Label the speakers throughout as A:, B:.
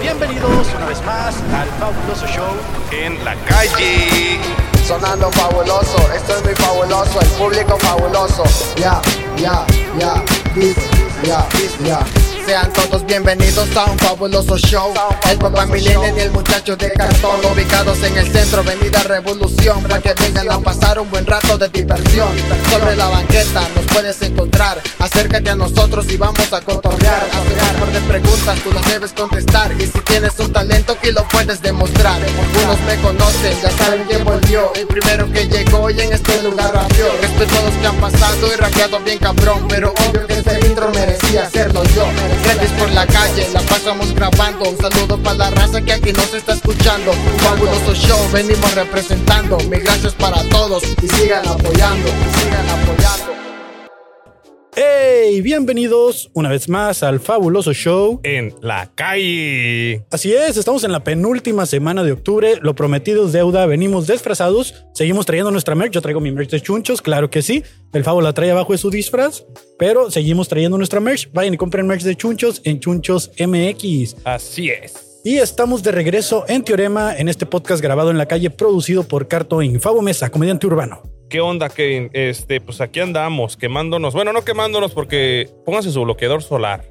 A: Bienvenidos una vez más al fabuloso show en la calle.
B: Sonando fabuloso, esto es muy fabuloso, el público fabuloso. Ya, ya, ya, dice, ya, dice, ya. Sean todos bienvenidos a un fabuloso show. El papá Milenio y el muchacho de cartón, ubicados en el centro, Avenida Revolución, para que vengan a pasar un buen rato de diversión. Sobre la banqueta nos puedes encontrar. Acércate a nosotros y vamos a cotorrear. Hacer un par de preguntas, tú las debes contestar. Y si tienes un talento, aquí lo puedes demostrar. Algunos me conocen, ya saben quién volvió. El primero que llegó y en este lugar rapeó. Respeto a los que han pasado y rapeado bien cabrón. Pero obvio que este intro merecía hacerlo yo. Gratis por la calle, la pasamos grabando. Un saludo para la raza que aquí nos está escuchando. Un fabuloso show, venimos representando. Mil gracias para todos y sigan apoyando, y sigan apoyando.
C: ¡Hey! Bienvenidos una vez más al fabuloso show.
A: En la calle.
C: Así es, estamos en la penúltima semana de octubre. Lo prometido es deuda, venimos disfrazados, seguimos trayendo nuestra merch. Yo traigo mi merch de chunchos, claro que sí. El Fabo la trae abajo de su disfraz, pero seguimos trayendo nuestra merch. Vayan y compren merch de chunchos en chunchos MX.
A: Así es.
C: Y estamos de regreso en Teorema, en este podcast grabado en la calle, producido por Carto Infabo Mesa, comediante urbano.
D: ¿Qué onda, Kevin? Este, pues aquí andamos, quemándonos. Bueno, no quemándonos porque pónganse su bloqueador solar.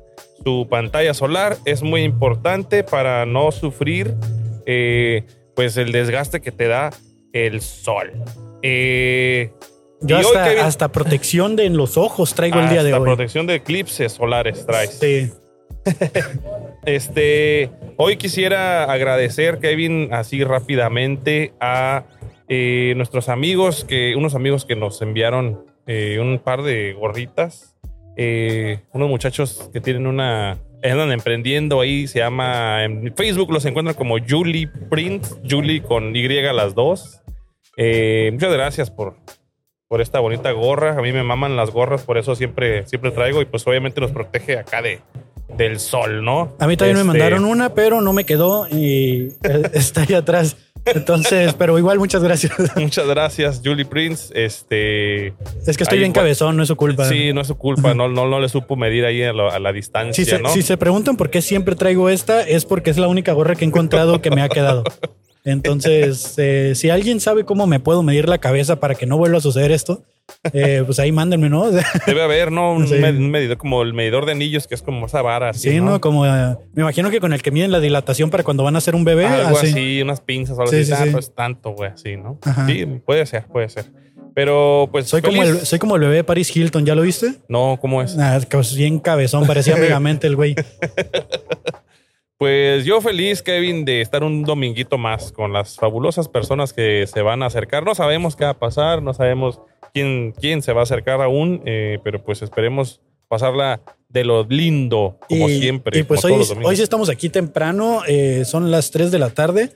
D: Su pantalla solar es muy importante para no sufrir eh, pues el desgaste que te da el sol. Eh,
C: Yo
D: y hoy,
C: hasta,
D: Kevin,
C: hasta protección de en los ojos traigo el día de
D: hasta
C: hoy.
D: protección de eclipses solares traes.
C: Sí.
D: Este, hoy quisiera agradecer, Kevin, así rápidamente a eh, nuestros amigos, que, unos amigos que nos enviaron eh, un par de gorritas. Eh, unos muchachos que tienen una. andan emprendiendo ahí, se llama. En Facebook los encuentran como Julie Print, Julie con Y las dos. Eh, muchas gracias por, por esta bonita gorra. A mí me maman las gorras, por eso siempre, siempre traigo y pues obviamente nos protege acá de, del sol, ¿no?
C: A mí también me
D: Este,
C: mandaron una, pero no me quedó y eh, está ahí atrás. Entonces, pero igual muchas gracias.
D: Muchas gracias, Julie Prince. Este,
C: Es que estoy
D: Ahí
C: bien
D: fue.
C: cabezón, no es su culpa.
D: sí, no es su culpa, no, no, no le supo medir ahí a, lo- a la distancia,
C: Si se,
D: ¿no?
C: si se preguntan por qué siempre traigo esta, es porque es la única gorra que he encontrado que me ha quedado. Entonces, eh, si alguien sabe cómo me puedo medir la cabeza para que no vuelva a suceder esto, eh, pues ahí mándenme, ¿no?
D: Debe haber, ¿no? Un,
C: Sí.
D: med- un medidor como el medidor de anillos, que es como esa vara. Así,
C: Sí,
D: ¿no?
C: ¿no? Como, eh, me imagino que con el que miden la dilatación para cuando van a ser un bebé.
D: Algo
C: así.
D: así. unas pinzas o algo
C: Sí,
D: así.
C: sí,
D: Ah,
C: sí.
D: pues tanto, güey, así, ¿no?
C: Ajá.
D: Sí, puede ser, puede ser. Pero pues.
C: Soy como,
D: feliz.
C: el, soy como el bebé de Paris Hilton, ¿ya lo viste?
D: No, ¿cómo es?
C: Ah, pues bien cabezón, parecía megamente el güey.
D: Pues yo feliz, Kevin, de estar un dominguito más con las fabulosas personas que se van a acercar. No sabemos qué va a pasar, no sabemos quién, quién se va a acercar aún, eh, pero pues esperemos pasarla de lo lindo, como siempre.
C: Y pues hoy,
D: como todos los domingos.
C: hoy sí estamos aquí temprano, eh, son las 3 de la tarde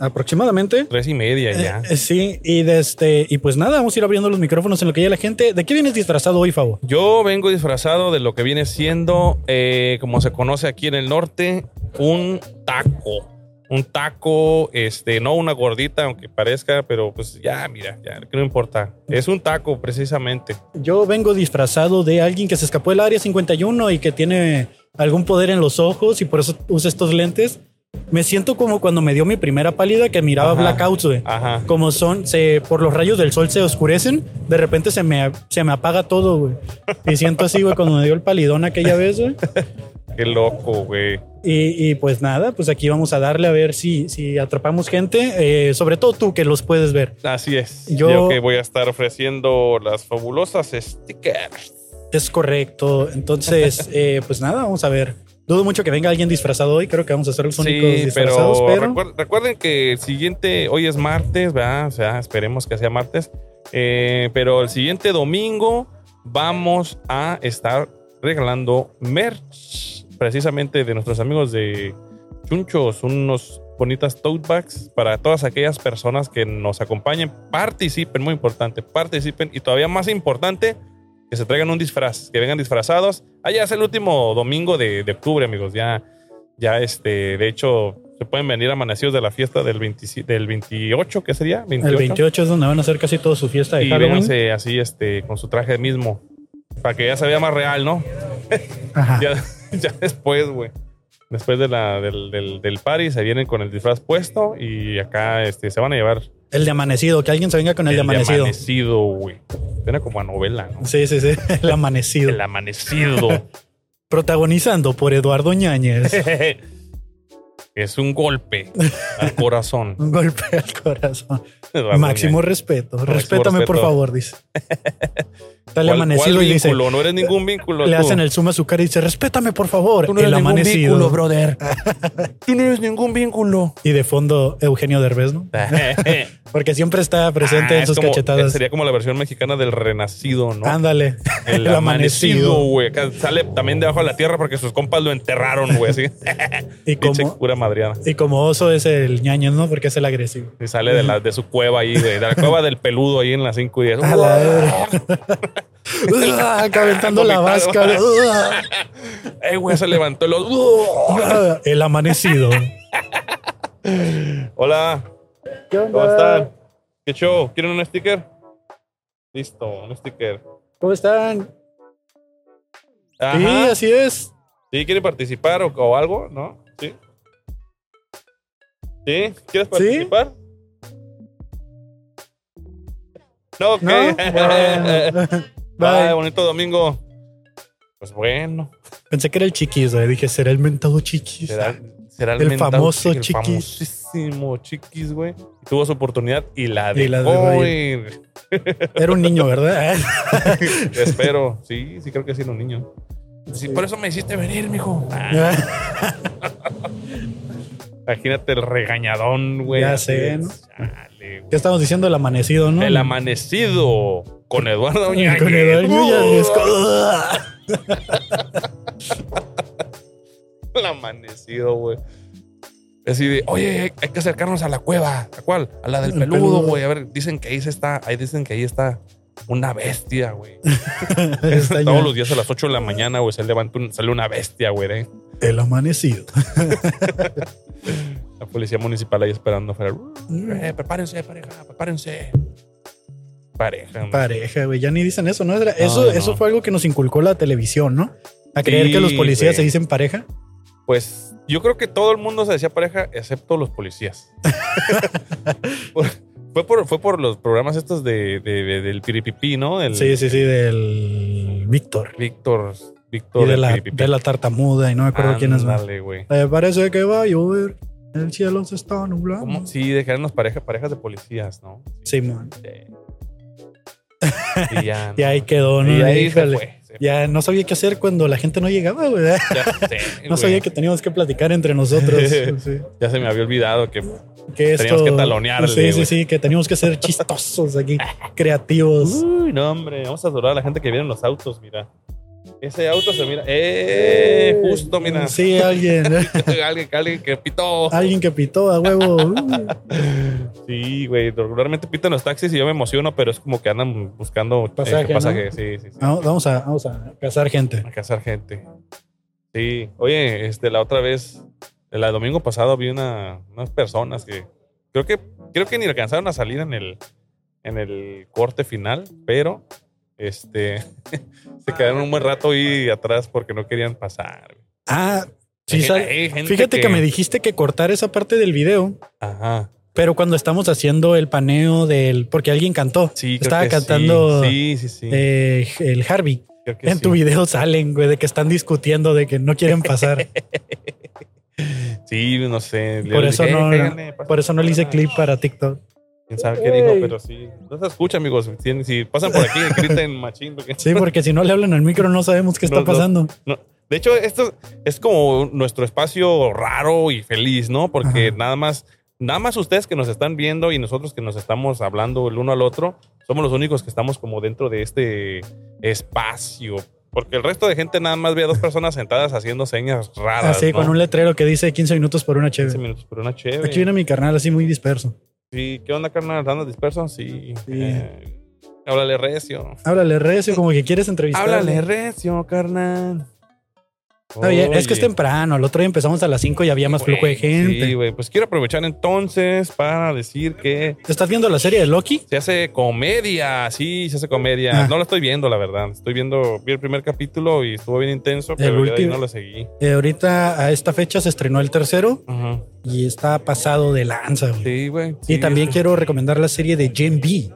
C: aproximadamente.
D: Tres y media ya.
C: Eh, eh, sí, y, de este, y pues nada, vamos a ir abriendo los micrófonos en lo que haya la gente. ¿De qué vienes disfrazado hoy, Fabo?
D: Yo vengo disfrazado de lo que viene siendo, eh, como se conoce aquí en el norte, un taco. Un taco, este, no una gordita, aunque parezca, pero pues ya, mira, ya, que no importa. Es un taco, precisamente.
C: Yo vengo disfrazado de alguien que se escapó del área 51 y que tiene algún poder en los ojos y por eso usa estos lentes. Me siento como cuando me dio mi primera pálida que miraba
D: Ajá.
C: blackouts, güey.
D: Ajá.
C: Como son, se, por los rayos del sol se oscurecen, de repente se me, se me apaga todo, güey. Y siento así, güey, cuando me dio el palidón aquella vez, güey.
D: Qué loco, güey.
C: Y, y pues nada, pues aquí vamos a darle a ver si, si atrapamos gente, eh, sobre todo tú que los puedes ver.
D: Así es.
C: Yo-
D: Yo, que voy a estar ofreciendo las fabulosas stickers.
C: Es correcto. Entonces, eh, pues nada, vamos a ver. Dudo mucho que venga alguien disfrazado hoy. Creo que vamos a ser los únicos
D: Sí, pero,
C: disfrazados, pero.
D: recuer- recuerden que el siguiente, hoy es martes, ¿verdad? O sea, esperemos que sea martes. Eh, pero el siguiente domingo vamos a estar regalando merch precisamente de nuestros amigos de Chunchos, unos bonitas tote bags para todas aquellas personas que nos acompañen. Participen, muy importante, participen y todavía más importante, que se traigan un disfraz, que vengan disfrazados. Ah, ya es el último domingo de, de octubre, amigos. Ya, ya este, de hecho, se pueden venir amanecidos de la fiesta del, 27 del 28, ¿qué sería?
C: El 28 es donde van a hacer casi toda su fiesta de
D: Y
C: Halloween.
D: vénganse así, este, con su traje mismo. Para que ya se vea más real, ¿no?
C: Ajá.
D: Ya, ya después, güey. Después de la, del, del, del party se vienen con el disfraz puesto y acá este, se van a llevar
C: El de amanecido, que alguien se venga con el, de amanecido.
D: amanecido, güey. Suena como a novela, ¿no?
C: Sí, sí, sí. El amanecido.
D: El amanecido.
C: Protagonizando por Eduardo Ñañez.
D: es un golpe al corazón.
C: Un golpe al corazón.
D: Eduardo
C: Máximo respeto. Respétame, por
D: respeto.
C: favor, dice. Está el
D: ¿Cuál-
C: amanecido
D: cuál
C: y dice.
D: vínculo? No eres ningún vínculo.
C: Le
D: tú.
C: hacen el suma azúcar y dice, respétame, por favor.
D: Tú no
C: el
D: eres ningún
C: amanecido.
D: vínculo, brother. Tú no eres ningún vínculo.
C: Y de fondo, Eugenio Derbez, ¿no? Porque siempre está presente
D: Ah,
C: en
D: es
C: sus
D: como-
C: cachetadas. Ah,
D: Sería como la versión mexicana del renacido, ¿no?
C: Ándale.
D: El amanecido, güey. Acá Sale también debajo de la tierra porque sus compas lo enterraron, güey. Así.
C: Y
D: Pinche
C: como,
D: cura madriana.
C: y como oso es el ñañez, ¿no? Porque es el agresivo.
D: Y sale de, la, de su cueva ahí, güey. De la cueva del peludo ahí en las 5 y 10.
C: A la verga. Acá aventando la vasca.
D: ¡Ey, güey! Se levantó el otro.
C: el amanecido.
D: Hola. ¿Cómo están? ¿Qué show? ¿Quieren un sticker? Listo, un sticker.
C: ¿Cómo están? Sí,
D: Ajá.
C: así es.
D: ¿Sí quieren participar o, o algo? ¿No? ¿Sí? ¿Sí? ¿Quieres participar? No, ok.
C: ¿No? Bueno.
D: Bye,
C: Bye.
D: bonito domingo. Pues bueno.
C: Pensé que era el chiquis, güey. Dije, será el mentado chiquis.
D: Será, será
C: El
D: mentado
C: famoso
D: chiqui- el
C: chiquis.
D: famosísimo chiquis, güey. Tuvo su oportunidad y la
C: Y la
D: dejó
C: dejó
D: ir.
C: Era un niño, ¿verdad?
D: Espero. Sí, sí, creo que sí, los niños. Sí, Por eso me hiciste venir, mijo. Ah, imagínate el regañadón, güey.
C: Ya
D: Así
C: sé,
D: de,
C: ¿no?
D: chale, güey.
C: ¿Qué estamos diciendo? El amanecido, ¿no?
D: El amanecido con Eduardo Ñañez. Uh,
C: Con el Ñañez.
D: el amanecido, güey. Así de, oye, hay que acercarnos a la cueva. ¿A cuál? A la del
C: El
D: peludo,
C: peludo.
D: güey. A ver, dicen que ahí se está, ahí dicen que ahí está una bestia, güey.
C: Está ya.
D: Todos los días a las 8 de la mañana, güey, se levanta un- sale una bestia, güey. ¿eh?
C: El amanecido.
D: La policía municipal ahí esperando afuera. Eh, prepárense, pareja, prepárense. Pareja. güey.
C: Pareja, güey. Ya ni dicen eso, ¿no? Era- Eso,
D: no.
C: eso fue algo que nos inculcó la televisión, ¿no? A creer
D: Sí,
C: que los policías
D: güey.
C: se dicen pareja.
D: Pues yo creo que todo el mundo se decía pareja, excepto los policías. Por- fue, por, fue por los programas estos de, de- de- del piripipí, ¿no? El
C: Sí, sí, sí, del Víctor.
D: Víctor. Víctor
C: Y de
D: del Ah,
C: la,
D: piripipí.
C: de la tartamuda y no me acuerdo quién es más.
D: Ándale, güey.
C: Eh, parece que va a llover. El cielo se está nublando.
D: ¿Cómo? Sí, dejaron las parejas, parejas de policías, ¿no?
C: Sí, man.
D: Sí. Y ya.
C: Y
D: ¿no?
C: ahí quedó, ¿no?
D: Y ahí se
C: Híjole.
D: fue, se
C: Ya no sabía qué hacer cuando la gente no llegaba, güey.
D: Ya sé,
C: No sabía
D: güey.
C: que teníamos que platicar entre nosotros. Sí.
D: Ya se me había olvidado que
C: Que
D: Teníamos que talonearle,
C: Sí,
D: güey.
C: sí, sí, que teníamos que ser chistosos aquí, creativos.
D: Uy, no, hombre, vamos a adorar a la gente que viene en los autos, mira. Ese auto se mira. ¡Eh! Justo, mira.
C: Uh, Sí, alguien,
D: alguien, alguien que pitó.
C: alguien que pitó a huevo. Uh, Uy.
D: Sí, güey. Regularmente pitan los taxis y yo me emociono, pero es como que andan buscando eh,
C: Pasaje,
D: que
C: ¿no? Ah,
D: pasaje. Sí, sí, sí.
C: Vamos vamos a, vamos a cazar gente.
D: A cazar gente. Sí. Oye, este, la otra vez, el domingo pasado, vi una, unas personas que creo que creo que ni alcanzaron a salir en el, en el corte final, pero este se quedaron un buen rato ahí atrás porque no querían pasar.
C: Ah, sí,
D: Hay-
C: sabe-
D: hay gente
C: fíjate que... me dijiste que cortar esa parte del video,
D: Ajá.
C: pero cuando estamos haciendo el paneo del. Porque alguien cantó.
D: Sí, creo
C: Estaba
D: que sí.
C: cantando
D: Sí, sí, sí.
C: eh, el Harvey.
D: Creo que
C: En
D: sí.
C: tu video salen, güey, de que están discutiendo, de que no quieren pasar.
D: Sí, no sé.
C: por,
D: Le
C: eso
D: dije,
C: no,
D: "Eh, cáiganle, pasen
C: por eso no le hice
D: por acá".
C: clip para TikTok.
D: Quién sabe qué dijo, pero sí. No se escucha, amigos. Si, si pasan por aquí, griten machín. porque-
C: Sí, porque si no le hablan al micro no sabemos qué está
D: No, no.
C: pasando.
D: No. De hecho, esto es como nuestro espacio raro y feliz, ¿no? Porque
C: Ajá.
D: nada más, nada más ustedes que nos están viendo y nosotros que nos estamos hablando el uno al otro, somos los únicos que estamos como dentro de este espacio. Porque el resto de gente nada más ve a dos personas sentadas haciendo señas raras.
C: así,
D: ¿no?
C: Ah, con un letrero que dice 15 minutos por una
D: 15
C: chévere.
D: minutos por una chévere.
C: Aquí viene mi carnal así muy disperso.
D: Sí, ¿qué onda, carnal? ¿Andas disperso? Sí.
C: Sí.
D: Eh, háblale recio.
C: Háblale recio, como que quieres entrevistar.
D: Háblale recio, carnal.
C: Está bien, es que es
D: Oye.
C: temprano. El otro día empezamos a las 5 y había más flujo de
D: Güey,
C: gente.
D: Sí, güey. Pues quiero aprovechar entonces para decir que
C: ¿Te estás viendo la serie de Loki?
D: se hace comedia. Sí, se hace comedia.
C: Ah.
D: No la estoy viendo, la verdad. Estoy viendo, vi el primer capítulo y estuvo bien intenso, pero ya de ahí
C: último.
D: no lo seguí.
C: Eh, ahorita a esta fecha se estrenó el tercero
D: Ajá.
C: y está pasado de lanza. güey.
D: Sí, güey.
C: y
D: sí,
C: también
D: este-
C: quiero recomendar la serie de Gen B.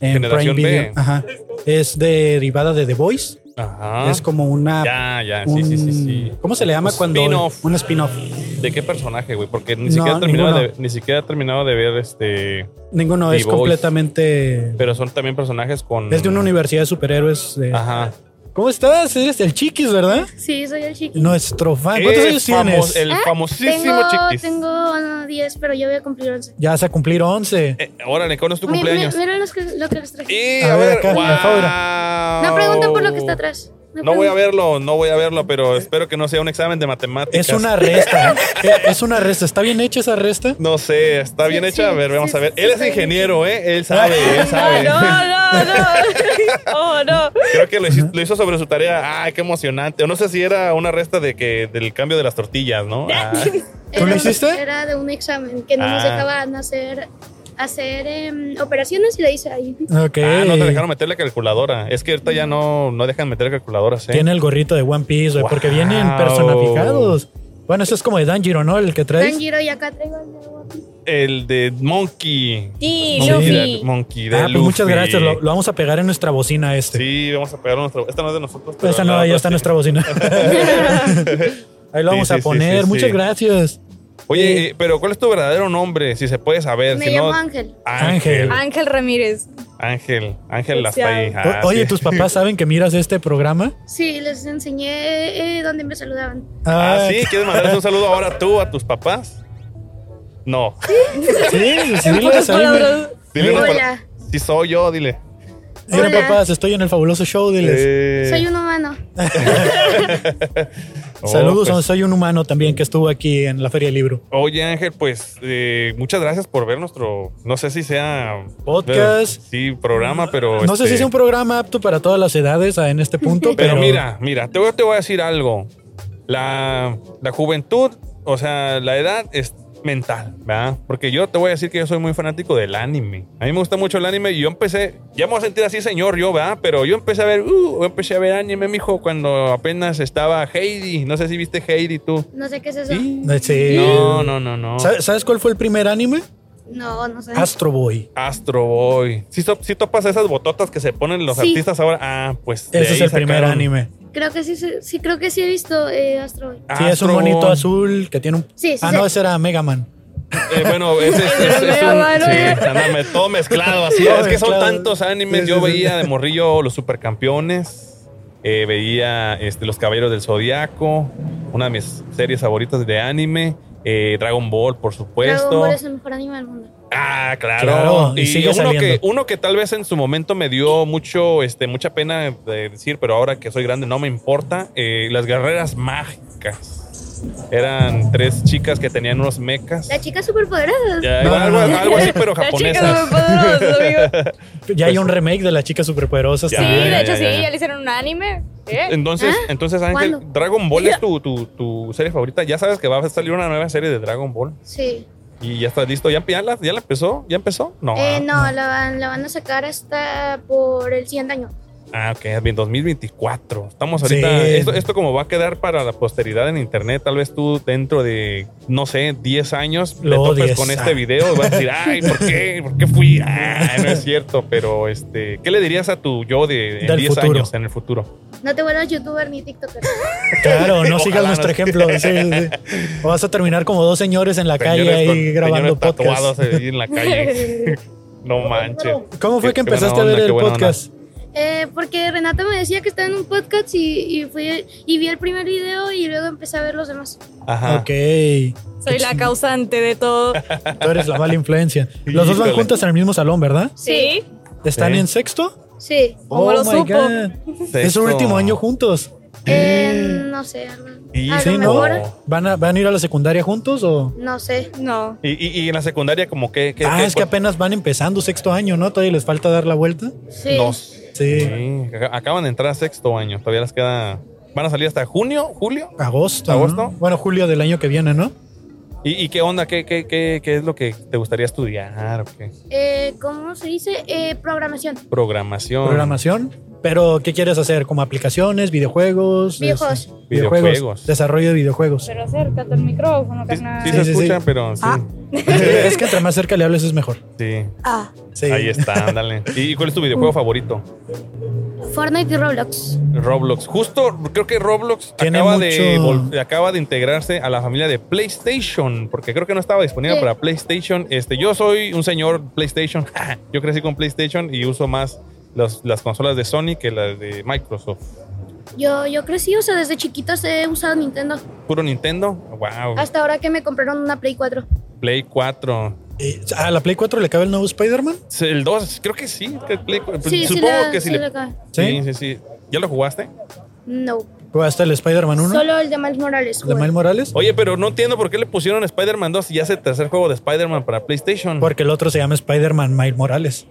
C: En
D: Generación
C: Prime Video.
D: B.
C: Ajá. Es derivada de The Voice.
D: Ajá.
C: Es como una.
D: Ah. Ya, ya. Sí, sí, sí,
C: un-
D: sí.
C: ¿Cómo se le llama
D: Un
C: cuando?
D: spin-off.
C: Un spin-off.
D: ¿De qué personaje, güey? Porque ni
C: No,
D: siquiera he terminado de,
C: ninguno.
D: ni siquiera he terminado de ver este.
C: Ninguno
D: The
C: es
D: Voice.
C: completamente.
D: Pero son también personajes con.
C: Es de una universidad de superhéroes. de-
D: Ajá.
C: ¿Cómo estás? Eres el chiquis, ¿verdad?
E: Sí, soy el chiqui.
C: Nuestro fan. Ah, ¿Cuántos
D: El
C: años
D: famos-
C: tienes?
D: El
E: Ah,
D: famosísimo
E: tengo,
D: chiquis.
E: Tengo ah, 10, pero yo voy a cumplir 11.
C: Ya vas a cumplir 11.
D: Eh, órale, ¿cuándo es tu
E: Mi- mi-
D: cumpleaños?
E: mira los que, lo que les traje.
D: Y,
C: A
D: a,
C: ver,
D: ver,
C: acá,
D: guau.
C: la
E: No pregunten por lo que está atrás.
D: No voy a
E: pregunten.
D: verlo, no voy a verlo, pero espero que no sea un examen de matemáticas.
C: Es una resta. Eh, es una resta. ¿Está bien hecha esa resta?
D: No sé, está
E: Sí,
D: bien
E: sí,
D: hecha. A ver,
E: sí,
D: vamos a ver.
E: sí,
D: él es
E: sí, está bien
D: ingeniero, ¿eh? Él sabe, él sabe.
F: No, no, no. Oh, no.
D: Creo que lo, hici- lo hizo sobre su tarea. ¡Ay, qué emocionante! O no sé si era una resta de que del cambio de las tortillas, ¿no? Ah,
C: ¿Tú lo hiciste?
E: Era de un examen que no nos
D: Ah.
E: dejaban hacer, hacer em, operaciones y la hice ahí.
C: Ok.
D: ah, no te dejaron meter la calculadora. Es que ahorita ya no, no dejan meter calculadoras, ¿eh?
C: Tiene el gorrito de One Piece, güey, porque
D: Wow.
C: vienen personificados. Bueno, eso es como de Danjiro, ¿no? El que traes.
E: Tanjiro y acá traigo el de One Piece.
D: El de Monkey.
F: Sí,
D: Monkey
F: Luffy.
D: de, Monkey de
C: Ah, pues muchas
D: Luffy.
C: gracias. Lo, lo vamos a pegar en nuestra bocina este.
D: Sí, vamos a pegar nuestra. Esta no es de nosotros. pero
C: Esa
D: la
C: no,
D: otra
C: ya está en
D: sí.
C: nuestra bocina. Ahí lo
D: Sí,
C: vamos
D: sí,
C: a
D: sí,
C: poner.
D: sí, sí.
C: Muchas gracias.
D: Oye, eh, pero ¿cuál es tu verdadero nombre? Si se puede saber.
E: Me
D: si
E: llamo
D: no,
E: Ángel.
D: Ángel.
F: Ángel Ramírez.
D: Ángel. Ángel
F: O sea,
D: Lastay.
C: O- Oye, ¿tus papás saben que miras este programa?
E: Sí, les enseñé eh, dónde me saludaban.
D: Ah, sí. ¿Quieres mandarles un saludo ahora tú a tus papás? No.
C: Sí, sí,
F: En
C: les
F: pocas
C: saben.
F: palabras.
D: Dile unas
E: Hola.
D: pala- Si soy yo, dile.
C: Mira,
E: Hola.
C: papás, estoy en el fabuloso show. Diles.
D: Eh,
E: Soy un humano.
D: oh,
C: Saludos,
D: pues,
C: soy un humano también que estuvo aquí en la Feria del Libro.
D: Oye, Ángel, pues eh, muchas gracias por ver nuestro. No sé si sea.
C: Podcast.
D: sí, programa, pero.
C: No sé si
D: este,
C: es un programa apto para todas las edades ah, en este punto, pero,
D: Pero mira, mira, te voy, te voy a decir algo. La, la juventud, o sea, la edad es mental, ¿verdad? Porque yo te voy a decir que yo soy muy fanático del anime. A mí me gusta mucho el anime y yo empecé, ya me voy a sentir así señor yo, ¿verdad? Pero yo empecé a ver, uh, empecé a ver anime, mijo, cuando apenas estaba Heidi. No sé si viste Heidi tú.
E: No sé qué es eso.
C: eh, Sí.
D: No, no, no, no.
C: ¿Sabe- ¿Sabes cuál fue el primer anime?
F: ¿Eh?
E: No, no sé.
C: Astro Boy.
D: Astro Boy. Si topas esas bototas que se ponen los
E: Sí.
D: artistas ahora, ah, pues. de
C: Ese es
D: ahí
C: el primer
D: sacaron
C: anime.
E: Creo que sí, sí, sí, creo que sí he visto eh, Astro Boy.
C: Sí, es un
D: Astro
C: monito
D: Boy.
C: azul que tiene un.
E: Sí, sí,
C: ah,
E: sí.
C: no, ese era Mega Man.
D: Eh, bueno, ese es, es- es un.
F: Mega
D: sí,
F: Man,
D: anda me- todo mezclado así.
C: Todo
D: es que son
C: mezclado.
D: tantos animes.
C: Sí,
D: Yo
C: sí, sí.
D: veía de morrillo los supercampeones. eh, veía este, Los Caballeros del Zodiaco. Una de mis series favoritas de anime. eh, Dragon Ball, por supuesto.
E: Dragon Ball es el mejor anime del mundo.
D: Ah, claro.
C: Claro, y
D: y
C: sigue
D: uno
C: saliendo.
D: que, uno que tal vez en su momento me dio mucho, este, mucha pena de decir, pero ahora que soy grande no me importa. eh, las guerreras mágicas. Eran tres chicas que tenían unos mecas.
E: La chica superpoderosa.
D: Ya,
C: No,
D: igual,
C: no,
D: algo,
C: no.
D: algo así, pero
F: La chica
D: japonesa.
F: superpoderosa, amigo.
C: Ya hay un remake de la chica superpoderosa.
D: Pues Ya,
F: Sí,
C: sí.
F: de hecho
D: ya,
F: sí,
D: ya.
F: ya le hicieron un anime. ¿Eh?
D: Entonces,
E: ¿Ah?
D: entonces Ángel,
E: ¿Cuándo?
D: Dragon Ball es tu, tu, tu serie favorita. Ya sabes que va a salir una nueva serie de Dragon Ball.
E: Sí.
D: Y ya estás listo. ¿Ya, ya, la, ya la empezó? ¿Ya empezó? No.
E: Eh,
D: ah.
E: no, La, van, la van a sacar hasta por el siguiente año.
D: Ah, ok. Bien, 2024. Estamos ahorita.
C: Sí.
D: Esto, esto como va a quedar para la posteridad en internet. Tal vez tú dentro de, no sé, 10 años le
C: Lo
D: topes
C: odies.
D: con
C: Ah.
D: este video y vas a decir, ay, ¿por qué? ¿Por qué fui? Ah, no es cierto. Pero, este, ¿qué le dirías a tu yo de en
C: Del
D: 10
C: futuro.
D: años en el futuro?
E: No te vuelvas youtuber ni tiktoker.
C: Claro, no sigas
D: Ojalá
C: nuestro
D: no.
C: ejemplo. sí, sí, sí. O vas a terminar como dos señores en la calle
D: Señores
C: ahí
D: con-
C: grabando
D: señores tatuados
C: podcast.
D: ahí en la calle. no manches.
C: ¿Cómo fue que
D: Qué- qué buena
C: empezaste a
D: onda,
C: ver
D: qué
C: el
D: buena onda.
C: podcast?
E: Eh, porque Renata me decía que estaba en un podcast y, y fui y vi el primer video y luego empecé a ver los demás.
D: Ajá.
C: Ok. Tú
F: Soy la causante de todo.
C: eres la mala influencia. Los dos van
D: Híjole.
C: juntas en el mismo salón, ¿verdad?
F: Sí.
C: ¿Están
D: Sí.
C: en sexto? Oh
E: Sí.
F: ¿Cómo lo supo?
C: Es su
D: Sexto.
C: último año juntos.
E: Eh, no sé. A lo,
D: Y-
E: a
D: sí, ¿no?
E: lo mejor.
C: ¿Van a, ¿Van a ir a la secundaria juntos o...?
E: No sé.
F: No.
D: Y, y- y en la secundaria, como que. que-
C: ah,
D: que-
C: es que apenas van empezando sexto año, ¿no? Todavía les falta dar la vuelta.
E: Sí.
D: Dos.
C: Sí.
D: Sí, ac- Acaban de entrar a sexto año. Todavía les queda. Van a salir hasta junio, julio.
C: Agosto.
D: Agosto.
C: ¿no? Bueno, julio del año que viene, ¿no?
D: ¿Y, y qué onda? ¿Qué, qué, qué, qué es lo que te gustaría estudiar? ¿O qué?
E: Eh, ¿Cómo se dice? Eh, programación.
D: Programación.
C: Programación. Pero, ¿qué quieres hacer? ¿Como aplicaciones, videojuegos?
E: Videojuegos.
C: Este, videojuegos.
D: Videojuegos.
C: Desarrollo de videojuegos.
F: Pero acércate al micrófono,
D: Sí,
F: carnal.
D: sí se
C: Sí, sí,
D: escucha,
C: sí.
D: pero sí.
F: Ah.
C: es que entre más cerca le hables es mejor.
D: sí.
F: Ah,
C: Sí.
D: Ahí está, ándale. ¿Y cuál es tu videojuego favorito?
E: Fortnite y Roblox.
D: Roblox. Justo creo que Roblox
C: Tiene
D: acaba,
C: mucho-
D: de vol- acaba de integrarse a la familia de PlayStation, porque creo que no estaba disponible
E: Sí.
D: para PlayStation. Este, yo soy un señor PlayStation. yo crecí con PlayStation y uso más las- las consolas de Sony que las de Microsoft.
E: Yo, yo crecí, o sea, desde chiquitos he usado Nintendo.
D: Puro Nintendo. Wow.
E: Hasta ahora que me compraron una Play 4.
D: Play 4.
C: Eh, ¿A la Play 4 le cabe el nuevo Spider-Man?
D: Sí, El 2, creo que sí. que el Play 4.
E: Sí, sí
D: Supongo
E: la-
D: que
E: sí
D: sí. le-
E: la acabé.
D: Sí, sí, sí. ¿Ya lo jugaste?
E: No.
C: ¿O hasta el Spider-Man 1?
E: Solo el de Miles Morales.
C: ¿De
E: jugué.
C: Miles Morales?
D: Oye, pero no entiendo por qué le pusieron Spider-Man 2 y ya es el tercer juego de Spider-Man para PlayStation.
C: Porque el otro se llama Spider-Man Miles Morales.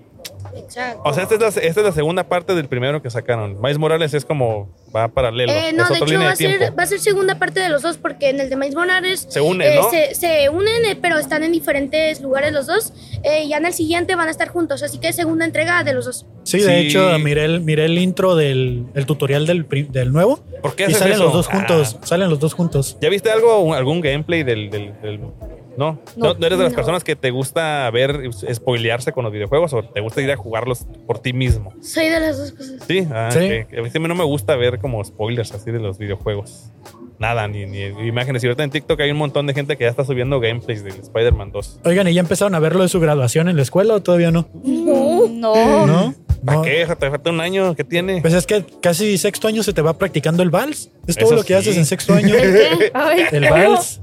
E: Exacto.
D: O sea, esta es, la, esta es la segunda parte del primero que sacaron. Miles Morales es como va paralelo.
E: Eh, no,
D: es
E: de
D: otra
E: hecho
D: línea
E: va
D: de
E: a,
D: tiempo.
E: ser, va a ser segunda parte de los dos porque en el de Miles Morales eh,
D: Se unen, ¿no?
E: se, se unen, eh, pero están en diferentes lugares los dos eh, y ya en el siguiente van a estar juntos, así que es segunda entrega de los dos.
C: Sí,
D: Sí.
C: de hecho, miré el, miré el intro del el tutorial del, pri- del nuevo.
D: ¿Por qué
C: y
D: haces
C: salen
D: eso?
C: los dos juntos.
D: Ah.
C: Salen los dos juntos.
D: ¿Ya viste algo, algún gameplay del... del- del- No, no,
F: No.
D: ¿No eres de las
E: No.
D: personas que te gusta ver spoilearse con los videojuegos o te gusta ir a jugarlos por ti mismo.
E: Soy de las dos cosas.
D: Sí, ah,
C: Sí.
D: ok. a mí sí no me gusta ver como spoilers así de los videojuegos. Nada, ni, ni imágenes. Y ahorita en TikTok hay un montón de gente que ya está subiendo gameplays del Spider-Man 2.
C: Oigan, ¿y ya empezaron a ver lo de su graduación en la escuela o todavía no?
F: no. No.
C: ¿No?
D: ¿Para
C: No.
D: qué? Te falta un año. ¿Qué tiene?
C: Pues es que casi sexto año se te va practicando el vals. Es todo
D: Eso
C: lo que
D: sí.
C: haces en sexto año.
E: ¿Qué?
F: Ay,
C: el
F: no.
C: vals.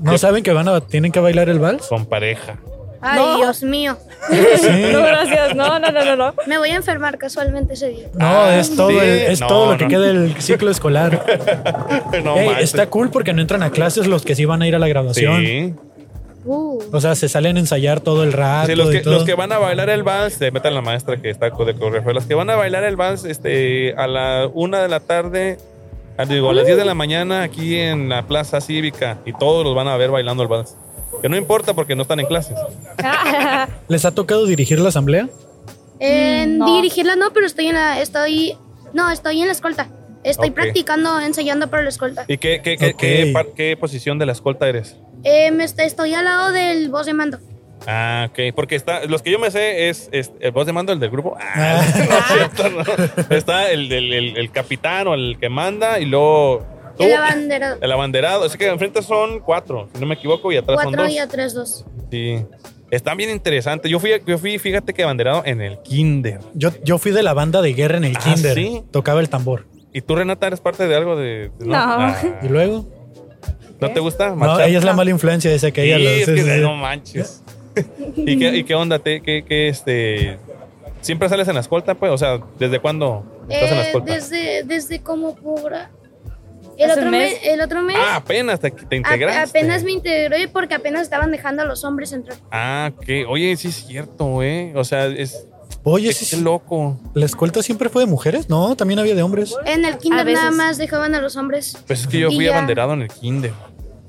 C: ¿No saben que van a, tienen que bailar el vals?
D: Con pareja.
E: Ay,
F: No.
E: Dios mío.
C: Sí.
F: No, gracias. No, no, no, no. no.
E: Me voy a enfermar casualmente ese día.
C: No, es todo,
D: Ah, Sí,
C: el- es
D: no,
C: todo lo que
D: no.
C: queda del ciclo escolar.
D: No
C: Ey,
D: manches.
C: está cool porque no entran a clases los que sí van a ir a la graduación.
D: Sí.
E: Uh,
C: O sea, se salen a ensayar todo el rato.
D: Sí, los,
C: y
D: que,
C: todo.
D: los que van a bailar el vals, se metan la maestra que está de coreógrafo. Los que van a bailar el vals este, a la una de la tarde, a, digo, a las 10 de la mañana aquí en la plaza cívica y todos los van a ver bailando el vals. Que no importa porque no están en clases.
F: Ah,
C: ¿Les ha tocado dirigir la asamblea?
E: en
F: no.
E: Dirigirla no, pero estoy en la, estoy, no, estoy en la escolta. Estoy
D: Ok.
E: practicando, ensayando para la escolta.
D: ¿Y qué, qué, qué,
C: Ok.
D: qué par- qué posición de la escolta eres?
E: Eh, me est- estoy al lado del voz de mando.
D: Ah, ok. Porque está, los que yo me sé es, es el voz de mando, el del grupo. Ah, no es cierto, no. Está el, el- el- el capitán o el que manda y luego. tú.
E: El abanderado.
D: El abanderado, así que enfrente son cuatro, si no me equivoco, y atrás son
E: Cuatro
D: dos.
E: y a tres, dos.
D: Sí. Están bien interesantes. Yo fui, yo fui, fíjate que abanderado en el kinder.
C: Yo, yo fui de la banda de guerra en el
D: Ah,
C: kinder.
D: ¿sí?
C: Tocaba el tambor.
D: ¿Y tú, Renata, eres parte de algo de...? de-
F: No.
D: Ah.
C: ¿Y luego?
D: ¿No te gusta?
C: No,
D: marchar?
C: ella es la mala influencia esa que
D: Sí,
C: ella lo-
D: es
C: sí,
D: que
C: sí, sí.
D: no manches. ¿Y qué, y qué onda? ¿Te, qué, qué, este... ¿Siempre sales en la escolta, pues? O sea, ¿desde cuándo estás en la
E: Eh,
D: escolta?
E: desde, desde como por... El
F: Hace
E: otro
F: un
E: mes.
F: mes.
E: el otro mes
D: Ah, apenas te, te
E: ap-
D: integraste.
E: apenas me integré porque apenas estaban dejando a los hombres entrar.
D: Ah, que... Oye, sí es cierto, ¿eh? O sea, es...
C: Oye,
D: Qué,
C: sí,
D: qué
C: sí.
D: loco.
C: ¿la escolta siempre fue de mujeres? No, también había de hombres.
E: En el kinder
F: A veces.
E: nada más dejaban a los hombres.
D: Pues es que yo
E: Y
D: fui
E: ya.
D: abanderado en el kinder.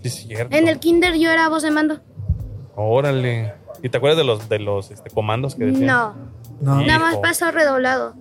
D: Sí es cierto.
E: En el kinder yo era voz de mando.
D: Órale. ¿Y te acuerdas de los de los este, comandos que decían?
E: No,
C: No.
D: Sí.
E: nada más
D: Hijo.
E: paso redoblado.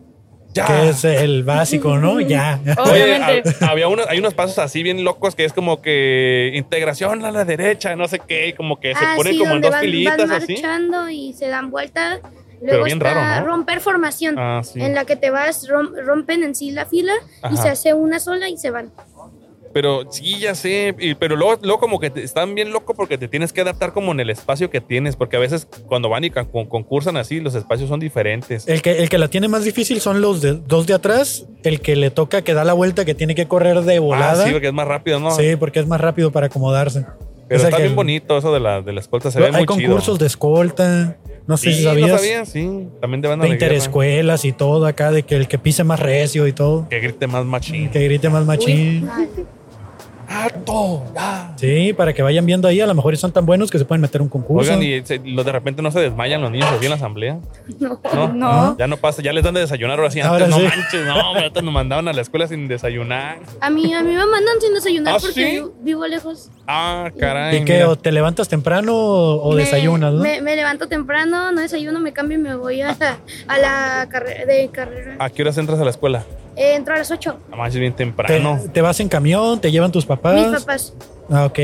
D: Ya.
C: Que es el básico, ¿no? Ya.
D: Oye,
F: Obviamente.
D: ha- había unos, hay unos pasos así bien locos que es como que integración a la derecha, no sé qué, y como que se
E: Ah,
D: ponen
E: sí,
D: como en
E: donde
D: dos
E: van,
D: filitas
E: van
D: así.
E: marchando y se dan vuelta.
D: Pero
E: Luego
D: bien
E: está
D: raro, ¿no?
E: romper formación.
D: Ah, sí.
E: En la que te vas, rom- rompen en sí la fila y
D: Ajá.
E: se hace una sola y se van.
D: Pero sí, ya sé. y- pero luego, luego como que te- están bien locos porque te tienes que adaptar como en el espacio que tienes, porque a veces cuando van y can- con- concursan así, los espacios son diferentes.
C: El que, el que la tiene más difícil son los de, dos de atrás, el que le toca que da la vuelta, que tiene que correr de volada.
D: Ah, sí, porque es más rápido, ¿no?
C: Sí, porque es más rápido para acomodarse.
D: Pero
C: Es el
D: está
C: que-
D: bien bonito eso de la, de la escolta, se
C: Lo-
D: ve muy
C: Hay
D: chido.
C: concursos de escolta. No sé
D: Sí,
C: si
D: no
C: sabías.
D: sabía, sí. También de banda
C: de
D: de guerra.
C: interescuelas y todo acá, de que el que pise más recio y todo.
D: Que grite más machín.
C: Que grite más machín.
E: Ay,
D: ¡Alto! ¡Ya!
C: Sí, para que vayan viendo ahí, a lo mejor están tan buenos que se pueden meter a un concurso.
D: Oigan, y se- los de repente no se desmayan los niños aquí en la asamblea.
E: No.
D: No, ¿Ah?
F: No.
D: Ya no pasa, ya les dan de desayunar ahora sí. Antes
C: Ahora
D: no
C: sí.
D: manches, no, hombre, antes nos mandaban a la escuela sin desayunar.
E: A mí, a mí me mandan sin desayunar
D: ¿Ah,
E: porque
D: sí?
E: vi- vivo lejos.
D: Ah, caray.
C: ¿Y qué?
D: mira.
C: ¿O te levantas temprano o, o
E: Me-
C: desayunas? ¿no?
E: Me, me levanto temprano, no desayuno, me cambio y me voy a, a la carrera de carrera.
D: ¿A qué horas entras a la escuela?
E: Eh, entro a las 8.
D: No manches, bien
C: ¿Te,
D: temprano.
C: te vas en camión? ¿Te llevan tus papás?
E: Mis papás
C: Ah, ok.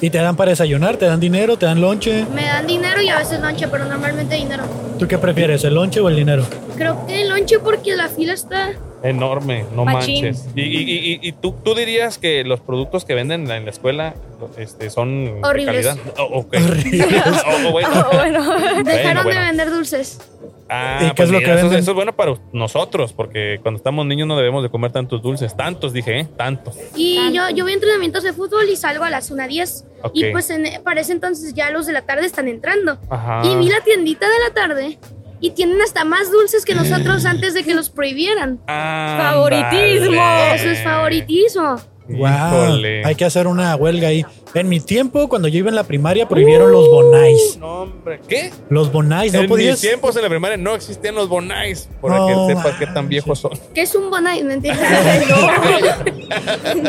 C: ¿Y te dan para desayunar? ¿Te dan dinero? ¿Te dan lonche?
E: me dan dinero y a veces lonche, pero normalmente dinero.
C: ¿Tú qué prefieres, el lonche o el dinero?
E: Creo que lonche porque la fila está.
D: Enorme, no
F: Machín.
D: manches. ¿Y, y, y- y- y tú, tú dirías que los productos que venden en la- en la escuela este, son
E: Horribles.
D: de calidad? Oh, ok. Oh, oh, bueno.
F: bueno.
E: Dejaron
D: bueno.
E: de vender dulces.
D: Ah,
C: ¿Y qué
D: pues
C: es lo
D: mira,
C: que
D: eso,
C: venden?
D: eso es bueno para nosotros, porque cuando estamos niños no debemos de comer tantos dulces. Tantos, dije, ¿eh? Tantos.
E: Y
F: Tanto.
E: yo, yo voy a entrenamientos de fútbol y salgo a las 1 a 10.
D: Ok.
E: Y pues en, para ese entonces ya los de la tarde están entrando.
D: Ajá.
E: Y vi la tiendita de la tarde y tienen hasta más dulces que nosotros antes de que los prohibieran.
D: Ándale.
F: Favoritismo.
E: Eso
D: Eh.
E: es favoritismo.
C: Wow,
D: Híjole.
C: hay que hacer una huelga ahí. En mi tiempo, cuando yo iba en la primaria, prohibieron los bonais.
D: No, hombre. ¿Qué?
C: Los bonais, no
D: en mis
C: podías.
D: tiempos en la primaria no existían los bonais. Por
C: No
D: que sepas qué tan
C: manches.
D: viejos son.
E: ¿Qué es un bonai? Mentira.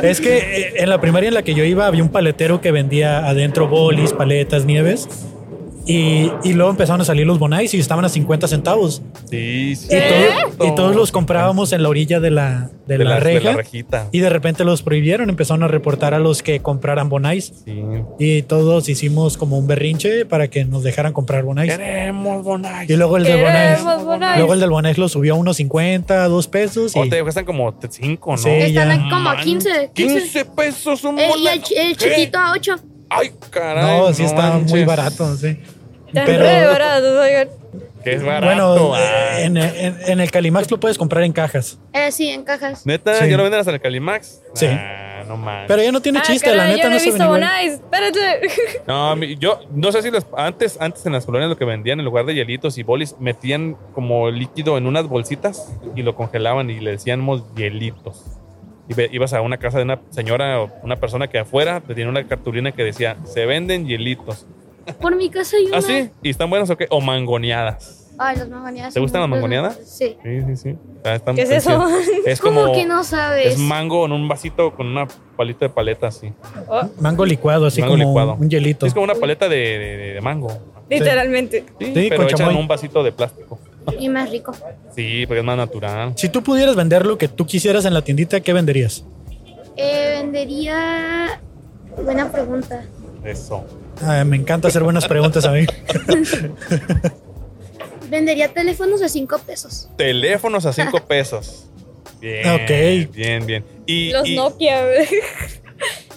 C: Es que eh, en la primaria en la que yo iba había un paletero que vendía adentro bolis, paletas, nieves. Y, y luego empezaron a salir los bonais y estaban a 50 centavos.
D: Sí, sí.
C: Y, todo- y todos los comprábamos en la orilla de la, de la
D: las-
C: reja.
D: la rejita.
C: y de repente los prohibieron, empezaron a reportar a los que compraran bonais.
D: Sí.
C: Y todos hicimos como un berrinche para que nos dejaran comprar bonais.
D: Queremos bonais.
C: Y luego el de bonais.
F: Queremos bonais.
C: Luego el del bonais lo subió a unos 50, 2 pesos.
D: O
C: y-
D: te cuestan como 5, ¿no?
C: Sí.
E: Están
C: ya.
E: como a
D: Man,
E: 15.
D: 15 pesos un
E: Eh, y
D: bonai.
E: el, chi- el
D: ¿Qué?
E: chiquito a 8.
D: Ay, caray.
C: no, sí está muy
D: manches.
C: barato, sí.
F: Tan re baratos, oigan.
D: Que es barato.
C: bueno, eh,
D: ah.
C: en, en- en el Calimax lo puedes comprar en cajas.
E: Eh, sí, en cajas.
D: Neta,
C: Sí.
D: ya lo venden hasta en el Calimax.
C: Sí.
D: Ah, no manches.
C: Pero ya no tiene
F: Ah,
C: chiste,
F: caray,
C: la neta
F: yo
C: no
F: no he
C: se
F: visto
C: ve
F: Bonais. Espérate.
D: No, a mí- yo no sé si los- antes, antes en las colonias lo que vendían en lugar de hielitos y bolis, metían como líquido en unas bolsitas y lo congelaban y le decíamos hielitos. Y ve- ibas a una casa de una señora o una persona que afuera te tenía una cartulina que decía, se venden hielitos.
E: Por mi casa hay una.
D: ¿Ah, sí? ¿Y están buenos o qué? O mangoneadas.
E: Ay, las mangoneadas.
D: ¿Te gustan las
E: son-
D: mangoneadas?
E: Sí.
D: Sí, sí, sí. Ah, están-
F: ¿Qué es eso?
D: Es
E: ¿Cómo
D: como...
E: que no sabes?
D: Es mango en un vasito con una palita de paleta así.
F: Oh,
C: Mango licuado, así
D: Mango
C: como
D: licuado.
C: un hielito.
D: Sí, es como una paleta de, de- de- de mango.
F: literalmente.
D: Sí,
C: Sí,
D: pero
C: con
D: hecha en
C: chamoy.
D: un vasito de plástico.
E: Y más rico.
D: Sí, porque es más natural.
C: Si tú pudieras vender lo que tú quisieras en la tiendita, ¿qué venderías?
E: Eh, vendería. Buena pregunta.
D: Eso.
C: Ah, me encanta hacer buenas preguntas a mí.
E: Vendería teléfonos de 5 pesos.
D: Teléfonos a 5 pesos. Bien.
C: Ok.
D: Bien, bien. Y,
F: Los
D: y-
F: Nokia.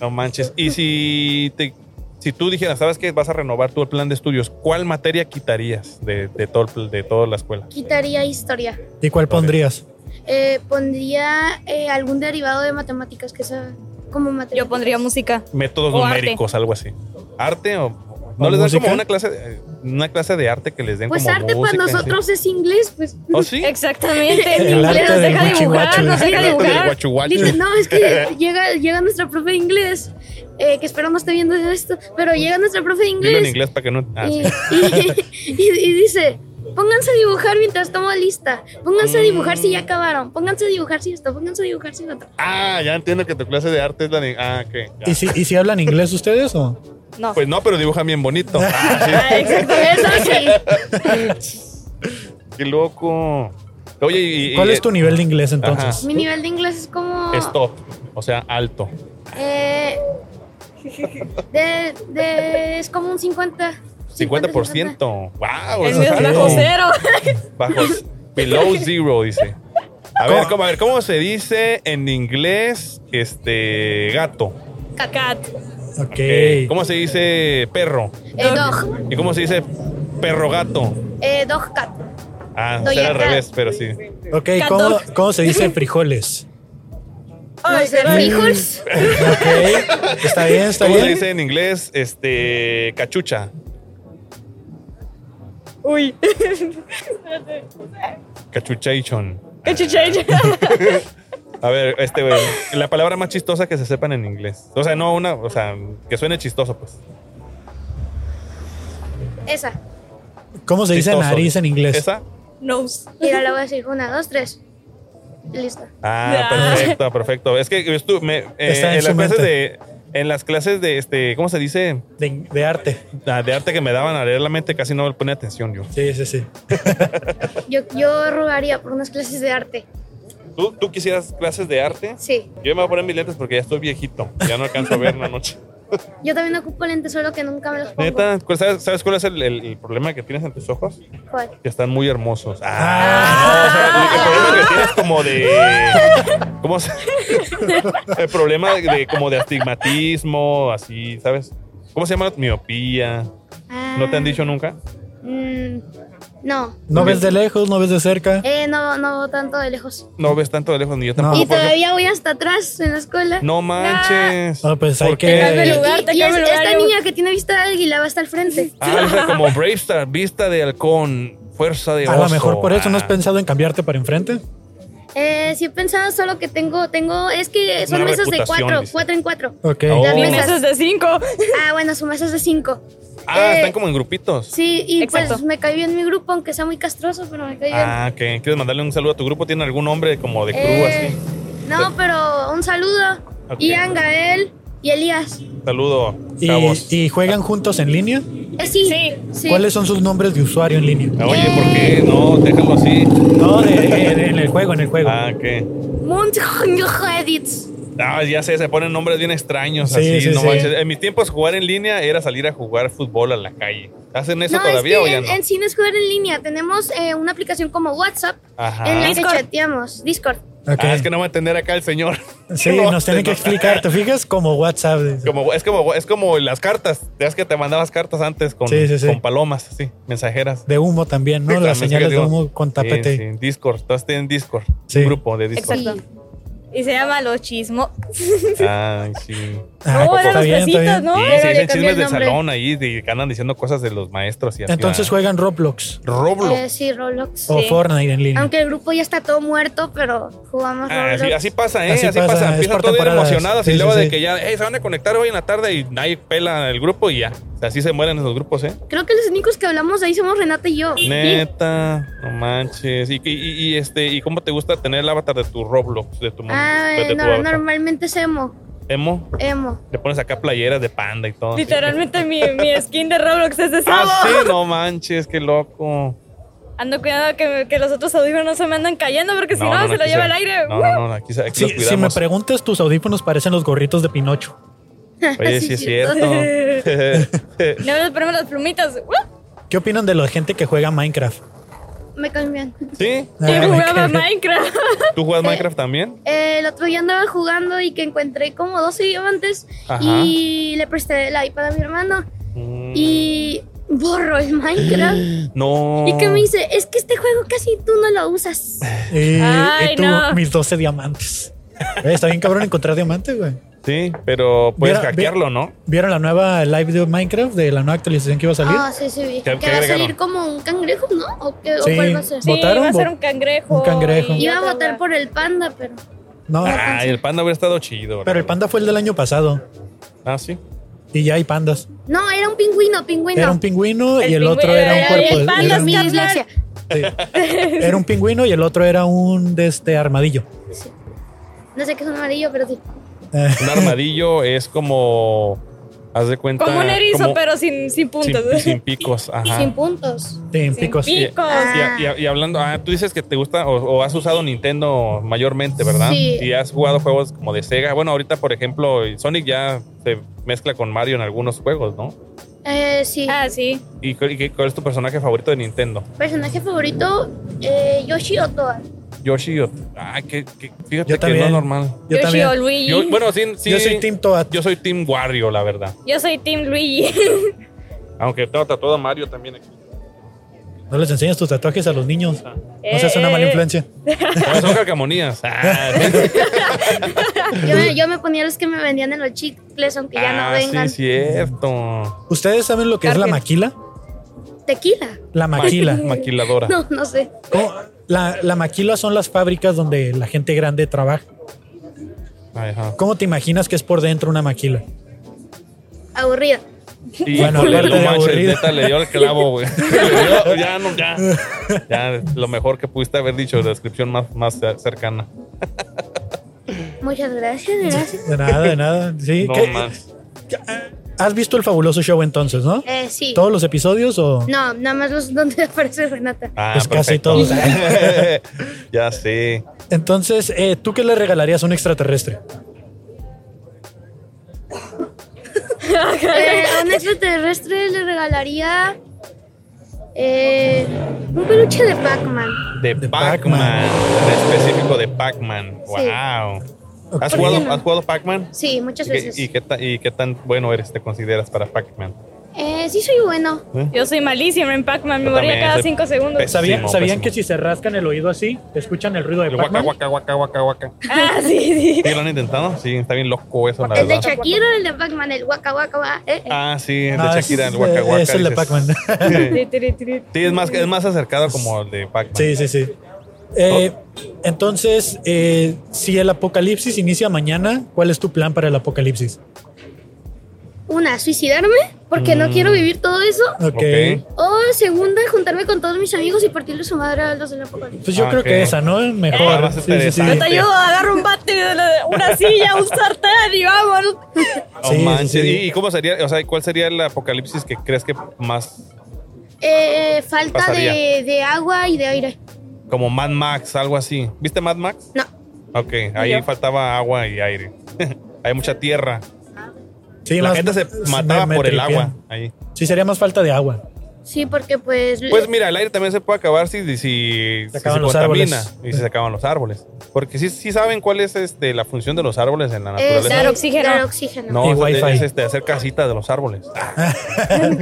D: no manches. Y si te, si tú dijeras, sabes que vas a renovar tu plan de estudios, ¿cuál materia quitarías de, de todo el pl- de toda la escuela?
E: Quitaría historia.
C: ¿Y cuál pondrías?
E: Eh, pondría eh, algún derivado de matemáticas que sea como matemáticas.
F: Yo pondría música.
D: Métodos
F: O arte.
D: numéricos, algo así. Arte o no
C: ¿O
D: les dan
C: música?
D: como una clase de, una clase de arte que les den
E: Pues
D: como
E: arte para
D: música, así?
E: nosotros es inglés, pues.
D: ¿Oh, sí?
F: Exactamente.
C: El
F: en inglés
C: arte
F: nos
C: del
F: deja dibujar,
C: guachihuachi.
F: nos deja
D: El arte del
F: dibujar.
D: guachuguachu.
E: Dice, no, es que llega, llega nuestra profe de inglés, eh, que espero no esté viendo esto, pero llega nuestra profe de
D: Dilo en
E: inglés
D: inglés para que no. Ah, sí.
E: y, y- y- y dice, pónganse a dibujar mientras tomo lista, pónganse a dibujar si ya acabaron, pónganse a dibujar si esto, pónganse a dibujar si lo otro.
D: Ah, ya entiendo que tu clase de arte es la de. Ah, ¿qué? Ya.
C: ¿Y si, ¿Y si hablan inglés ustedes o?
F: No.
D: Pues no, pero dibujan bien bonito.
F: Ah, exacto.
E: Eso sí,
D: Qué loco. Oye, y, y-
C: ¿Cuál es tu nivel de inglés entonces?
E: mi nivel de inglés es como...
D: Stop, o sea, alto.
E: eh, de- de- es como un 50.
D: 50%. Wow,
F: El
D: eso
F: mío es
D: es
C: algo.
F: bajo cero.
D: bajo below zero dice. A ver, ¿cómo, a ver, ¿cómo se dice en inglés este gato?
F: Cacat.
C: Ok.
D: Eh, ¿Cómo se dice perro?
E: Eh, dog,
D: ¿Y cómo se dice perro gato?
E: eh, dog cat.
D: Ah,
E: No,
D: será
E: ya
D: al
E: está.
D: revés, pero sí.
C: Ok,
F: Cat
C: ¿cómo,
F: dog.
C: ¿cómo se dice frijoles?
E: No sé, frijoles.
C: Ok, está bien, está
D: ¿Cómo se
C: bien.
D: dice en inglés este cachucha?
F: Uy.
D: Cachuchation.
F: Cachuchai.
D: A ver, este, güey, la palabra más chistosa que se sepan en inglés. O sea, no una, o sea, que suene chistoso, pues.
E: Esa.
C: ¿Cómo se dice
D: Chistoso.
C: nariz en inglés?
D: ¿Esa?
F: Nose.
E: Mira, la voy a decir. Una, dos, tres. Listo.
D: Ah,
F: Ah.
D: perfecto, perfecto. Es que estu- me, eh,
C: Está en
D: en,
C: su
D: las clases
C: mente.
D: de, en las clases de, este, ¿cómo se dice?
C: De, de arte.
D: Ah, De arte que me daban a leer la mente, casi no le ponía atención yo.
C: Sí, sí, sí.
E: Yo, yo rogaría por unas clases de arte.
D: ¿Tú, tú quisieras clases de arte?
E: Sí.
D: Yo me voy a poner mis lentes porque ya estoy viejito. Ya no alcanzo a ver en la noche.
E: Yo también ocupo lentes, solo que nunca me los pongo.
D: Neta, ¿cuál- ¿sabes, sabes cuál es el, el- el problema que tienes en tus ojos?
E: ¿Cuál?
D: Que están muy hermosos. Ah, no, o sea, el problema que tienes como de. ¿Cómo se.? El problema de, de como de astigmatismo, así, ¿sabes? ¿Cómo se llama? Miopía. ¿No te han dicho nunca?
E: Ah, mm, no.
C: No ves de lejos, no ves de cerca.
E: Eh, no, no tanto de lejos.
D: No ves tanto de lejos ni yo
C: No.
D: tampoco.
E: Y
D: Ah, por ejemplo.
E: todavía voy hasta atrás en la escuela.
D: No manches.
C: Ah, pues
D: ¿Por
C: hay
D: qué?
F: Cambia el
E: Y-
C: que.
F: lugar, te
E: y
F: cambia
E: es-
F: el
E: esta
F: horario.
E: niña que tiene vista de águila va hasta el frente.
D: Ah, o sea, como Brave Star, vista de halcón, fuerza de
C: A lo
D: oso.
C: mejor por eso no has
D: Ah.
C: pensado en cambiarte para enfrente.
E: Eh, sí he pensado, solo que tengo, tengo, es que son
D: Una
E: mesas de
D: reputación,
E: cuatro,
D: dice.
E: cuatro en cuatro.
C: Ok.
D: Oh.
E: Las
F: Mi
E: mesas.
F: mesa es de cinco.
E: Ah, bueno, su mesa es de cinco.
D: Ah,
E: Eh,
D: están como en grupitos.
E: Sí, y pues
F: Exacto.
E: me cayó en mi grupo, aunque sea muy castroso, pero me cayó
D: Ah, ok. ¿Quieres mandarle un saludo a tu grupo? ¿Tiene algún nombre como de crew
E: Eh,
D: así?
E: No, pero un saludo.
D: Ok.
E: Ian, Gael y Elías.
D: Saludo,
C: Y,
D: chavos.
C: y juegan juntos en línea.
E: Eh, sí,
F: Sí.
E: sí.
C: ¿Cuáles son sus nombres de usuario en línea?
D: Ah, Oye, ¿por qué? No, déjalo así.
C: No, de- de- de- en el juego, en el juego.
D: Ah, ¿qué?
E: Montjoedits.
D: Ah, ya sé, se ponen nombres bien extraños
C: Sí,
D: así.
C: sí,
D: no
C: sí.
D: manches. En mis tiempos jugar en línea era salir a jugar fútbol a la calle. ¿Hacen eso
E: No, es que
D: todavía o ya
E: en,
D: no?
E: en sí no es jugar en línea. Tenemos eh, una aplicación como WhatsApp
D: Ajá.
E: en la
F: Discord.
E: que chateamos. Discord.
C: Ok.
D: Ah, es que no va a entender acá el señor.
C: Sí,
D: No,
C: nos tienen
D: te-
C: que explicar. ¿Te fijas? Como WhatsApp. dice.
D: Como, es, como, es como las cartas. Es que te mandabas cartas antes con,
C: Sí, sí, sí.
D: con palomas, así, mensajeras.
C: De humo también, ¿no?
D: Sí,
C: Las
D: también,
C: señales
D: sí,
C: de
D: digo.
C: humo con
D: Sí,
C: tapete.
D: sí, Discord, todos tienen Discord.
C: Sí.
D: Un grupo de Discord.
F: Exacto. Y se llama Los Chismos.
D: Ay, sí.
C: Ah,
F: no,
C: está
F: Oh, eran los
C: bien, está
F: besitos,
C: bien.
F: ¿no?
D: Sí, se
E: Pero le
D: dicen
E: cambió
D: chismes
E: el
D: de
E: nombre.
D: salón ahí de- que andan diciendo cosas de los maestros y así.
C: Entonces
D: ¿verdad?
C: juegan Roblox
D: Roblox.
E: Eh, sí, Roblox.
C: o
D: Oh,
F: Sí.
C: Fortnite en línea.
E: Aunque el grupo ya está todo muerto, pero jugamos
D: Ah,
E: Roblox.
D: así, así pasa, ¿eh?
C: Así
D: Así,
C: pasa,
D: pasa.
C: es
D: Empiezan
C: por
D: todos bien
C: temporadas.
D: emocionados
C: Sí,
D: y luego
C: sí,
D: de
C: sí.
D: que ya, "Ey, se van a conectar hoy en la tarde y nadie pela el grupo y ya. O sea, así se mueren esos grupos, ¿eh?
E: Creo que los únicos que hablamos ahí somos Renata y yo.
D: Neta, no manches. ¿Y, y, y- y, este, ¿y cómo te gusta tener el avatar de tu Roblox, de tu mon-
E: Ah,
D: de
E: eh,
D: tu
E: no,
D: avatar?
E: normalmente es emo.
D: Emo,
E: Emo.
D: le pones acá playeras de panda y todo. así.
F: Literalmente mi, mi skin de Roblox es de
D: Ah, sí,
F: sábado.
D: no manches, qué loco.
F: Ando cuidado que, que los otros audífonos no se me andan cayendo porque si no, se lo
D: aquí
F: lleva el aire.
D: No, no, no, aquí, se- aquí
C: Si,
D: los
C: si me
D: cuidamos.
C: preguntas, tus audífonos parecen los gorritos de Pinocho.
D: Oye, sí,
E: Sí,
D: es
E: cierto.
D: cierto.
F: No me ponemos las plumitas. ¡Uh!
C: ¿Qué opinan de la gente que juega Minecraft?
E: Me cambian.
D: ¿Sí?
F: Y
C: Ah,
F: jugaba
C: ok.
F: Minecraft.
D: ¿Tú juegas Minecraft también?
E: Eh, el otro día andaba jugando y que encontré como 12 diamantes
D: Ajá.
E: y le presté el iPad a mi hermano
D: Mm,
E: y borro el Minecraft.
D: No.
E: Y que
C: Oh.
E: me dice, es que este juego casi tú no lo usas.
C: Y,
F: Ay,
C: y tú,
F: no.
C: Eh, mis 12 diamantes. Eh, está bien cabrón encontrar diamantes, güey.
D: Sí, pero puedes
C: Mira,
D: hackearlo, ¿no?
C: ¿Vieron la nueva live de Minecraft? De la nueva actualización que iba a salir.
E: Ah, sí, sí, vi.
D: ¿Qué-
E: Que
D: qué
E: va a salir
D: agregaron?
E: como un cangrejo, ¿no? ¿O, qué, o
C: Sí.
E: cuál va a ser?
F: Sí,
C: ¿Votaron?
F: iba a ser
C: Vo-
F: un cangrejo.
C: un cangrejo.
F: y
E: Iba a
F: otra
E: votar
F: va-
E: por el panda, pero...
C: no,
D: Ah, el panda hubiera estado chido.
C: pero el panda fue el del año pasado.
D: Ah, sí.
C: Y ya hay pandas.
E: No, era un pingüino, pingüino.
C: Era un pingüino
F: El
C: y el
F: pingüi-
C: otro era un
F: el
C: cuerpo. de-
F: panda
C: era un-
E: Mi
F: Carnal.
E: dislexia.
C: Era un pingüino y el otro era un de este armadillo.
E: No sé qué es un amarillo, pero sí.
C: Eh,
D: Un armadillo es como. Haz de cuenta.
F: Como un erizo,
D: como-
F: pero sin, sin
D: sin,
F: puntos.
D: sin picos.
C: Ah.
D: Ajá.
E: Sin puntos.
C: en
F: Sin
C: picos.
F: picos.
E: Ah.
D: Y, y- y hablando, ah, tú dices que te gusta o, o has usado Nintendo mayormente, ¿verdad?
E: Sí.
D: Y has jugado juegos como de Sega. Bueno, ahorita, por ejemplo, Sonic ya se mezcla con Mario en algunos juegos, ¿no?
E: Eh, sí.
F: Ah, sí.
D: ¿Y cu- y qué- cuál es tu personaje favorito de Nintendo?
E: Personaje favorito, eh, Yoshi Otoa.
D: Yoshi o. Ah, que, que- fíjate
C: Yo
D: que
C: también.
D: no es normal.
C: Yo
F: Yoshi
C: también.
F: o Luigi.
D: Yo, bueno, sí, sí.
C: Yo soy Team Toad.
D: Yo soy Team Wario, la verdad.
F: Yo soy Team Luigi.
D: Aunque tengo tatuado a Mario también aquí.
C: No les enseñas tus tatuajes a los niños. No
F: Eh,
C: seas una
F: eh,
C: mala
F: eh.
C: influencia.
D: No, son calcamonías. Ah,
E: Yo me, yo me ponía los que me vendían en los chicles, aunque ya no
D: ah,
E: vengan.
D: sí, cierto.
C: ¿Ustedes saben lo que es la
F: Carmen.
C: maquila?
E: Tequila.
C: La maquila.
D: Ma- Maquiladora.
E: No, no sé.
C: ¿Cómo? La, la maquila son las fábricas donde la gente grande trabaja.
D: Ajá.
C: ¿Cómo te imaginas que es por dentro una maquila?
E: Aburrido.
D: Y
C: Bueno,
D: híjole,
C: aparte
D: no
C: de
D: manches,
C: aburrido.
D: neta, le dio el clavo, güey. Le dio- ya, no, ya. Ya, lo mejor que pudiste haber dicho, la descripción más, más cercana.
E: Muchas gracias, gracias.
C: De nada, de nada. Sí,
D: No
C: ¿qué- ah,
D: más.
C: ¿Has visto el fabuloso show entonces, no?
E: Eh, sí.
C: ¿Todos los episodios o...?
E: No, nada más los donde aparece Renata.
D: Ah,
C: Pues casi
D: perfecto.
C: todos. ¿eh?
D: ya sí.
C: Entonces, eh, ¿tú qué le regalarías a un extraterrestre?
E: Eh, a un extraterrestre le regalaría eh, un peluche de Pac-Man.
D: De,
C: De
D: Pac-Man.
C: Pac-Man.
D: en específico de Pac-Man.
E: Sí.
D: Wow.
C: Ok.
D: ¿Has
E: ¿Por
D: jugado,
E: qué no?
D: ¿Has jugado Pac-Man?
E: Sí, muchas
D: ¿Y qué,
E: veces.
D: y qué ta- y qué tan bueno eres, te consideras para Pac-Man?
E: Eh, sí, soy bueno.
F: Yo soy malísima en Pac-Man,
D: Yo
F: me moría
D: también
F: cada
D: soy
F: 5 segundos.
D: pésimo.
C: ¿Sabían, ¿sabían
D: pésimo.
C: que si se rascan el oído así, escuchan el ruido de
D: El guaca,
C: Pac-Man?
D: guaca, guaca, guaca, guaca.
F: Ah, sí, sí.
D: ¿Sí lo han intentado? Sí, está bien loco eso, la
E: El de
D: verdad.
E: Shakira, el de Pac-Man, el Waka Waka Wa. eh, eh.
D: Ah, sí, el de
C: Ah,
D: Shakira,
C: es-
D: el guaca, guaca.
C: es el de
D: dices.
C: Pac-Man.
D: Sí.
F: Tiri, tiri, tiri.
D: Sí, es más, es más acercado como el de Pac-Man.
C: Sí, sí, sí. Eh,
D: Oh.
C: entonces, eh, si el apocalipsis inicia mañana, ¿cuál es tu plan para el apocalipsis?
E: Una, suicidarme porque
D: Mm.
E: no quiero vivir todo eso.
C: Ok.
D: Ok.
E: O segunda, juntarme con todos mis amigos y partirle su madre a los del apocalipsis.
C: Pues yo
D: Ah,
C: creo
D: ok.
C: que esa, ¿no?
D: Ah,
C: Mejor.
D: más
C: Sí, sí, sí.
F: Yo te
D: interesante.
F: ayudo, agarro un bate, de la- una silla, un sartén y vamos.
D: Oh,
C: Sí, sí,
D: manches.
C: sí.
D: ¿Y- ¿Y cómo sería, o sea, cuál sería el apocalipsis que crees que más,
E: Eh, falta
D: Pasaría.
E: de, de agua y de aire.
D: como Mad Max, algo así? ¿Viste Mad Max?
E: No.
D: Ok, ahí
F: yo.
D: faltaba agua y aire. Hay mucha tierra.
C: Sí,
D: La
C: más-
D: gente se
C: me-
D: mataba
C: me
D: por el
C: tripean.
D: agua ahí.
C: Sí, sería más falta de agua.
E: Sí, porque pues...
D: Pues mira, el aire también se puede acabar si, si- si se,
C: acaban los
D: contamina
C: árboles.
D: y si se acaban los árboles. Porque sí, sí saben cuál es este, la función de los árboles en la
E: eh,
D: naturaleza.
F: Dar
E: sí,
F: oxígeno.
E: dar oxígeno.
D: No,
C: Y
D: es-
C: wifi.
D: es este, hacer casitas de los árboles.
F: Ah, Se le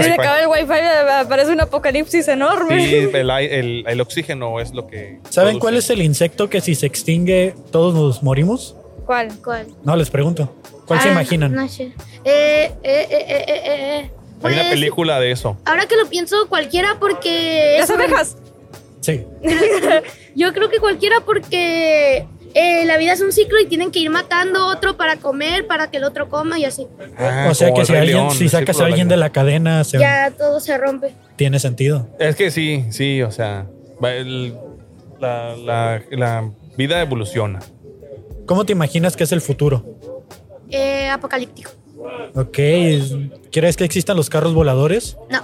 D: Wifi.
F: acaba el wifi, aparece un apocalipsis enorme.
D: Sí, el, ai- el- el oxígeno es lo que.
C: ¿Saben
D: produce.
C: cuál es el insecto que si se extingue todos nos morimos?
F: ¿Cuál?
E: ¿Cuál?
C: No, les pregunto. ¿Cuál se
E: Ah,
C: imaginan?
E: No sé. Eh, eh, eh, eh, eh, eh, eh.
D: Hay una
E: Pues,
D: película de eso.
E: Ahora que lo pienso, cualquiera porque...
F: Las
E: es-
F: abejas.
C: Sí.
E: Yo creo que cualquiera porque eh, la vida es un ciclo y tienen que ir matando otro para comer, para que el otro coma y así.
D: Ah,
C: o sea
D: como
C: que
D: el
C: si,
D: Rey
C: alguien,
D: León,
C: si
D: el
C: sacas
D: Círculo
C: a alguien de
D: León.
C: la cadena, se-
E: Ya todo se rompe.
C: tiene sentido.
D: Es que sí, sí, o sea. va el- la, la- la vida evoluciona.
C: ¿Cómo te imaginas que es el futuro?
E: Eh, apocalíptico.
C: Ok. ¿Crees que existan los carros voladores?
E: No.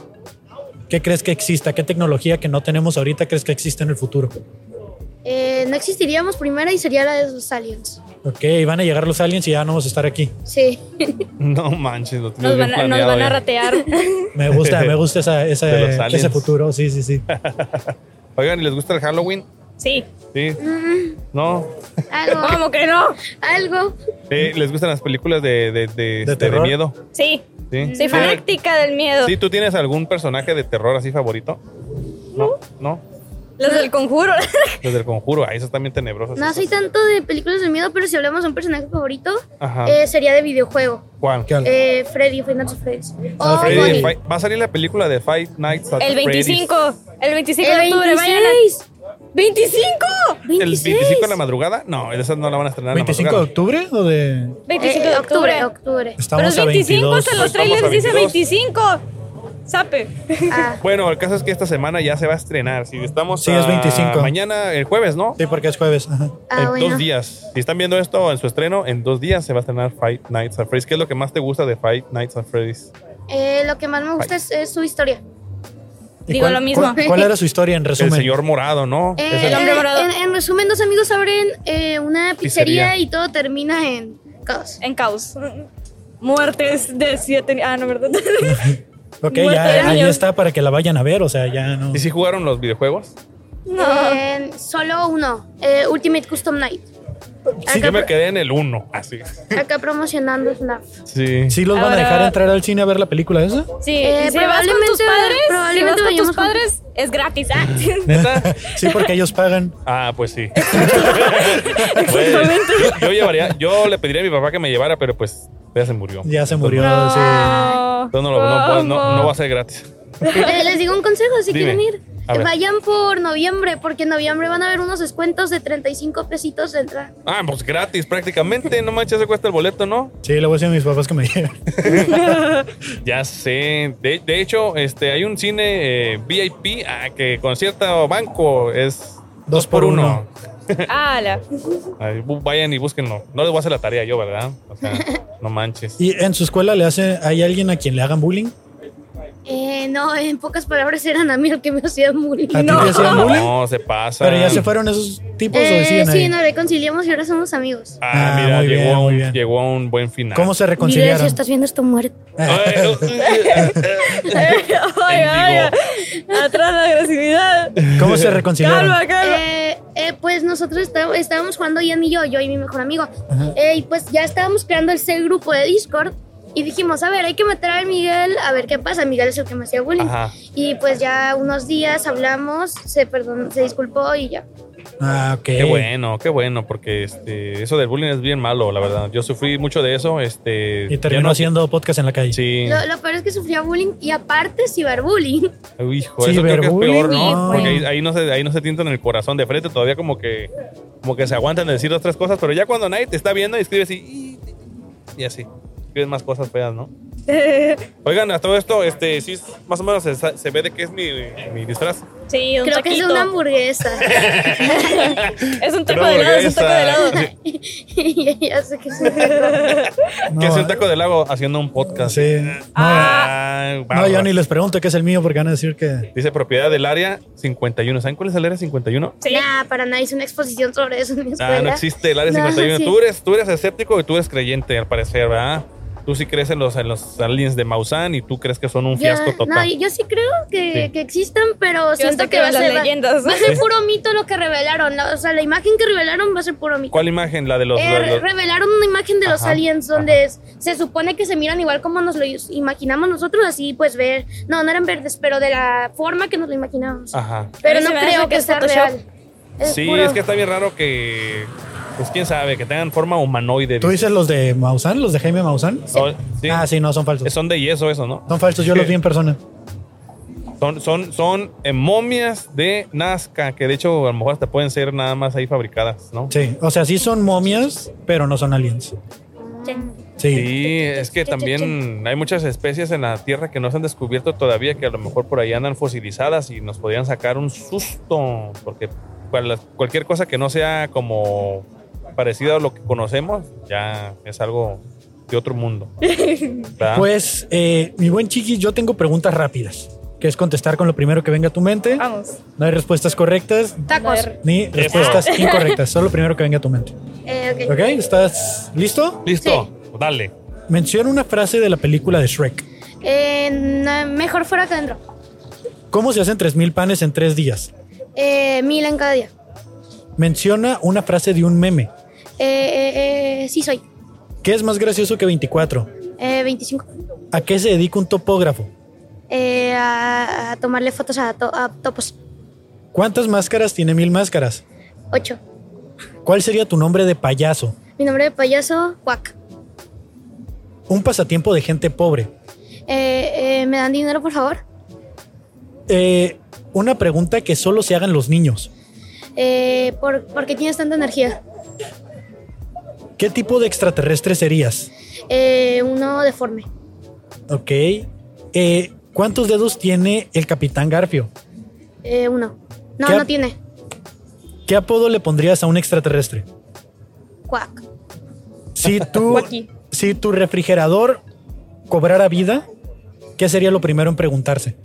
C: ¿Qué crees que exista? ¿Qué tecnología que no tenemos ahorita crees que existe en el futuro?
E: Eh, no existiríamos primero y sería la de los aliens.
C: Ok, van a llegar los aliens y ya no vamos a estar aquí.
E: Sí.
D: No manches, lo tienes
F: Nos
D: bien
F: van, a, nos
D: planeado eh.
F: van a
D: ya.
F: ratear.
C: Me gusta, me gusta esa, esa-
D: De los
C: ese
D: aliens.
C: futuro. Sí, sí, sí.
D: Oigan, ¿y les gusta el Halloween?
F: Sí.
D: Sí.
F: Mm.
D: No.
E: Algo.
F: ¿Cómo que no?
E: algo.
D: Sí, ¿Les gustan las películas de, de, de, este, de
C: terror?
D: miedo?
F: Sí.
D: Sí.
F: Soy fanática del miedo.
D: Sí, ¿tú tienes algún personaje de terror así favorito? No. No.
F: Los del conjuro.
D: Desde el conjuro. Ah, esos también tenebrosos.
E: No soy tanto de películas de miedo, pero si hablamos de un personaje favorito,
D: Ajá.
E: eh, sería de videojuego.
D: ¿Cuál?
C: ¿Qué al-
E: Eh, Freddy, Five Nights at Freddy's.
C: Ah,
E: O
C: Freddy,
E: Bonnie.
D: Freddy- va a salir la película de Five Nights at
F: El
D: Freddy's.
F: 25. El 25 de
E: El
F: octubre. Vayan a-
E: 26.
F: ¡25!
D: ¿El 25 de la
E: 26.
D: madrugada? No, esas no la van a estrenar en la
C: ¿25 de
D: madrugada.
C: octubre o de...?
F: 25
E: Eh, octubre,
F: de octubre.
E: octubre.
F: Pero
C: Estamos
F: es
C: a
F: 25
C: 22.
F: hasta los
D: Estamos a
F: trailers dice
D: 22.
F: 25. Sape.
E: Ah,
D: Bueno, el caso es que esta semana ya se va a estrenar. Si estamos
C: Sí, es
D: a
C: 25.
D: mañana, el jueves, ¿no?
C: Sí, porque es jueves. ajá.
E: ah,
D: en
E: bueno.
D: dos días. Si están viendo esto en su estreno, en dos días se va a estrenar Five Nights at Freddy's. ¿Qué es lo que más te gusta de Five Nights at Freddy's?
E: Eh, lo que más me gusta es, es su historia.
C: ¿Y
F: Digo
C: cuál-
F: lo mismo.
C: ¿cuál, cuál era su historia en
D: El
C: resumen?
D: señor morado, ¿no?
E: Eh,
D: Es el-
F: El hombre
E: en-
F: morado.
E: En, en resumen, dos amigos abren eh, una pizzería,
D: Pizzería.
E: y todo termina en caos.
F: En caos. Muertes de 7. Ah, no, ¿verdad?
C: ok,
F: Muerte de
C: ya ahí
F: niños.
C: está para que la vayan a ver. O sea, ya no...
D: ¿Y si jugaron los videojuegos?
F: no.
E: Eh, solo uno, eh, Ultimate Custom Night.
C: Sí,
E: acá,
D: Yo me quedé en el uno, así.
E: acá promocionando FNAF.
D: Sí.
C: ¿Sí los van a
F: Ahora-
C: dejar entrar al cine a ver la película esa?
F: Sí,
E: Eh,
F: y si vas con tus
E: probablemente-
F: padres, si vas
E: probablemente
F: con
E: vayamos
F: tus padres, es gratis. Ah.
D: ¿Neta?
C: sí, porque ellos pagan.
D: Ah, pues sí. Pues, yo, yo llevaría, yo le pediría a mi papá que me llevara, pero pues ya se murió.
C: Ya se murió.
F: No.
C: sí.
F: Ah, Oh,
D: Entonces no, lo- no, puedo- no- no va a ser gratis.
E: Eh, les digo un consejo si
D: Dime.
E: quieren ir.
D: A ver.
E: Vayan por noviembre, porque en noviembre van a haber unos descuentos de 35 pesitos de entrada.
D: Ah, pues gratis prácticamente. No manches, se cuesta el boleto, ¿no?
C: Sí, le voy a decir a mis papás que me lleven.
D: Ya sé. De, de hecho, este, hay un cine eh, VIP ah, que con cierto banco es
C: Dos por uno.
F: ¡Hala!
D: Ay, bu- vayan y búsquenlo. No les voy a hacer la tarea yo, ¿verdad? O sea, no manches.
C: ¿Y en su escuela le hace, hay alguien a quien le hagan bullying?
E: Eh, no, en pocas palabras eran a mí el que me hacían bullying.
C: ¿A ti te hacían bullying?
D: No, se pasa.
C: Pero ya se fueron esos tipos o
E: Eh,
C: decían
E: sí, nos reconciliamos y ahora somos amigos.
D: Ah,
C: Ah,
D: mira,
C: muy
D: llegó,
C: bien,
D: a
C: muy
D: un,
C: bien.
D: llegó a un buen final.
C: ¿Cómo se
E: Mira, si
C: reconciliaron?
E: estás viendo esto muerto.
D: Ay,
F: Oiga, oiga. Atrás la agresividad.
C: ¿Cómo se reconciliaron?
F: Calma, calma.
E: Eh, eh, pues nosotros está- estábamos jugando Ian y yo, yo y mi mejor amigo. Eh, y pues ya estábamos creando el C grupo de Discord. Y dijimos, a ver, hay que meter a Miguel, a ver qué pasa. Miguel es el que me hacía bullying.
D: Ajá.
E: Y pues ya unos días hablamos, se, perdón, se disculpó y ya.
C: Ah, ok.
D: Qué bueno, qué bueno, porque este, eso del bullying es bien malo, la verdad. Yo sufrí mucho de eso. Este,
C: Y
D: ya
C: terminó
D: no-
C: haciendo podcast en la calle.
D: Sí.
E: Lo, lo peor es que sufría bullying y aparte ciberbullying.
D: Uy, hijo, eso creo que es
C: Ciberbullying,
D: peor, ¿no?
C: hijo.
D: Porque
F: pues.
D: ahí, ahí no se, ahí no se tientan el corazón de frente, todavía como que, como que se aguantan de decir dos, tres cosas, pero ya cuando nadie te está viendo, escribes y, y así. Escribes más cosas feas, ¿no? Oigan, a todo esto, este, sí, más o menos se, sa- se ve de qué es mi, mi disfraz.
F: Sí, un
E: Creo que es
F: taquito.
E: una hamburguesa.
F: Es un taco
D: Una
F: de helado, es un taco de helado.
D: hamburguesa.
E: ya sé que es una
C: No, ah,
D: que es
F: eh.
D: un taco del lago haciendo un podcast.
C: Sí. No,
D: Ah,
F: eh,
C: no,
D: bárbaro.
C: yo ni les pregunto qué es el mío porque van a decir que.
D: Dice propiedad del área 51. ¿Saben cuál es el área 51?
F: Sí.
E: Nah, para nada, hice una exposición sobre eso en mi escuela.
D: Ah, no existe el área
E: No,
D: 51.
E: sí.
D: Tú, eres, tú eres escéptico y tú eres creyente, al parecer, ¿verdad? Tú sí crees en los, en los aliens de Maussan y tú crees que son un
E: Ya,
D: fiasco total.
E: No, yo sí creo que,
D: Sí.
E: que existan, pero
F: Yo hasta
E: siento que
F: creo
E: va a,
F: en las
E: ser, va-
F: leyendas.
E: va a ser puro mito lo que revelaron. la- O sea, la imagen que revelaron va a ser puro mito.
D: ¿Cuál imagen? La de los...
E: Eh,
D: los-
E: re-
D: los-
E: revelaron una imagen de los
D: Ajá,
E: aliens donde es- se supone que se miran igual como nos lo is- imaginamos nosotros, así pues ver, no, no eran verdes, pero de la forma que nos lo imaginábamos.
D: Ajá.
E: Pero
F: A mí
E: no
F: se me hace
E: creo
F: que
E: que
F: es
E: sea
F: Photoshop.
E: real. Es
D: sí,
E: eh, puro-
D: es que está bien raro que... Pues quién sabe, que tengan forma humanoide.
C: ¿Tú dices los de Maussan? ¿Los de Jaime Maussan?
D: Oh, sí. Eh,
C: Ah, sí, no, son falsos.
D: Son de yeso eso, ¿no?
C: Son falsos, yo los vi en persona.
D: Son, son, son eh, momias de Nazca, que de hecho a lo mejor hasta pueden ser nada más ahí fabricadas, ¿no?
C: Sí, o sea, sí son momias, pero no son aliens. Sí.
D: Sí, es que también hay muchas especies en la Tierra que no se han descubierto todavía, que a lo mejor por ahí andan fosilizadas y nos podrían sacar un susto, porque cual- cualquier cosa que no sea como parecida a lo que conocemos, ya es algo de otro mundo. ¿Verdad?
C: Pues, eh, mi buen chiqui, yo tengo preguntas rápidas, que es contestar con lo primero que venga a tu mente.
F: Vamos.
C: No hay respuestas correctas
E: Tacos.
C: ni respuestas incorrectas, solo lo primero que venga a tu mente.
E: Eh, ok.
C: ¿Ok? ¿Estás listo?
D: Listo, dale.
C: Menciona una frase de la película de Shrek.
E: Eh, no, mejor fuera que adentro.
C: ¿Cómo se hacen 3.000 panes en 3 días?
E: Eh, mil en cada día.
C: Menciona una frase de un meme.
E: Eh, eh, eh, sí soy.
C: ¿Qué es más gracioso que 24?
E: Eh, 25.
C: ¿A qué se dedica un topógrafo?
E: Eh, a, a tomarle fotos a, to- a topos.
C: ¿Cuántas máscaras tiene mil máscaras?
E: 8.
C: ¿Cuál sería tu nombre de payaso?
E: Mi nombre de payaso, Cuac.
C: Un pasatiempo de gente pobre.
E: Eh, eh, ¿Me dan dinero, por favor?
C: Eh, una pregunta que solo se hagan los niños.
E: Eh, ¿por, por qué tienes tanta energía?
C: ¿Qué tipo de extraterrestre serías?
E: Eh, uno deforme.
C: Ok. Eh, ¿Cuántos dedos tiene el capitán Garfio?
E: Eh, uno. No,
C: ¿Qué?
E: no tiene.
C: ¿Qué apodo le pondrías a un extraterrestre?
E: Cuac.
C: Si tu,
F: Wacky.
C: si tu refrigerador cobrara vida, ¿qué sería lo primero en preguntarse?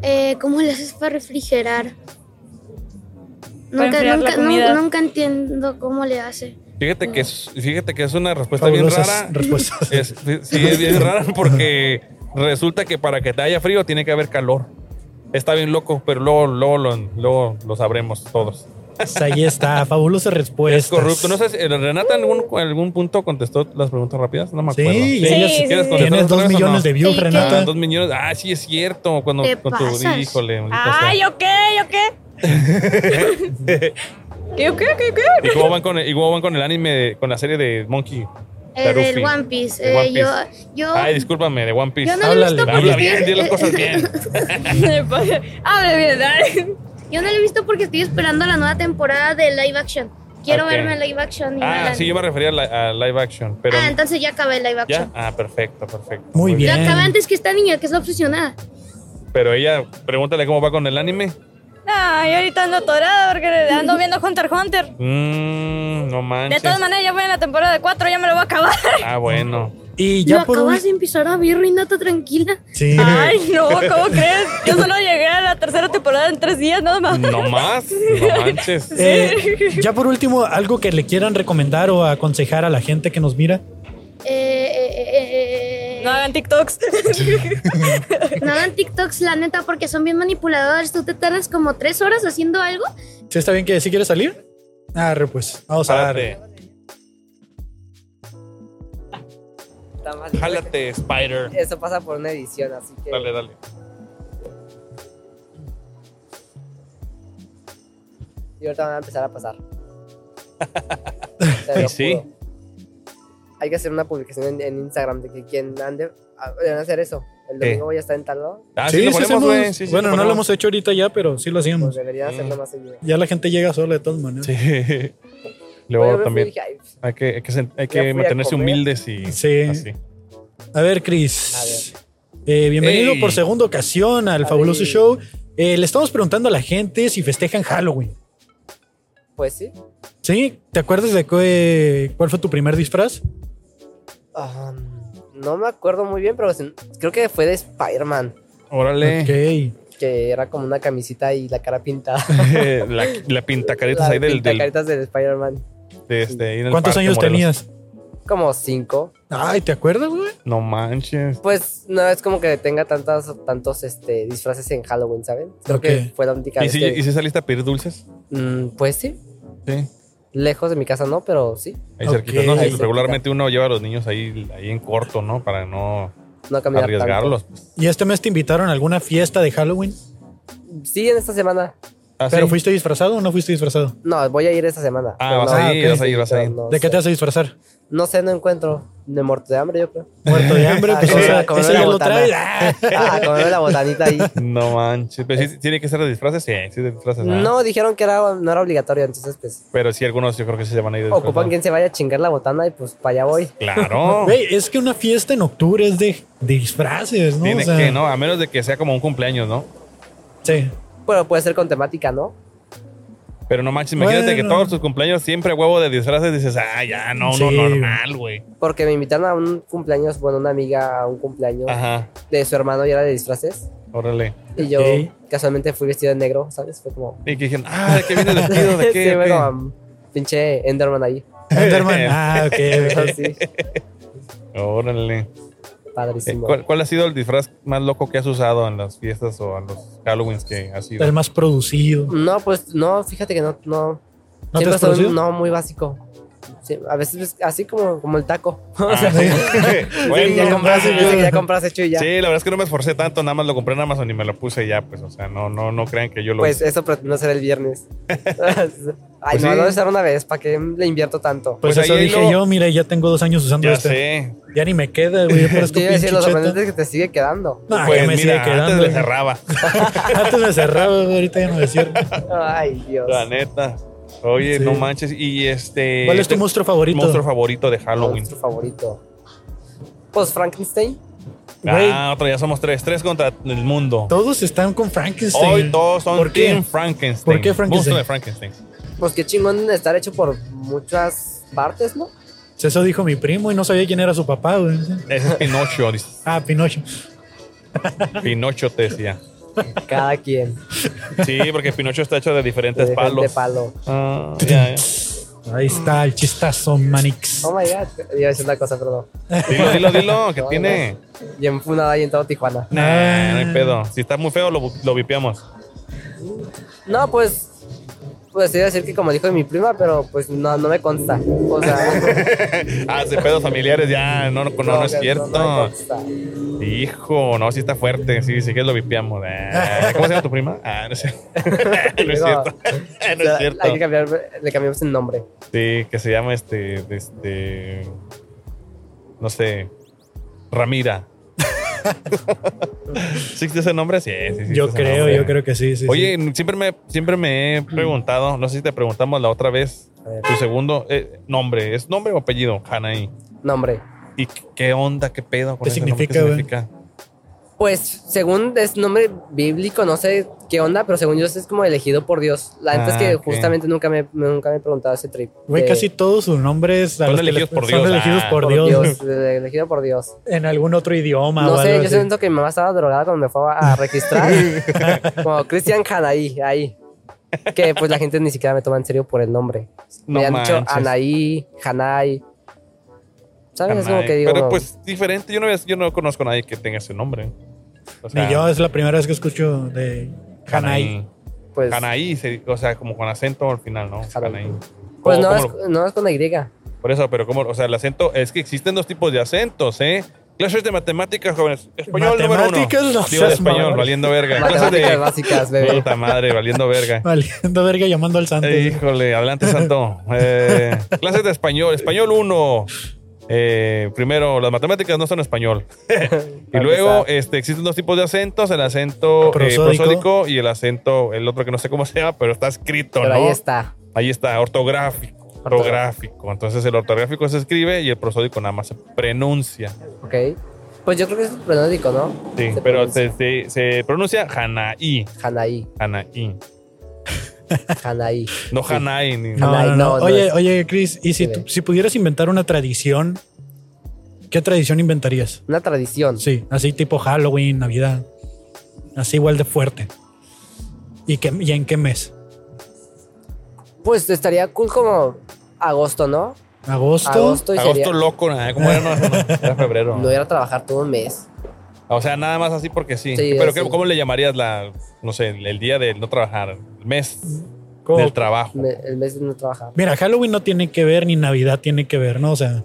E: Eh, ¿Cómo le haces para refrigerar? Nunca,
F: Para enfriar la
E: nunca, nun-
F: comida.
E: nunca entiendo cómo le hace.
D: Fíjate que es, fíjate que es una respuesta bien
C: Fabulosas
D: rara.
C: respuestas.
D: Es, sí, sí, es bien rara porque resulta que para que te haya frío tiene que haber calor. Está bien loco, pero luego, luego, lo- luego lo sabremos todos.
C: Ahí está, fabulosas respuestas.
D: Es corrupto. No sé si eh, Renata en algún, en algún punto contestó las preguntas rápidas. No me
C: Sí,
D: acuerdo.
C: y
F: Sí,
C: ella-
F: sí,
D: ¿Quieres
F: sí.
D: contestar
C: Tienes
D: otra
C: dos
D: vez o
C: millones
D: no?
C: de views,
E: Sí,
C: Renata.
D: Ah, dos millones. Ah, sí, es cierto. Cuando
E: Te
D: con tu.
E: pasas.
D: Híjole. maldita sea.
F: Ay, ok, ok. ¿Qué, ok, ok, ok?
D: ¿Y cómo, van con el, y cómo van con el anime, de- con la serie de Monkey?
E: eh, del
D: Tarufi.
E: One Piece.
D: De
E: Eh,
D: One
E: yo,
D: Piece.
E: yo,
D: Ay, discúlpame, de One Piece.
E: yo no lo he
C: Háblale.
E: visto porque
D: Habla
E: estoy-
D: bien, di las cosas bien.
F: Hable bien, Ah, dale.
E: Yo no lo he visto porque estoy esperando la nueva temporada de live action. Quiero
D: Ok.
E: verme live action. Y
D: Ah,
E: Alan.
D: sí, yo me refería a, li- a live action, pero...
E: Ah, entonces ya acabé el live
D: ¿Ya?
E: action.
D: Ah, perfecto, perfecto.
C: Muy
E: Ya,
C: bien.
E: acabé antes que esta niña que es la obsesionada.
D: Pero ella, pregúntale cómo va con el anime.
F: Ay, ahorita ando atorada porque ando viendo Hunter x Hunter.
D: Mmm, no
F: De
D: manches.
F: todas maneras, ya voy en la temporada 4, ya me lo voy a acabar.
D: Ah, bueno.
C: Y
E: Lo
C: ya por
E: acabas
C: ul-
E: de empezar a ver, Renata, tranquila.
C: Sí.
F: Ay, no, ¿cómo crees? Yo solo llegué a la tercera temporada en tres días, nada más.
D: No más, no manches.
C: Eh, ya por último, algo que le quieran recomendar o aconsejar a la gente que nos mira.
E: Eh, eh, eh, eh,
F: No hagan TikToks.
E: no hagan TikToks, la neta, porque son bien manipuladores. Tú te tardas como tres horas haciendo algo.
C: ¿Sí está bien que si quieres salir? Arre, pues. Vamos a darle.
D: Jálate. Jálate, Spider.
G: Eso pasa por una edición, así que.
D: Dale, dale.
G: Y ahorita van a empezar a pasar. Te lo
D: sí.
G: juro. Hay que hacer una publicación en, en Instagram de que quien ande. ah, Deben hacer eso. El domingo
D: Eh.
G: voy a estar en tal lado.
D: Ah,
C: Sí,
D: lo
C: sí
D: ponemos,
C: hacemos-
D: güey. Sí, sí,
C: bueno, no lo
D: ponemos.
C: hemos hecho ahorita ya, pero sí lo
G: Pues
C: hacíamos.
G: deberían
D: Mm.
G: hacerlo más seguido.
C: Ya la gente llega sola de todas maneras. Sí.
D: Sí.
G: Pero yo
D: Luego
G: me
D: también
G: fui y pues, dije, "Ay,
D: hay que, hay que, sen- hay
G: fui
D: que
G: a
D: mantenerse
G: comer.
D: humildes y
C: Sí.
D: así.
C: A ver, Chris. Eh, bienvenido
D: Ey.
C: por segunda ocasión al
G: A
C: fabuloso
G: ver.
C: show. Eh, le estamos preguntando a la gente si festejan Halloween.
G: Pues sí.
C: ¿Sí? ¿Te acuerdas de qué- cuál fue tu primer disfraz?
G: Ah, no me acuerdo muy bien, pero se- creo que fue de Spider-Man.
D: Órale.
C: Ok.
G: Que era como una camisita y la cara pintada.
D: la, la pintacaretas
G: Las
D: ahí del, del-
G: pintacaritas del Spider-Man.
D: de este, ahí en el
C: ¿Cuántos
D: parque,
C: años
D: Morelos.
C: tenías?
G: Como cinco.
C: Ay, ¿te acuerdas, güey?
D: No manches.
G: Pues no es como que tenga tantas, tantos este, disfraces en Halloween, ¿saben? Creo
C: Ok.
G: que fue la única
D: ¿Y
G: vez
D: si,
G: que-
D: ¿Y si saliste a pedir dulces?
G: Mm, pues sí.
D: Sí.
G: Lejos de mi casa no, pero sí.
D: Ahí
C: Ok.
D: cerquita, ¿no? Sí,
G: Ahí cerquita.
D: regularmente uno lleva a los niños ahí, ahí en corto, ¿no? Para no
G: No caminar tanto.
D: arriesgarlos.
C: ¿Y este mes te invitaron a alguna fiesta de Halloween?
G: Sí, en esta semana.
D: Ah,
C: ¿Pero
D: sí.
C: fuiste disfrazado o no fuiste disfrazado?
G: No, voy a ir esta semana.
D: Ah,
G: pero
D: vas
G: no,
C: a
D: ahí,
C: ok.
D: vas ahí, vas ahí.
G: pero no
C: ¿De qué
G: sé.
C: te vas a disfrazar?
G: No sé, no encuentro. De muerto de hambre, yo creo.
C: Muerto de hambre,
G: Ah,
C: pues
G: como-
C: esa-
G: como
C: ese
G: una
C: ya lo
G: botana.
C: traes.
G: Ah, comerme la botanita ahí.
D: No manches. Pero sí, tiene que ser de disfraces, sí, sí de disfraces. ¿verdad?
G: No, dijeron que era, no era obligatorio, entonces pues
D: Pero sí, algunos yo creo que sí se van a ir de
G: ocupan
D: disfrazados.
G: quien se vaya a chingar la botana y pues para allá voy.
D: Claro.
C: Güey, es que una fiesta en octubre es de, de disfraces, ¿no?
D: Tiene
C: O sea,
D: que, ¿no? A menos de que sea como un cumpleaños, ¿no?
C: Sí.
G: Bueno, puede ser con temática, ¿no?
D: Pero no manches, imagínate que
C: Bueno.
D: todos tus cumpleaños siempre huevo de disfraces dices, ah, ya, no,
C: Sí,
D: no,
C: güey.
D: normal, güey.
G: Porque me invitaron a un cumpleaños, bueno, una amiga a un cumpleaños
D: Ajá,
G: de su hermano y era de disfraces.
D: órale.
G: Y yo
C: Ok.
G: casualmente fui vestido de negro, ¿sabes? Fue como...
D: Y que dijeron, ah, ¿de qué viene vestido? ¿De qué?
G: Sí,
D: ¿O
G: fue
D: qué?"
G: como, um, pinche Enderman ahí.
C: Enderman. Ah, ok. ok.
G: Así,
D: Órale. Eh,
G: padrísimo.
D: ¿Cuál, cuál ha sido el disfraz más loco que has usado en las fiestas o en los Halloweens que has ido?
C: El más producido.
G: No, pues no, fíjate que no... no
C: ¿No te
G: siempre
C: has
G: soy,
C: producido?
G: No, muy básico. Sí, a veces así como, como el taco. o
D: Ah,
G: sea,
D: sí.
G: Sí, ya
D: Bueno,
G: compras,
C: básico.
G: yo sé que ya compras hecho y ya.
D: Sí, la verdad es que no me esforcé tanto, nada más lo compré en Amazon y me lo puse y ya, pues, o sea, no, no, no crean que yo lo
G: Pues eso pretendo hacer el viernes. Ay,
D: Pues
G: no,
D: sí.
G: lo voy a hacer una vez, ¿para qué le invierto tanto?
C: Pues,
D: Pues
C: eso
D: ahí
C: dije
D: lo-
C: yo, mira, ya tengo dos años usando
D: ya
C: este.
D: sé.
C: Ya ni me queda, güey. ya parezco
G: Te iba a decir,
C: pinche
G: lo
C: cheta.
G: sorprendente es que te sigue quedando.
C: No, ya
D: pues
C: me sigue
D: mira, antes
C: quedando.
D: le cerraba.
C: Antes me cerraba, güey, ahorita ya no me cierro.
G: Ay, Dios.
D: La neta. Oye,
C: Sí.
D: no manches. Y este.
C: ¿Cuál es tu
D: este-
C: monstruo favorito?
D: monstruo favorito de Halloween?
G: Nuestro favorito. Pues Frankenstein.
C: Güey,
D: Ah, otro, ya somos tres. Tres contra el mundo.
C: todos están con Frankenstein.
D: Hoy todos son
C: este, ¿Por qué?
D: Team Frankenstein.
C: ¿Por qué Frankenstein?
D: Monstruo de Frankenstein.
G: Pues qué chingón estar hecho por muchas partes, ¿no?
C: Pues Eso dijo mi primo y no sabía quién era su papá, güey.
D: Ese es Pinocho, dice.
C: Ah, Pinocho.
D: Pinocho te decía.
G: Cada quien.
D: Sí, porque Pinocho está hecho de
G: De
D: diferentes
G: de
D: palos.
G: palo.
D: Ah, ya, ya.
C: Ahí está el chistazo, Manix.
G: Oh my god. Iba a decir una cosa, pero no.
D: Dilo, dilo, dilo, que
G: No,
D: tiene.
G: Y en Funada y en todo Tijuana.
D: Nah, no hay pedo. Si está muy feo, lo, bu- lo vipeamos.
G: No, pues. Pues iba a decir que como dijo mi prima, pero pues no, no me consta. O sea,
D: Ah, de pedos familiares, ya, no, no, no, no es
G: no, no me
D: cierto.
G: consta.
D: Hijo, no, sí está fuerte. Sí, sí que lo vipiamos. Ah, ¿Cómo se llama tu prima? Ah, no es cierto. No es cierto. No es cierto.
G: Hay que cambiar, le cambiamos el nombre.
D: Sí, que se llama este, este, no sé, Ramira. ¿Sí existe ese nombre? Sí, sí existe
C: Yo
D: ese
C: creo,
D: nombre.
C: yo creo que sí. sí,
D: Oye,
C: sí.
D: siempre me, siempre me he preguntado, no sé si te preguntamos la otra vez, tu segundo eh, nombre, ¿es nombre o apellido, Hanaí?
G: Nombre.
D: ¿Y qué- qué onda, qué pedo? con
C: ¿Qué
D: ese nombre?
C: significa, güey?
G: Pues según es nombre bíblico, no sé qué onda, pero según yo es como elegido por Dios. La neta
D: Ah,
G: es que
D: ok.
G: justamente nunca me, nunca me he preguntado ese trip.
C: Güey,
G: de-
C: casi todos sus nombres a los
D: Son
C: que les-
D: elegidos por
C: son
D: Dios,
C: elegidos
D: ah.
C: por
G: eh, por
C: Dios,
G: Dios. de- elegido por Dios.
C: en algún otro idioma.
G: No
C: o
G: sé,
C: algo
G: yo
C: así.
G: siento que mi mamá estaba drogada cuando me fue a a registrar. como Cristian Hanaí, ahí. Que pues la gente ni siquiera me toma en serio por el nombre.
D: No
G: me han dicho
D: manches.
G: Anaí, Hanai. ¿Sabes? Es como
D: Hanaí.
G: que digo.
D: Pero pues diferente, yo no, yo no conozco a nadie que tenga ese nombre. O
C: Ni yo es la primera vez que escucho de Hanai.
G: pues,
D: Hanaí, se- o sea, como con acento al final, ¿no?
G: Hanaí.
D: Hanaí.
G: pues
D: ¿Cómo-
G: no,
D: cómo
G: es,
D: lo-
G: no es con la Y.
D: Por eso, pero como, o sea, el acento, es que existen dos tipos de acentos, ¿eh? Clases de matemáticas, jóvenes. Español número uno.
C: Matemáticas, no
D: Digo, de
C: seas
D: español,
C: mamón.
D: valiendo verga. Clases de...
G: Matemáticas básicas, bebé.
D: Puta madre, valiendo verga.
C: Valiendo verga llamando al santo.
D: Eh, híjole, adelante, Santo. Eh, clases de español, español 1. primero, las matemáticas no son español. y
G: Para
D: luego
G: empezar.
D: este, existen dos tipos de acentos: el acento eh, prosódico.
C: Prosódico.
D: y el acento, el otro que no sé cómo se llama, pero está escrito,
G: Pero
D: ¿no?
G: ahí está.
D: Ahí está, ortográfico. Ortográfico. Entonces, el ortográfico se escribe y el prosódico nada más se pronuncia.
G: Ok. Pues yo creo que es pronóstico, ¿no?
D: Sí,
G: Se
D: pero
G: pronuncia
D: se, se- se pronuncia Hanaí.
G: Hanaí,
D: Hanaí.
G: Hanaí.
D: No Hanaí. ni-
C: No,
G: Hanai,
C: no,
G: no,
C: no.
G: no
C: Oye,
G: es-
C: oye, Chris, y si,
G: Sí,
C: tú-
G: ve.
C: si pudieras inventar una tradición, ¿qué tradición inventarías?
G: Una tradición.
C: Sí, así tipo Halloween, Navidad. Así igual de fuerte. ¿Y, qué, y en qué mes?
G: Pues estaría cool como agosto, ¿no?
C: ¿Agosto?
G: Agosto y
D: Agosto
G: sería-
D: loco, ¿eh? ¿cómo era? No, no, no, era febrero.
G: No ir a trabajar todo un mes.
D: O sea, nada más así porque sí.
G: Sí,
D: Pero
G: así.
D: ¿qué- ¿cómo le llamarías la, no sé, el el día de no trabajar? El mes
C: ¿Cómo?
D: del trabajo.
G: Me- el mes de no trabajar.
C: Mira, Halloween no tiene que ver, ni Navidad tiene que ver, ¿no? O sea,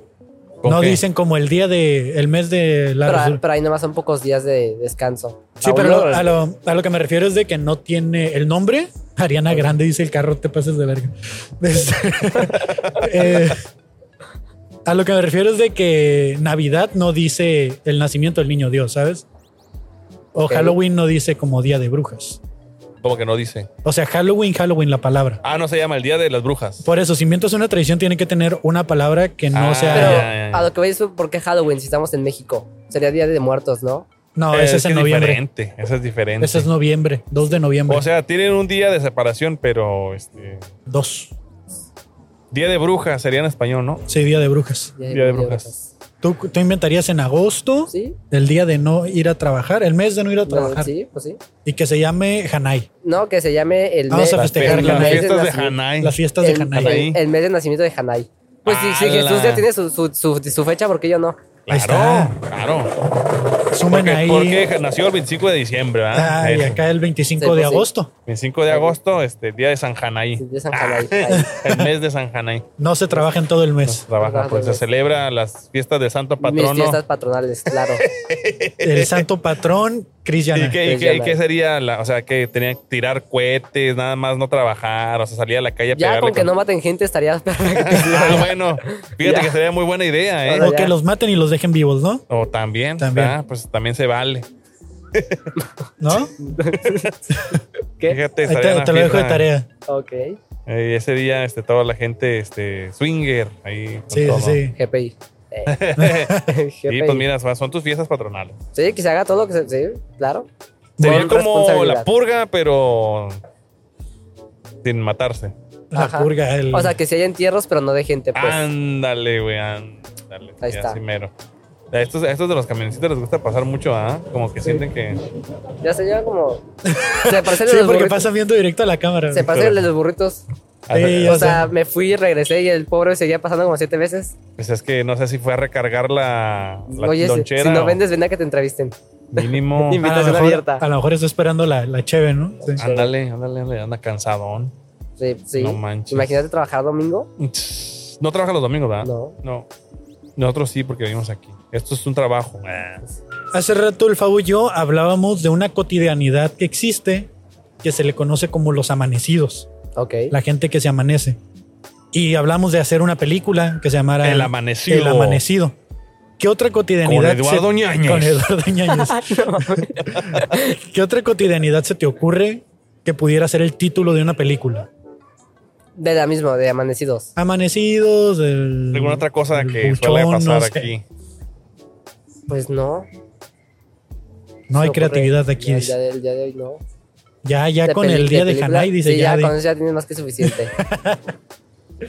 D: ¿Con
C: no
D: qué?
C: dicen como el día de, el mes de la...
G: Pero,
C: resur-
G: pero ahí nomás son pocos días de descanso.
C: Sí,
G: Aún
C: pero
G: no-
D: eh.
C: lo- a, lo, a lo que me refiero es de que no tiene el nombre. Ariana Grande dice el carro, te pases de verga. Este, eh, a lo que me refiero es de que Navidad no dice el nacimiento del niño Dios, ¿sabes? O
G: Ok.
C: Halloween no dice como día de brujas.
D: Como que no dice.
C: O sea, Halloween, Halloween, la palabra.
D: Ah, no se llama el día de las brujas.
C: Por eso, si mientras una tradición, tiene que tener una palabra que no
D: Ah,
C: sea.
G: pero
D: ya, ya, ya.
G: a lo que voy es por qué Halloween si estamos en México. Sería Día de Muertos, ¿no?
C: No,
D: Eh,
C: ese es
D: que
C: en noviembre.
D: diferente. Ese es diferente.
C: Ese es noviembre, 2 de noviembre.
D: O sea, tienen un día de separación, pero este.
C: 2.
D: Día de brujas sería en español, ¿no?
C: Sí, día de brujas.
D: Día de brujas.
C: ¿Tú, tú inventarías en agosto?
G: Sí.
C: El día de no ir a trabajar, el mes de no ir a trabajar.
G: No, sí, pues sí.
C: Y que se llame Hanai.
G: No, que se llame el
C: Vamos
G: mes.
C: a festejar
G: el
D: las
C: Hanai.
G: mes de
D: fiestas de
G: nacimiento-
D: Hanai.
C: Las fiestas
G: el-
C: de Hanai.
D: Hanai.
G: El, el mes de nacimiento de Hanai. Pues sí, sí,
D: ¡Hala!
G: Jesús ya tiene su, su, su, su fecha porque yo no.
C: Ahí
D: Claro, claro.
C: Sumen
D: Porque,
C: ahí.
D: porque nació el 25 de diciembre, ¿verdad?
C: Ah, y
D: Eso.
C: acá el 25
G: Sí, pues
C: de
G: sí.
C: agosto.
D: 25 de agosto, este, día de San Janaí.
G: De San
D: Ah,
G: Hanai. ahí.
D: El mes de San Janaí.
C: No se trabaja en todo el mes.
D: Trabaja,
G: Trabaja
D: pues
G: todo
D: se
G: el mes.
D: celebra las fiestas del Santo
G: Mis
D: Patrono.
G: fiestas patronales, claro.
C: El santo patrón, Cristiana.
D: ¿Y qué, y
G: Pues
D: qué-
G: ya la-
D: qué sería? La, o sea, que tenían que tirar cohetes, nada más no trabajar, o sea, salir a la calle a
G: ya
D: pegarle
G: con que
D: con-
G: no maten gente estaría perfecto.
D: Ah, bueno, fíjate
G: Ya.
D: que sería muy buena idea, ¿eh?
G: Ahora
C: O que
G: ya.
C: los maten y los dejen vivos, ¿no?
D: O también,
C: También.
D: ah, pues también se vale.
C: ¿No?
G: ¿Qué?
D: Fíjate,
C: Ahí te,
D: estaría una
C: te lo dejo de
D: fiesta.
C: tarea.
G: Ok.
D: Eh, ese día, este, toda la gente, este, swinger, ahí. con
C: Sí,
D: todo.
C: sí, sí.
G: GPI. Eh,
D: Y
G: GPI.
D: pues mira, son tus fiestas patronales.
G: Sí, que se haga todo lo que se. Sí, claro.
D: Sería
G: Con
D: como
G: responsabilidad.
D: la purga, pero sin matarse.
C: La
G: Ajá.
C: purga. El,
G: O sea, que si hay entierros, pero no de gente, pues.
D: Ah. ándale, güey, ándale.
G: Ahí
D: ya
G: está.
D: sí mero. A estos, a estos de los camioncitos les gusta pasar mucho, ¿ah? Como que sienten que.
G: Ya se lleva como. Se parece el
C: sí,
G: de los
C: porque
G: burritos.
C: pasan viendo directo a la cámara.
G: Se parece el de los burritos.
C: Sí, ya
G: O sea,
C: sé.
G: me fui, regresé y el pobre seguía pasando como siete veces.
D: Pues es que no sé si fue a recargar la, la
G: Oye, si,
D: lonchera.
G: si no
D: o
G: vendes, ven a que te entrevisten.
D: Mínimo.
C: a,
G: Ni-
C: lo
G: invitación
C: mejor,
G: abierta.
C: a lo mejor está esperando la, la cheve, ¿no? Sí.
D: ándale, ándale, ándale, anda cansadón.
G: Sí, sí.
D: No manches.
G: Imagínate trabajar domingo.
D: No trabaja los domingos, ¿verdad?
G: No.
D: No. Nosotros sí, porque vivimos aquí. Esto es un trabajo. Ah.
C: Hace rato el Fabo y yo hablábamos de una cotidianidad que existe que se le conoce como los amanecidos,
G: Ok.
C: la gente que se amanece. Y hablamos de hacer una película que se llamara
D: El Amanecido.
C: El Amanecido, ¿Qué otra cotidianidad?
D: Con Eduardo Ñañez.
C: Con Eduardo Ñañez.
G: Ah,
C: ¿Qué otra cotidianidad se te ocurre que pudiera ser el título de una película?
G: De la misma, de Amanecidos.
C: Amanecidos, el.
D: ¿Alguna otra cosa
C: el
D: que
C: buchón,
D: suele
C: no
D: pasar
C: sé.
D: aquí?
G: Pues no.
C: No hay
G: se
C: creatividad
G: ocurre.
C: aquí.
G: Ya,
C: es-
G: ya del- ya de hoy no.
C: Ya, ya
G: De
C: con el
G: peli-
C: día de,
G: película,
C: Hanai, dice
G: sí,
C: ya.
G: ya.
C: de-
G: con eso ya tiene más que suficiente.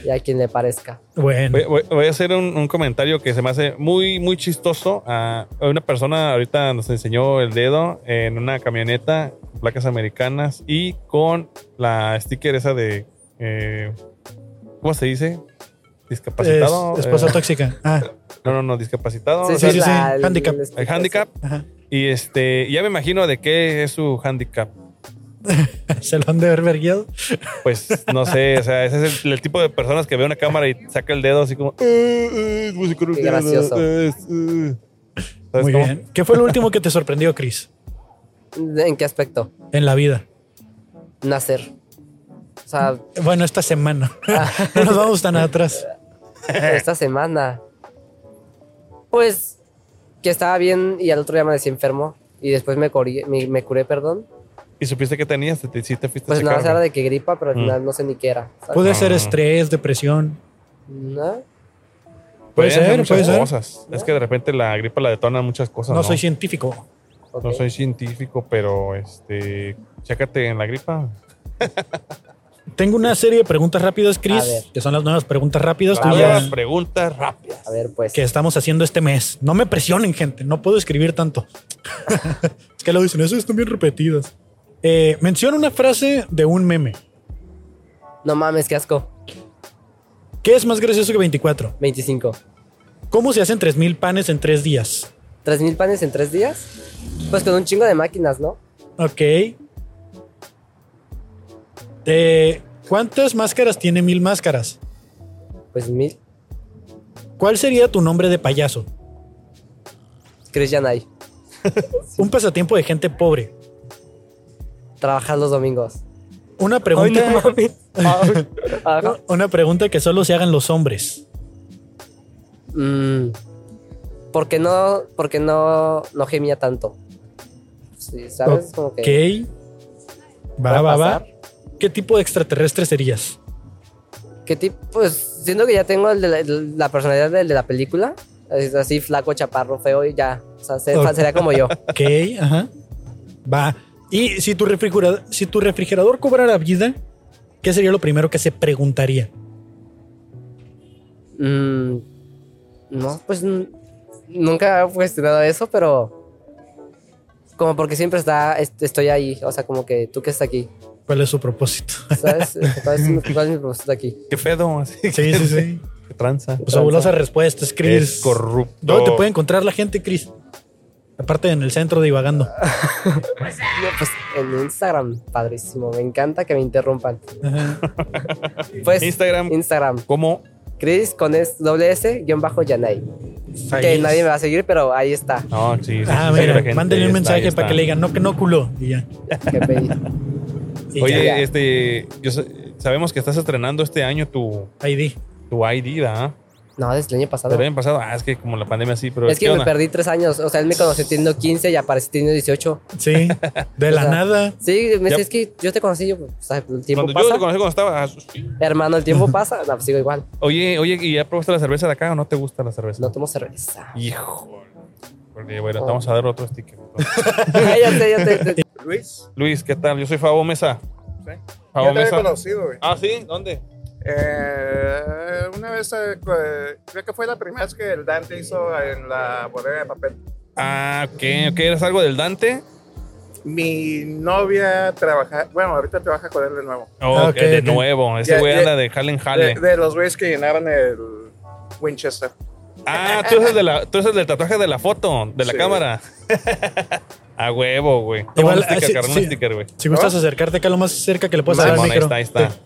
G: ya quien le parezca.
C: Bueno,
D: Voy, voy- voy a hacer un, un comentario que se me hace muy, muy chistoso. Ah, una persona ahorita nos enseñó el dedo en una camioneta, placas americanas y con la sticker esa de. eh, ¿Cómo se dice? Discapacitado.
C: es- esposa
D: eh,
C: tóxica. Ah,
D: no, no, no, discapacitado. o
C: sí,
D: sea,
C: sí,
G: el-
C: handicap.
G: el- este,
D: El handicap.
C: ajá.
D: Y este, ya me imagino de qué es su handicap.
C: Se lo han de haber verguiado.
D: Pues no sé, o sea, ese es el, el tipo de personas que ve una cámara y saca el dedo así como. "Eh, eh, música cristiana,
G: gracioso.
D: eh, eh". ¿Sabes
C: Muy
D: cómo?
C: bien. ¿Qué fue lo último que te sorprendió, Chris?
G: ¿En qué aspecto?
C: En la vida.
G: Nacer. O sea,
C: Bueno, esta semana.
D: Ah.
C: no nos vamos tan atrás.
G: esta semana. Pues que estaba bien y al otro día amanecí enfermo. Y después me, curí- me, me curé, perdón.
D: ¿Y supiste que tenías? ¿Te, te, sí te fuiste
G: Pues
D: a
G: nada más
D: checar,
G: era
D: güey?
G: de que gripa, pero al
D: Mm.
G: final no sé ni qué era. ¿sabes?
C: Puede
D: Ah.
C: ser estrés, depresión.
G: ¿No?
C: Puede
D: Podrían
C: ser,
D: muchas
C: puede ser.
D: cosas. Es que de repente la gripa la detona muchas cosas.
C: No,
D: No,
C: soy científico.
G: Ok.
D: No soy científico, pero este. Chécate en la gripa.
C: Tengo una serie de preguntas rápidas,
G: A ver.
C: Chris, que son las nuevas preguntas rápidas
D: A
C: tú
D: ver,
C: ya-
D: las preguntas rápidas.
G: A ver, pues.
C: que estamos haciendo este mes. No me presionen, gente. No puedo escribir tanto. es que lo dicen, eso están bien repetidas. Eh, menciona una frase de un meme.
G: No mames, qué asco.
C: ¿Qué es más gracioso que 24?
G: 25.
C: ¿Cómo se hacen 3000 panes en 3 días?
G: ¿Tres mil panes en tres días? Pues con un chingo de máquinas, ¿no?
C: Ok. Eh, ¿Cuántas máscaras tiene mil máscaras?
G: Pues mil.
C: ¿Cuál sería tu nombre de payaso?
G: Christian hay.
C: Un pasatiempo de gente pobre.
G: Trabajas los domingos.
C: Una pregunta,
G: Ajá.
C: una pregunta que solo se hagan los hombres.
G: Mm, ¿Por qué no, por qué no, no gemía tanto? Sí, ¿Sabes? Como que.
C: Ok. Va,
G: ¿Va a
C: va, va.
G: pasar?
C: ¿Qué tipo de extraterrestre serías?
G: ¿Qué tipo? Pues siento que ya tengo el de la, el- la personalidad del de la película. Es así, flaco, chaparro, feo y ya. O sea, se-
C: Ok.
G: sería como yo.
C: Ok, ajá. Va. Y si tu, refrigerador, si tu refrigerador cobrara vida, ¿qué sería lo primero que se preguntaría?
G: Mm, no, pues n- nunca he cuestionado eso, pero. Como porque siempre está, est- estoy ahí. O sea, como que tú que estás aquí.
C: ¿Cuál es su propósito?
G: ¿Sabes? Este, ¿Cuál es, mi- cuál es mi propósito aquí?
D: ¿Qué pedo? Así
C: Sí, sí, sí.
D: que tranza.
C: Pues abulosas respuestas, Chris.
D: Es corrupto.
C: ¿Dónde te puede encontrar la gente, Chris? Aparte en el centro divagando.
G: No, pues en Instagram, padrísimo. Me encanta que me interrumpan.
C: Ajá.
G: Pues
D: Instagram.
G: Instagram.
D: ¿Cómo?
G: Chris con es, doble S, guión bajo Yanay. Que
C: Ahí
G: nadie
C: es.
G: me va a seguir, pero ahí está.
D: No, sí. sí,
C: Ah,
D: sí, sí, la
C: mira,
D: gente,
C: mándenle
D: ahí
C: un
D: está,
C: mensaje
D: ahí
C: para
D: está.
C: que le digan, no, que no culó. Y ya.
G: Qué pedí.
C: Y
D: Oye,
C: ya.
G: ya.
D: este, yo sé- sabemos que estás estrenando este año tu,
C: Ahí di.
D: tu ID, ¿verdad?
G: No, desde el año pasado.
D: Pero el año pasado, ah, es que como la pandemia sí, pero
G: Es que
D: ¿qué
G: me
D: onda?
G: perdí tres años. O sea, él me conoció teniendo 15 y aparecí teniendo 18.
C: Sí, de la
G: O sea,
C: nada.
G: Sí, me
D: Ya.
G: dice, es que yo te conocí, yo, pues, o sea, el tiempo
D: Cuando yo
G: pasa.
D: te conocí cuando estaba. ah, sí.
G: Hermano, el tiempo pasa. No, pues sigo igual.
D: Oye, oye, ¿y ya probaste la cerveza de acá o no te gusta la cerveza?
G: No tomo cerveza.
D: Híjole. Porque, bueno, te vamos a dar otro sticker.
G: ya sé, ya sé. ya sé.
H: Luis,
D: Luis, ¿qué tal? Yo soy Fabo Mesa.
H: yo
D: Fabo
H: te había
D: Mesa.
H: conocido, güey.
D: Ah, sí, ¿dónde?
H: Eh, una vez, eh, cu- eh, creo que fue la primera vez que el Dante hizo en la bodega de papel.
D: Ah, ok, ok, eres algo del Dante.
H: Mi novia trabaja, bueno, ahorita trabaja con él de nuevo.
D: Oh,
C: Ah,
D: ok,
C: ok,
D: de
C: ok.
D: nuevo. Ese
H: Ya,
D: güey
H: ya.
D: anda de jale en jale.
H: De, de los güeyes que llenaron el Winchester.
D: Ah, tú eres, de la, tú eres el del tatuaje de la foto, de la
H: Sí.
D: cámara. a huevo, güey.
C: Igual,
D: Igual, un
C: ah, sí,
D: sticker, carnal, un
C: sí.
D: sticker, güey.
C: Si gustas acercarte acá lo más cerca que le puedas
D: Simón,
C: hacer al micro.
D: ahí está, ahí está.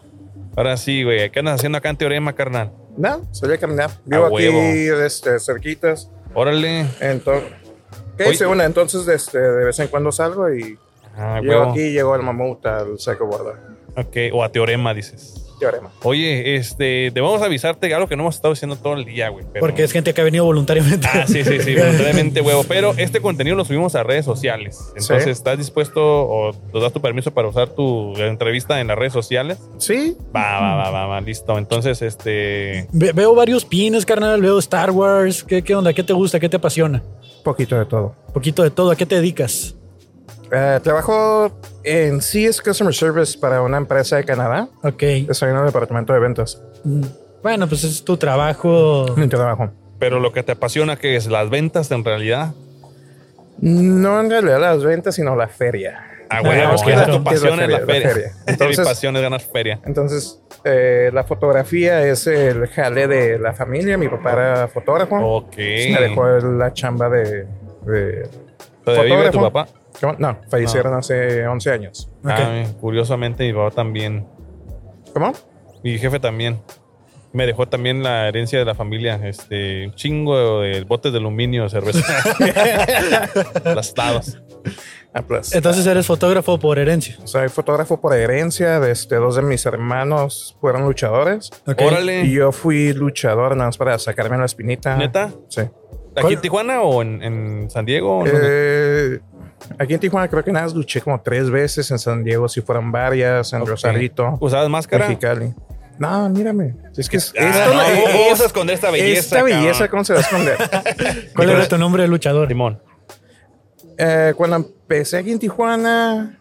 D: Ahora sí, güey. ¿Qué andas haciendo acá en Teorema, carnal?
H: No, salí a caminar. Vivo aquí,
D: huevo.
H: este, cerquitas.
D: Órale.
H: Entonces,
D: Oye.
H: ¿qué se une? Entonces, este, de vez en cuando salgo y
D: Ah,
H: llego
D: huevo.
H: aquí y llego al mamut, al seco borda.
D: Ok, o a Teorema, dices.
H: teorema.
D: Oye, este, debemos avisarte algo que no hemos estado diciendo todo el día, güey. pero-
C: Porque es gente que ha venido voluntariamente.
D: Ah, sí, sí, sí, voluntariamente, huevo. Pero este contenido lo subimos a redes sociales. Entonces,
H: Sí.
D: ¿estás dispuesto o nos das tu permiso para usar tu entrevista en las redes sociales?
H: Sí,
D: Va, va, va, va, va, listo. Entonces, este.
C: Ve- veo varios pines, carnal. Veo Star Wars. ¿Qué, ¿Qué onda? ¿Qué te gusta? ¿Qué te apasiona?
H: poquito de todo.
C: Poquito de todo. ¿A qué te dedicas?
H: Eh, trabajo en sí es Customer Service para una empresa de Canadá.
C: Ok.
H: Estoy en el departamento de ventas.
C: Mm. Bueno, pues es tu trabajo.
H: Mi trabajo.
D: Pero lo que te apasiona, que es las ventas en realidad.
H: No en realidad las ventas, sino la feria.
D: Ah,
C: Ah,
D: huevo, es que
C: claro.
D: tu pasión es la feria. Mi
H: Entonces-
D: pasión es ganar feria.
H: Entonces, eh, la fotografía es el jale de la familia. Mi papá era fotógrafo.
D: Ok.
H: Me dejó la chamba de... de
D: ¿Todavía vive tu
H: fotógrafo.
D: papá?
H: ¿Cómo? No, fallecieron hace 11 años.
D: Ah, curiosamente, mi papá también.
H: ¿Cómo?
D: Mi jefe también. Me dejó también la herencia de la familia. Este, un chingo de botes de aluminio, cerveza. Las tabas.
H: Aplas.
C: Entonces eres fotógrafo por herencia.
H: Soy fotógrafo por herencia. de Este, dos de mis hermanos fueron luchadores.
C: Ok.
D: Órale.
H: Y yo fui luchador nada más para sacarme la espinita.
D: ¿Neta?
H: Sí.
D: ¿Aquí en Tijuana o en, en San Diego?
H: Eh, aquí en Tijuana creo que nada más luché como tres veces. En San Diego si fueron varias. En
D: Ok.
H: Rosarito.
D: ¿Usabas máscara?
H: Mexicali. No, mírame. Es que esto,
D: Ah, no,
H: eh,
D: ¿cómo vas a esconder esta belleza,
H: Esta belleza,
D: cabrón?
H: ¿cómo se va a esconder?
C: ¿Cuál era tu nombre de luchador?
D: Simón.
H: Eh, cuando empecé aquí en Tijuana,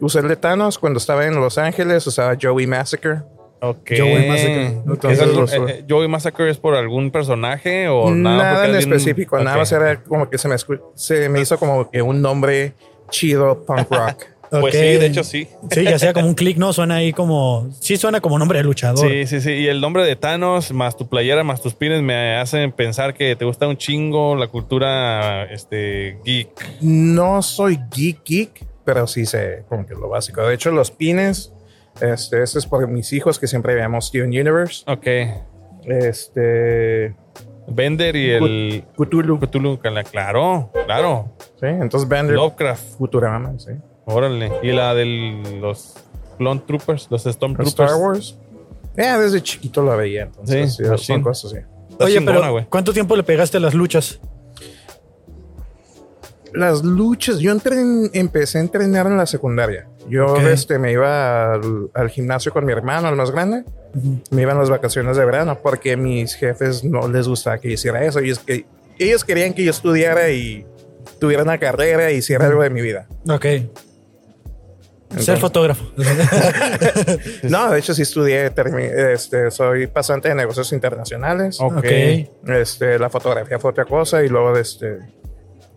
H: usé el de Thanos. Cuando estaba en Los Ángeles, usaba Joey Massacre.
D: Ok.
C: Joey Massacre.
D: ¿Es
H: Entonces,
D: algún-
H: los-
D: eh, eh, ¿Joey Massacre es por algún personaje o nada?
H: nada
D: Porque
H: en
D: es bien-
H: específico, nada
D: Ok.
H: más era como que se me, escu- se me hizo como que un nombre chido punk rock.
D: Pues
C: Ok.
D: sí, de hecho sí.
C: Sí, ya sea como un clic, ¿no? Suena ahí como. Sí, suena como nombre de luchador.
D: Sí, sí, sí. Y el nombre de Thanos, más tu playera, más tus pines, me hacen pensar que te gusta un chingo la cultura este, geek.
H: no soy geek geek, pero sí sé como que lo básico. De hecho, los pines, este, este es por mis hijos que siempre veíamos Steven Universe.
D: Ok.
H: Este,
D: Bender y el. Cthulhu. Cthulhu, cala- claro, claro.
H: sí, entonces Bender,
D: Lovecraft,
H: Futurama, sí.
D: órale. Y la de los Clone Troopers, los Stormtroopers.
H: Star Wars. Eh, desde chiquito la veía, entonces
D: Sí,
H: sí, son
D: machín.
H: cosas así.
D: Está
C: Oye,
D: chingona,
C: pero
D: güey.
C: ¿cuánto tiempo le pegaste a las luchas?
H: Las luchas, yo entren- empecé a entrenar en la secundaria. Yo
C: Ok.
H: este, me iba al, al gimnasio con mi hermano, el más grande. Me iban las vacaciones de verano porque mis jefes no les gustaba que yo hiciera eso. Y es que ellos querían que yo estudiara y tuviera una carrera y hiciera algo de mi vida.
C: Ok. Ser fotógrafo.
H: No, de hecho sí estudié, termi- este, soy pasante de negocios internacionales.
D: Ok.
C: ok.
H: Este, la fotografía fue otra cosa y luego este,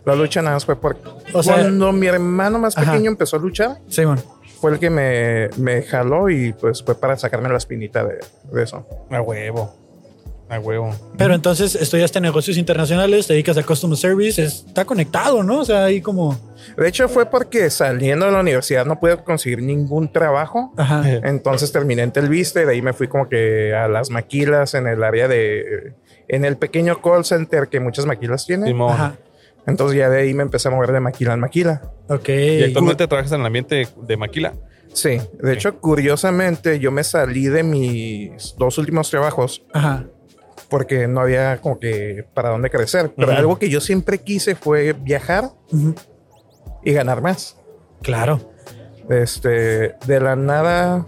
H: la lucha nada más fue porque
C: O sea-
H: cuando mi hermano más
C: Ajá.
H: pequeño empezó a luchar.
C: Simón.
H: fue el que me, me jaló y pues fue para sacarme la espinita de, de eso.
D: A huevo. A huevo.
C: Pero entonces estudiaste negocios internacionales, te dedicas a customer service, está conectado, ¿no? O sea, ahí como.
H: De hecho fue porque saliendo de la universidad no pude conseguir ningún trabajo.
C: Ajá.
D: Eh,
H: Entonces terminé en Telvista y de ahí me fui como que a las maquilas en el área de... En el pequeño call center que muchas maquilas tienen.
D: Simón.
C: Ajá.
H: Entonces ya de ahí me empecé a mover de maquila en maquila.
C: Ok.
H: Eh,
D: Y actualmente trabajas en el ambiente de Maquila.
H: Sí, de hecho curiosamente yo me salí de mis dos últimos trabajos
C: Ajá.
H: porque no había como que para dónde crecer. Pero
D: Ujú.
H: algo que yo siempre quise fue viajar
C: Ujú.
H: y ganar más.
C: Claro.
H: Este, de la nada,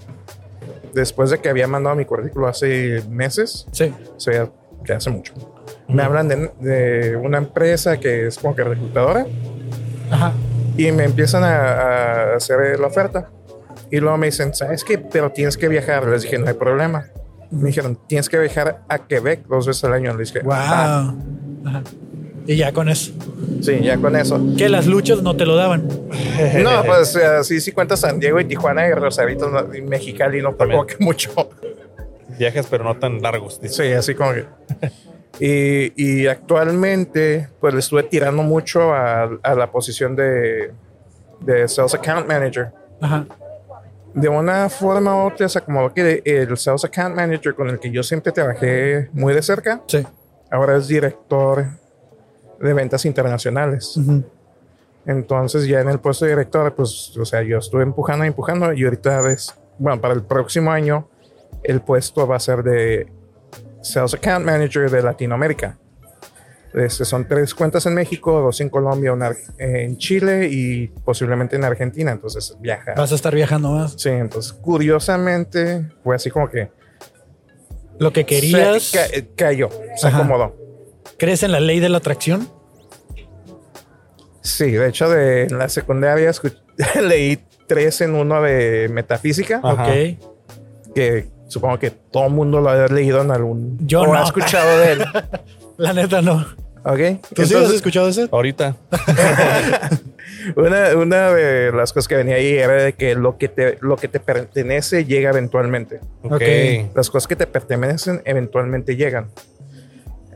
H: después de que había mandado mi currículo hace meses,
C: Sí.
H: o sea, ya hace mucho, me hablan de, de una empresa que es como que reclutadora
C: Ajá.
H: y me empiezan a, a hacer la oferta. Y luego me dicen, ¿sabes qué? Pero tienes que viajar. Les dije, no hay problema. Me dijeron, tienes que viajar a Quebec dos veces al año. Les dije,
C: Wow.
H: "Ah".
C: Ajá. Y ya con eso.
H: Sí, ya con eso.
C: Que las luchas no te lo daban.
H: No, pues así sí cuenta San Diego y Tijuana y Rosarito no- y Mexicali, no fue
D: También.
H: como que mucho.
D: Viajes, pero no tan largos. dice.
H: Sí, así como que. Y, y actualmente, pues le estuve tirando mucho a, a la posición de, de Sales Account Manager.
C: Ajá.
H: De una forma u otra, se acomodó que el Sales Account Manager con el que yo siempre trabajé muy de cerca,
C: Sí.
H: ahora es director de ventas internacionales.
C: Ujú.
H: Entonces ya en el puesto de director, pues, o sea, yo estuve empujando y empujando y ahorita es, bueno, para el próximo año el puesto va a ser de Sales Account Manager de Latinoamérica. Este, son tres cuentas en México, dos en Colombia, una ar- en Chile y posiblemente en Argentina. Entonces viaja.
C: Vas a estar viajando más.
H: Sí, entonces curiosamente fue así como que
C: Lo que querías,
H: se ca- cayó, se
C: Ajá.
H: acomodó.
C: ¿crees en la ley de la atracción?
H: Sí, de hecho de en la secundaria escu- leí tres en uno de metafísica,
D: Ajá.
C: Ok.
H: que supongo que todo el mundo lo ha leído en algún
C: Yo
H: o
C: no.
H: ha escuchado de él.
C: La neta, no.
H: ¿Ok?
C: ¿Tú sí has
H: Entonces,
C: escuchado ese?
D: Ahorita.
H: una, una de las cosas que venía ahí era de que lo que te, lo que te pertenece llega eventualmente.
D: Ok.
C: Ok.
H: las cosas que te pertenecen eventualmente llegan.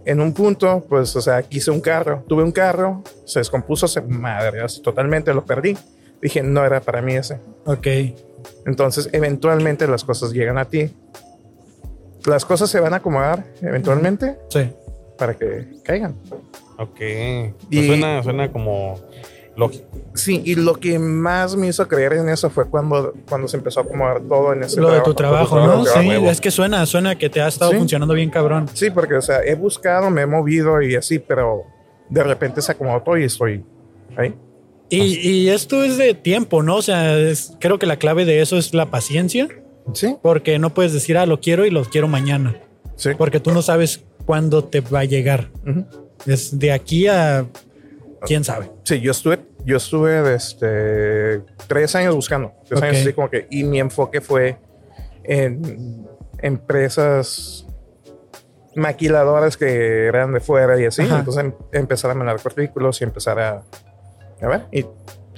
H: En un punto, pues, o sea, quise un carro, tuve un carro, se descompuso, se madre, totalmente lo perdí. Dije, no era para mí ese.
C: Ok.
H: Entonces, eventualmente las cosas llegan a ti. Las cosas se van a acomodar eventualmente
C: Sí.
H: para que caigan.
D: Ok. Pues
H: Y-
D: Suena, suena como lógico.
H: Sí, y lo que más me hizo creer en eso fue cuando, cuando se empezó a acomodar todo en ese
C: Lo de tu trabajo, ¿no?
H: trabajo,
C: Sí,
D: huevo.
C: es que suena, suena que te ha estado
H: Sí.
C: funcionando bien cabrón.
H: Sí, porque, o sea, he buscado, me he movido y así, pero de repente se acomodó todo y estoy ahí.
C: Y, y esto es de tiempo, ¿no? O sea, es- creo que la clave de eso es la paciencia,
H: Sí,
C: porque no puedes decir, ah, lo quiero y lo quiero mañana,
H: sí.
C: porque tú no sabes cuándo te va a llegar.
H: Ujú.
C: Es de aquí a quién sabe.
H: Sí, yo estuve, yo estuve este, tres años buscando. Tres
C: Ok.
H: años así como que, y mi enfoque fue en empresas maquiladoras que eran de fuera y así.
C: Ajá.
H: Entonces em- empezar a mandar artículos y empezar a, a ver. Y,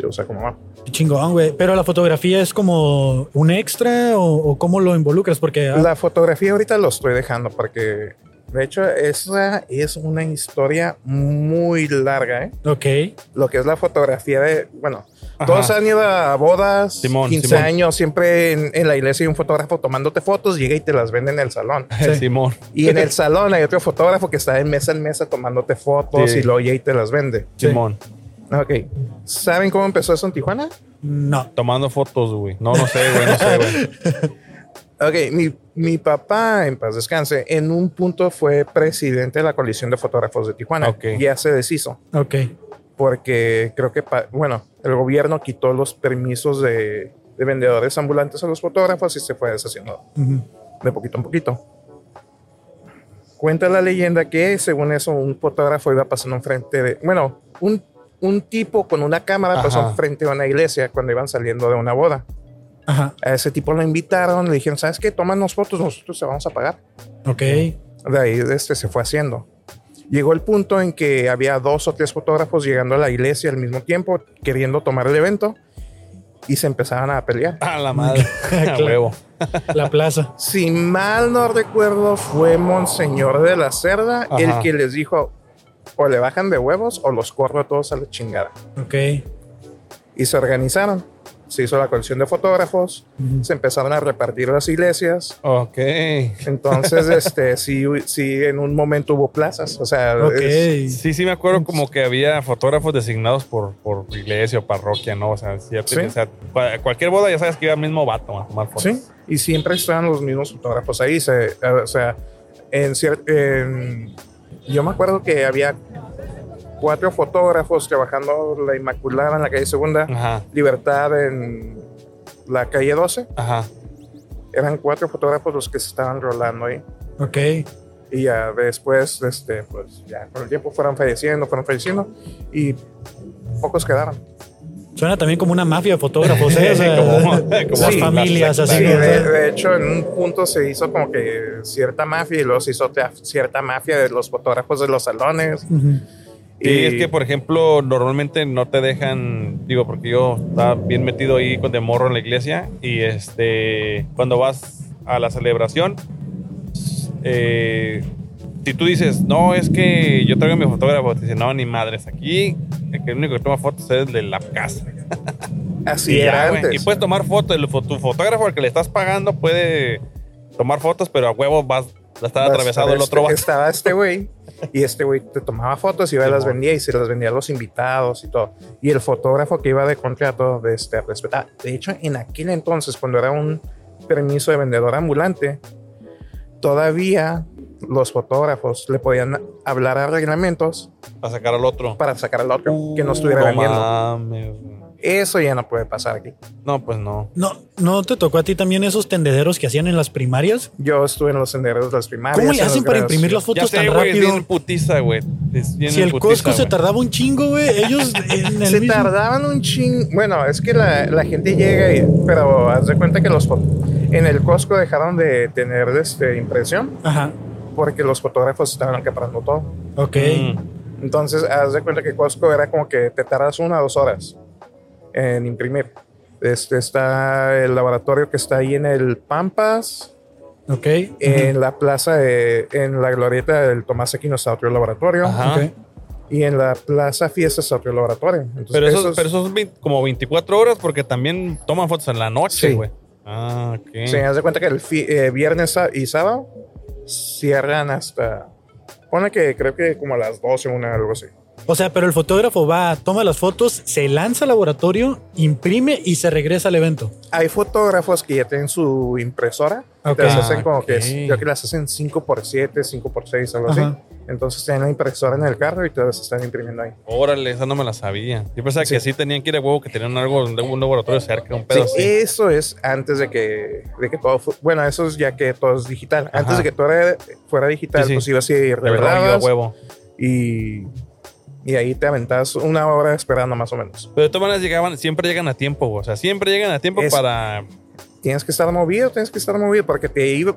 H: o sea, como ah. va.
C: Qué chingón, güey. Pero la fotografía es como un extra o, o cómo lo involucras, porque ah,
H: La fotografía ahorita lo estoy dejando porque, de hecho, esa es una historia muy larga, ¿eh?
C: ok,
H: lo que es la fotografía de, bueno,
D: Ajá.
H: todos han ido a bodas,
D: Simón,
H: 15
D: Simón.
H: años, siempre en, en la iglesia hay un fotógrafo tomándote fotos, llega y te las vende en el salón.
D: Simón.
H: Y en el salón hay otro fotógrafo que está de mesa en mesa tomándote fotos
D: Sí.
H: y luego llega y te las vende.
D: Simón.
H: Ok. ¿Saben cómo empezó eso en Tijuana?
C: no.
D: Tomando fotos, güey. No, no sé, güey. No sé, güey.
H: Ok, mi, mi papá, en paz descanse, en un punto fue presidente de la coalición de fotógrafos de Tijuana.
D: Ok.
H: Ya se deshizo.
C: Ok,
H: porque creo que, pa- bueno, el gobierno quitó los permisos de, de vendedores ambulantes a los fotógrafos y se fue deshaciendo
C: Ujú.
H: de poquito en poquito. Cuenta la leyenda que, según eso, un fotógrafo iba pasando enfrente de, bueno, un, un tipo con una cámara pasó
D: Ajá.
H: enfrente de una iglesia cuando iban saliendo de una boda.
C: ajá,
H: A ese tipo lo invitaron, le dijeron, ¿sabes qué? Tómanos fotos, nosotros se vamos a pagar.
C: ok,
H: De ahí este, se fue haciendo. Llegó el punto en que había dos o tres fotógrafos llegando a la iglesia al mismo tiempo, queriendo tomar el evento, y se empezaban a pelear.
D: A la madre.
C: Ah,
D: A huevo.
C: la plaza.
H: Si mal no recuerdo, fue Monseñor de la Cerda
D: Ajá.
H: el que les dijo, o le bajan de huevos o los corro a todos a la chingada.
C: Ok,
H: Y se organizaron. Se hizo la colección de fotógrafos, se empezaron a repartir las iglesias,
D: Ok.
H: entonces este, sí, sí, en un momento hubo plazas, o sea,
C: ok.
H: es-
D: Sí, sí, me acuerdo como que había fotógrafos designados por, por iglesia o parroquia, ¿no? O sea, sí, ya te-
H: Sí.
D: o sea, para cualquier boda ya sabes que iba el mismo vato a tomar fotos.
H: Sí, y siempre estaban los mismos fotógrafos ahí. se- o sea, en cier- en- yo me acuerdo que había cuatro fotógrafos trabajando la Inmaculada en la calle Segunda,
D: Ajá,
H: Libertad en la calle 12.
D: ajá.
H: Eran cuatro fotógrafos los que se estaban rolando ahí.
C: Ok,
H: Y ya después, este, pues ya con el tiempo fueron falleciendo, fueron falleciendo y pocos quedaron.
C: suena también como una mafia de fotógrafos, ¿eh? O sea,
D: Como- como
C: las
H: sí,
C: familias
D: la secta,
C: así.
H: Sí,
D: ¿no?
C: o
H: de,
C: sea.
H: de hecho, en un punto se hizo como que cierta mafia y luego se hizo otra cierta mafia de los fotógrafos de los salones.
C: Ujú.
D: Y es
H: Eh,
D: que, por ejemplo, normalmente no te dejan, digo, porque yo estaba bien metido ahí con de morro en la iglesia y este, cuando vas a la celebración, eh, si tú dices, no, es que yo traigo a mi fotógrafo, te dicen, no, ni madres, aquí el que- el único que toma fotos es el de la casa.
H: así
D: Y pues,
H: era
D: ya, güey.
H: antes.
D: Y puedes tomar fotos. el fo- Tu fotógrafo al que le estás pagando puede tomar fotos, pero a huevo vas a estar
H: Estaba
D: atravesado el
H: este-
D: otro vato.
H: Estaba este güey y este güey te tomaba fotos y iba y las vendía y se las vendía a los invitados y todo. Y el fotógrafo que iba de contrato de este respetaba. De hecho, en aquel entonces, cuando era un permiso de vendedor ambulante, todavía los fotógrafos le podían hablar a reglamentos
D: Para sacar al otro.
H: para sacar al otro que no estuviera
D: No
H: vendiendo.
D: mames, güey.
H: Eso ya no puede pasar aquí.
D: No, pues no.
C: No, ¿No te tocó a ti también esos tendederos que hacían en las primarias?
H: Yo estuve en los senderos de las
D: Ah,
H: primarias.
C: ¿Cómo le
H: en los
C: hacen para
H: grados.
C: imprimir las
D: Ya
C: fotos
D: sé,
C: tan
D: güey, es bien
C: rápido?
D: putiza, güey. Es bien
C: Si el
D: putiza,
C: Costco se
D: güey.
C: tardaba un chingo, güey, ellos en el
H: Se
C: mismo-
H: tardaban un ching. Bueno, es que la, la gente llega, y- pero haz de cuenta que los fo- en el Costco dejaron de tener este, impresión
C: Ajá, porque
H: porque los fotógrafos estaban acaparando todo.
C: ok.
D: Mm.
H: Entonces, haz de cuenta que Costco era como que te tardas una o dos horas en imprimir. Este está el laboratorio que está ahí en el Pampas,
C: Ok. Eh,
H: en la plaza, de- en la glorieta del Tomás Aquino está otro laboratorio
D: Ajá.
C: Ok.
H: y en la plaza Fiesta está otro laboratorio. Entonces,
D: Pero eso,
H: esos-
D: pero eso es vein- como 24 horas porque también toman fotos en la noche,
H: Sí.
D: güey. Ah, ok.
H: Sí, haz de cuenta que el fi- eh, viernes sa- y sábado cierran hasta. Pone que creo que como a las 12, una, algo así.
C: O sea, pero el fotógrafo va, toma las fotos, se lanza al laboratorio, imprime y se regresa al evento.
H: Hay fotógrafos que ya tienen su impresora.
C: Ok.
H: Entonces hacen como
D: Ah,
H: que.
D: ok.
H: Creo que las hacen 5x7, 5x6, algo
C: Ajá.
H: así. Entonces tienen la impresora en el carro y todas están imprimiendo ahí.
D: Órale, esa no me la sabía. Yo pensaba que
H: Sí.
D: sí tenían que ir a huevo, que tenían algo, un laboratorio cerca, un
H: Sí,
D: pedo así.
H: Eso es antes de que, de que todo. fu- Bueno, eso es ya que todo es digital. Antes de que todo era- fuera digital,
D: Sí, sí.
H: pues ibas a ir
D: De verdad, yo a huevo.
H: y, y ahí te aventabas una hora esperando más o menos.
D: Pero de todas maneras llegaban, siempre llegan a tiempo, güey. O sea, siempre llegan a tiempo
H: Es-
D: para.
H: tienes que estar movido, tienes que estar movido porque te iba.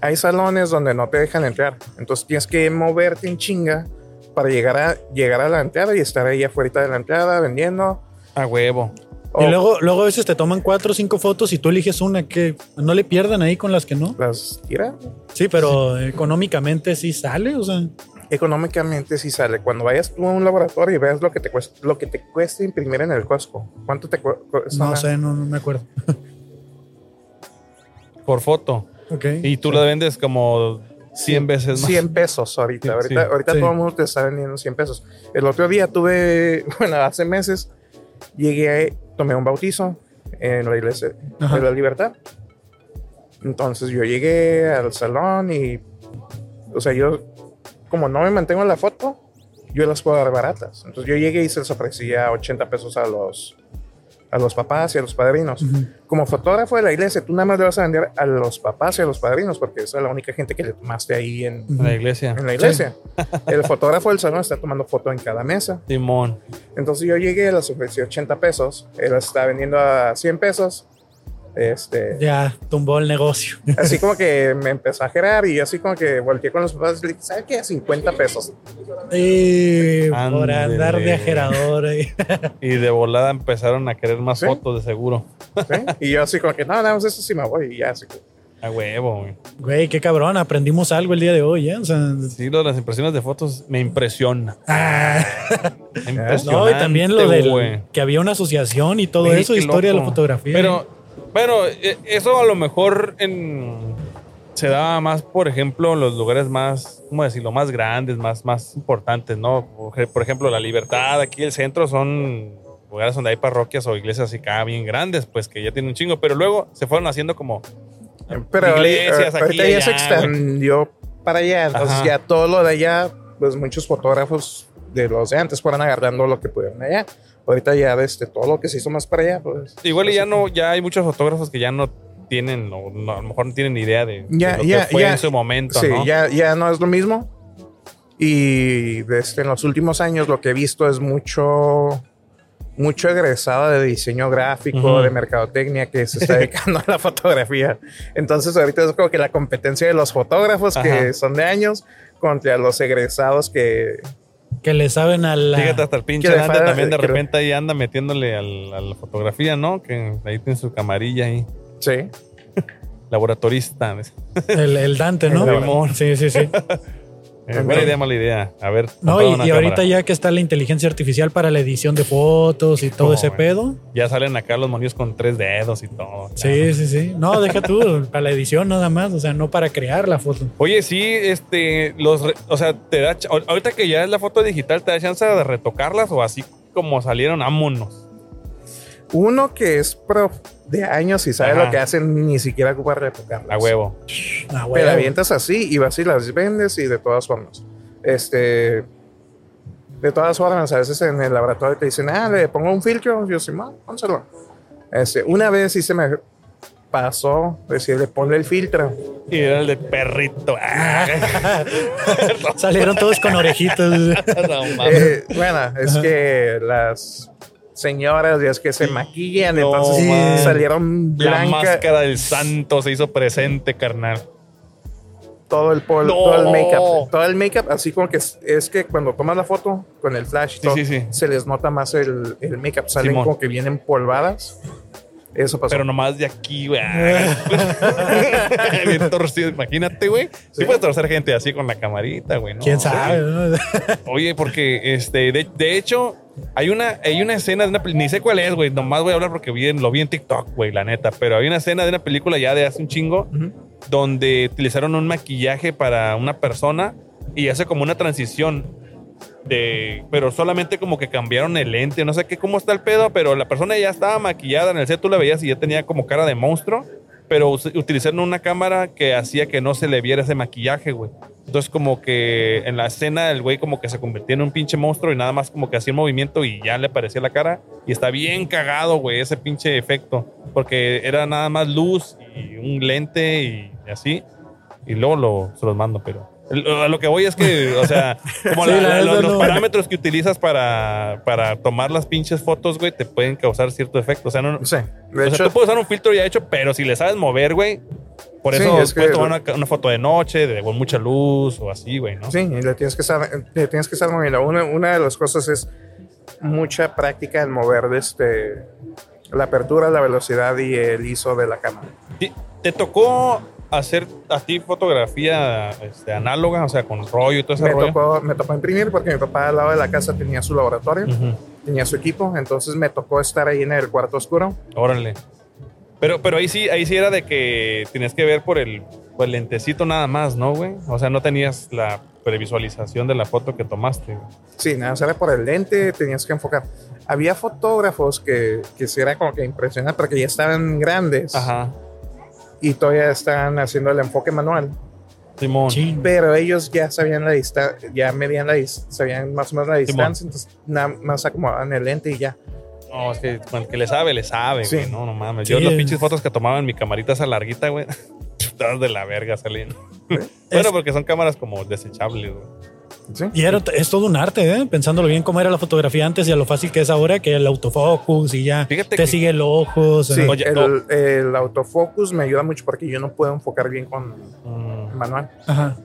H: Hay salones donde no te dejan entrar, entonces tienes que moverte en chinga para llegar a llegar a la entrada y estar ahí afuera de la entrada vendiendo.
D: A huevo.
H: O
C: Y luego, luego a veces te toman cuatro o cinco fotos y tú eliges una que no le pierdan ahí con las que no.
H: las tira.
C: Sí, pero económicamente sí sale, o sea.
H: Económicamente sí sale. Cuando vayas tú a un laboratorio y veas lo que te cuesta, lo que te cuesta imprimir en el Costco, ¿cuánto te cu-
D: Pues
H: cuesta?
C: No sé, no, no me acuerdo.
D: Por foto.
C: Ok.
D: Y tú la vendes como 100 veces más.
H: 100 pesos ahorita.
D: Sí,
H: ahorita
D: sí.
H: ahorita
C: Sí.
H: todo el mundo te está vendiendo 100 pesos. El otro día tuve, bueno, hace meses, llegué, tomé un bautizo en la iglesia
C: Ajá.
H: de la libertad. Entonces yo llegué al salón y, o sea, yo, como no me mantengo en la foto, yo las puedo dar baratas. Entonces yo llegué y se les ofrecía 80 pesos a los, a los papás y a los padrinos. Como fotógrafo de la iglesia, tú nada más le vas a vender a los papás y a los padrinos porque esa es la única gente que le tomaste ahí en,
D: En la iglesia.
H: en la iglesia. El fotógrafo del salón está tomando foto en cada mesa.
D: Simón.
H: Entonces yo llegué, las ofrecí 80 pesos, él las está vendiendo a 100 pesos. Este,
C: Ya tumbó el negocio.
H: Así como que me empezó a gerar y yo así como que volteé con los papás y le dije, ¿sabes qué? 50 pesos.
C: Eh, por
D: Ándele.
C: andar de ajerador. eh.
D: Y de volada empezaron a querer más
H: ¿Sí?
D: fotos, de seguro.
H: ¿sí? Y yo así como que, no, nada más eso sí me voy y ya. Así como,
D: A huevo, güey.
C: Güey, qué cabrón. Aprendimos algo el día de hoy, ¿eh? O sea,
D: Sí, lo de las impresiones de fotos me impresiona.
C: ah,
D: Impresionante,
C: no, y también lo del
D: güey.
C: que había una asociación y todo
D: Oye,
C: eso,
D: qué
C: historia de la
D: loco.
C: fotografía.
D: Pero, bueno, e- eso a lo mejor en, se daba más, por ejemplo, en los lugares más, ¿cómo decirlo? Más grandes, más, más importantes, ¿no? Por ej- Por ejemplo, la libertad, aquí el centro son lugares donde hay parroquias o iglesias así cada bien grandes, pues que ya tienen un chingo, pero luego se fueron haciendo como
H: em, Pero ahorita-
D: Iglesias aquí
H: ahorita
D: y
H: ya se
D: allá,
H: extendió para allá, entonces
D: Ajá.
H: ya todo lo de allá, pues muchos fotógrafos de los de antes fueron agarrando lo que pudieron allá. Ahorita ya este, todo lo que se hizo más para allá, pues...
D: Igual y ya no, ya hay muchos fotógrafos que ya no tienen, o no- a lo mejor no tienen ni idea de, de
H: Ya,
D: lo
H: ya,
D: que fue
H: ya.
D: en su momento,
H: Sí,
D: ¿no?
H: ya, ya no es lo mismo. Y desde en los últimos años lo que he visto es mucho, mucho egresada de diseño gráfico,
D: Ujú.
H: de mercadotecnia, que se está dedicando a la fotografía. Entonces ahorita es como que la competencia de los fotógrafos
D: Ajá.
H: que son de años contra los egresados que...
C: que le saben a la.
D: Fíjate, hasta el pinche
H: Que le
D: Dante
H: falta-
D: también de
H: que le-
D: repente ahí anda metiéndole al- a la fotografía, ¿no? Que ahí tiene su camarilla ahí,
H: Sí.
D: laboratorista. Eh,
C: El, el Dante, ¿no?
H: El
D: Ramón.
C: Sí, sí, sí.
D: Eh, buena idea, mala idea. A ver,
C: No,
D: comprar
C: y,
D: una
C: y ahorita
D: cámara.
C: ya que está la inteligencia artificial para la edición de fotos y todo
D: Hijo,
C: ese
D: güey.
C: pedo.
D: ya salen acá los monios con tres dedos y todo.
C: Sí, sí, sí. No, deja tú, para la edición nada más, o sea, no para crear la foto.
D: Oye, sí, este, los, re- o sea, te da, ch- ahor- ahorita que ya es la foto digital, ¿te da chance de retocarlas o así como salieron? Ámonos.
H: Uno que es prof de años y sabe
D: Ajá.
H: lo que hacen, ni siquiera ocupa replicarlas.
D: A huevo.
C: Ah,
H: Te
C: güey.
H: la avientas así y vas y las vendes y de todas formas. Este. De todas formas, a veces en el laboratorio te dicen, ah, le pongo un filtro. Yo sí, "Ma, pónselo. Este, una vez sí se me pasó decirle, ponle el filtro.
D: Y era el de perrito. Ah,
C: Salieron todos con orejitas.
D: no mames.
H: Eh, bueno, es que las señoras ya es que se maquillan,
D: No,
H: entonces
C: man.
H: salieron
D: La
H: blanca
D: máscara del santo se hizo presente, carnal.
H: todo el polvo,
D: No.
H: todo el make-up. Todo el make-up, así como que es, es que cuando tomas la foto con el flash, todo,
D: sí, sí.
H: se les nota más el, el make-up, salen
D: Simón.
H: como que vienen polvadas. Eso pasó.
D: Pero nomás de aquí, güey. Bien torcido, imagínate, güey. Sí,
H: Sí.
D: puedes torcer gente así con la camarita, güey. ¿no?
C: ¿Quién sabe? no?
D: Oye, porque este, de, de hecho, hay una, hay una escena de una película, ni sé cuál es, güey, nomás voy a hablar porque vi en- lo vi en TikTok, güey, la neta, pero hay una escena de una película ya de hace un chingo donde utilizaron un maquillaje para una persona y hace como una transición de, pero solamente como que cambiaron el lente, no sé qué, cómo está el pedo, pero la persona ya estaba maquillada en el set, tú la veías y ya tenía como cara de monstruo, pero us- utilizaron una cámara que hacía que no se le viera ese maquillaje, güey. Entonces como que en la escena el güey como que se convertía en un pinche monstruo y nada más como que hacía el movimiento y ya le aparecía la cara y está bien cagado, güey, ese pinche efecto, porque era nada más luz y un lente y así y luego lo- se los mando, pero el- a lo que voy es que, o sea, como
C: Sí,
D: la-
C: la
D: la-
C: neta
D: los, los
C: no.
D: parámetros que utilizas para, para tomar las pinches fotos, güey, te pueden causar cierto efecto. O sea, no,
H: Sí, de
D: o sea,
H: hecho,
D: tú puedes usar un filtro ya hecho, pero si le sabes mover, güey, por
H: Sí,
D: eso
H: es que-
D: puedes tomar una, una foto de noche, de con mucha luz o así, güey, ¿no?
H: sí, y le tienes que estar, le tienes que estar moviendo. Una, una de las cosas es mucha práctica en mover este, la apertura, la velocidad y el ISO de la cámara.
D: Ti- ¿Te tocó hacer a ti fotografía este, análoga, o sea, con rollo y todo ese
H: me
D: rollo?
H: tocó, me tocó imprimir porque mi papá al lado de la casa tenía su laboratorio,
D: Ujú.
H: tenía su equipo, entonces me tocó estar ahí en el cuarto oscuro.
D: Órale. Pero, pero ahí sí, ahí sí era de que tenías que ver por el, por el lentecito nada más, ¿no, güey? O sea, no tenías la previsualización de la foto que tomaste. güey.
H: Sí, nada, más era por el lente, tenías que enfocar. Había fotógrafos que, que sí era como que impresionante porque ya estaban grandes
D: Ajá.
H: y todavía estaban haciendo el enfoque manual,
D: Simón.
C: Chin.
H: pero ellos ya sabían la distancia, ya medían la dis- sabían más o menos la distancia, entonces nada más acomodaban el lente y ya.
D: No, es que bueno, el que le sabe, le sabe,
H: Sí.
D: güey. No, no mames.
C: Sí,
D: Yo las
C: es-
D: pinches fotos que tomaba en mi camarita esa larguita, güey. Todas de la verga saliendo. bueno, porque son cámaras como desechables, güey.
H: ¿sí?
C: Y era, es todo un arte, ¿eh? pensándolo bien cómo era la fotografía antes y a lo fácil que es ahora, que el autofocus y ya
D: Fíjate
C: te
D: que-
C: sigue el ojo. o sea,
H: Sí,
D: Oye,
H: el,
D: no.
H: el autofocus me ayuda mucho porque yo no puedo enfocar bien con
D: Mm,
H: manual.
C: Ajá.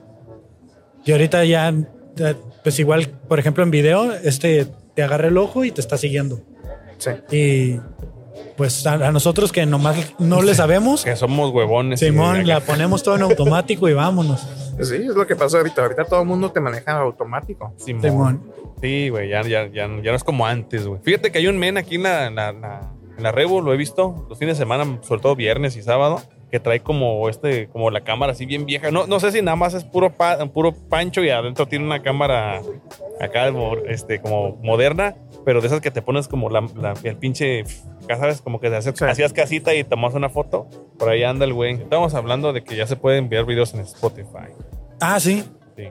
C: Y ahorita ya, eh, pues igual, por ejemplo, en video, este te agarra el ojo y te está siguiendo.
H: Sí.
C: Y pues a, a nosotros que nomás no le sabemos,
D: que somos huevones.
C: Simón,
D: y-
C: la ponemos todo en automático y vámonos.
H: Sí, es lo que pasa ahorita. Ahorita todo el mundo te maneja automático.
D: Simón.
C: Simón.
D: Sí, güey, ya, ya, ya, no- ya no es como antes, güey. Fíjate que hay un men aquí en la, en la, en la- en la Revo, lo he visto los fines de semana, sobre todo viernes y sábado, que trae como este, como la cámara así bien vieja. No, no sé si nada más es puro, pa- puro pancho y adentro tiene una cámara acá mo- este, como moderna, pero de esas que te pones como la, la- el pinche, ya sabes, como que te haces-
H: Sí.
D: hacías casita y tomas una foto. Por ahí anda el güey. Estamos hablando de que ya se pueden enviar videos en Spotify.
C: Ah, sí.
D: Sí.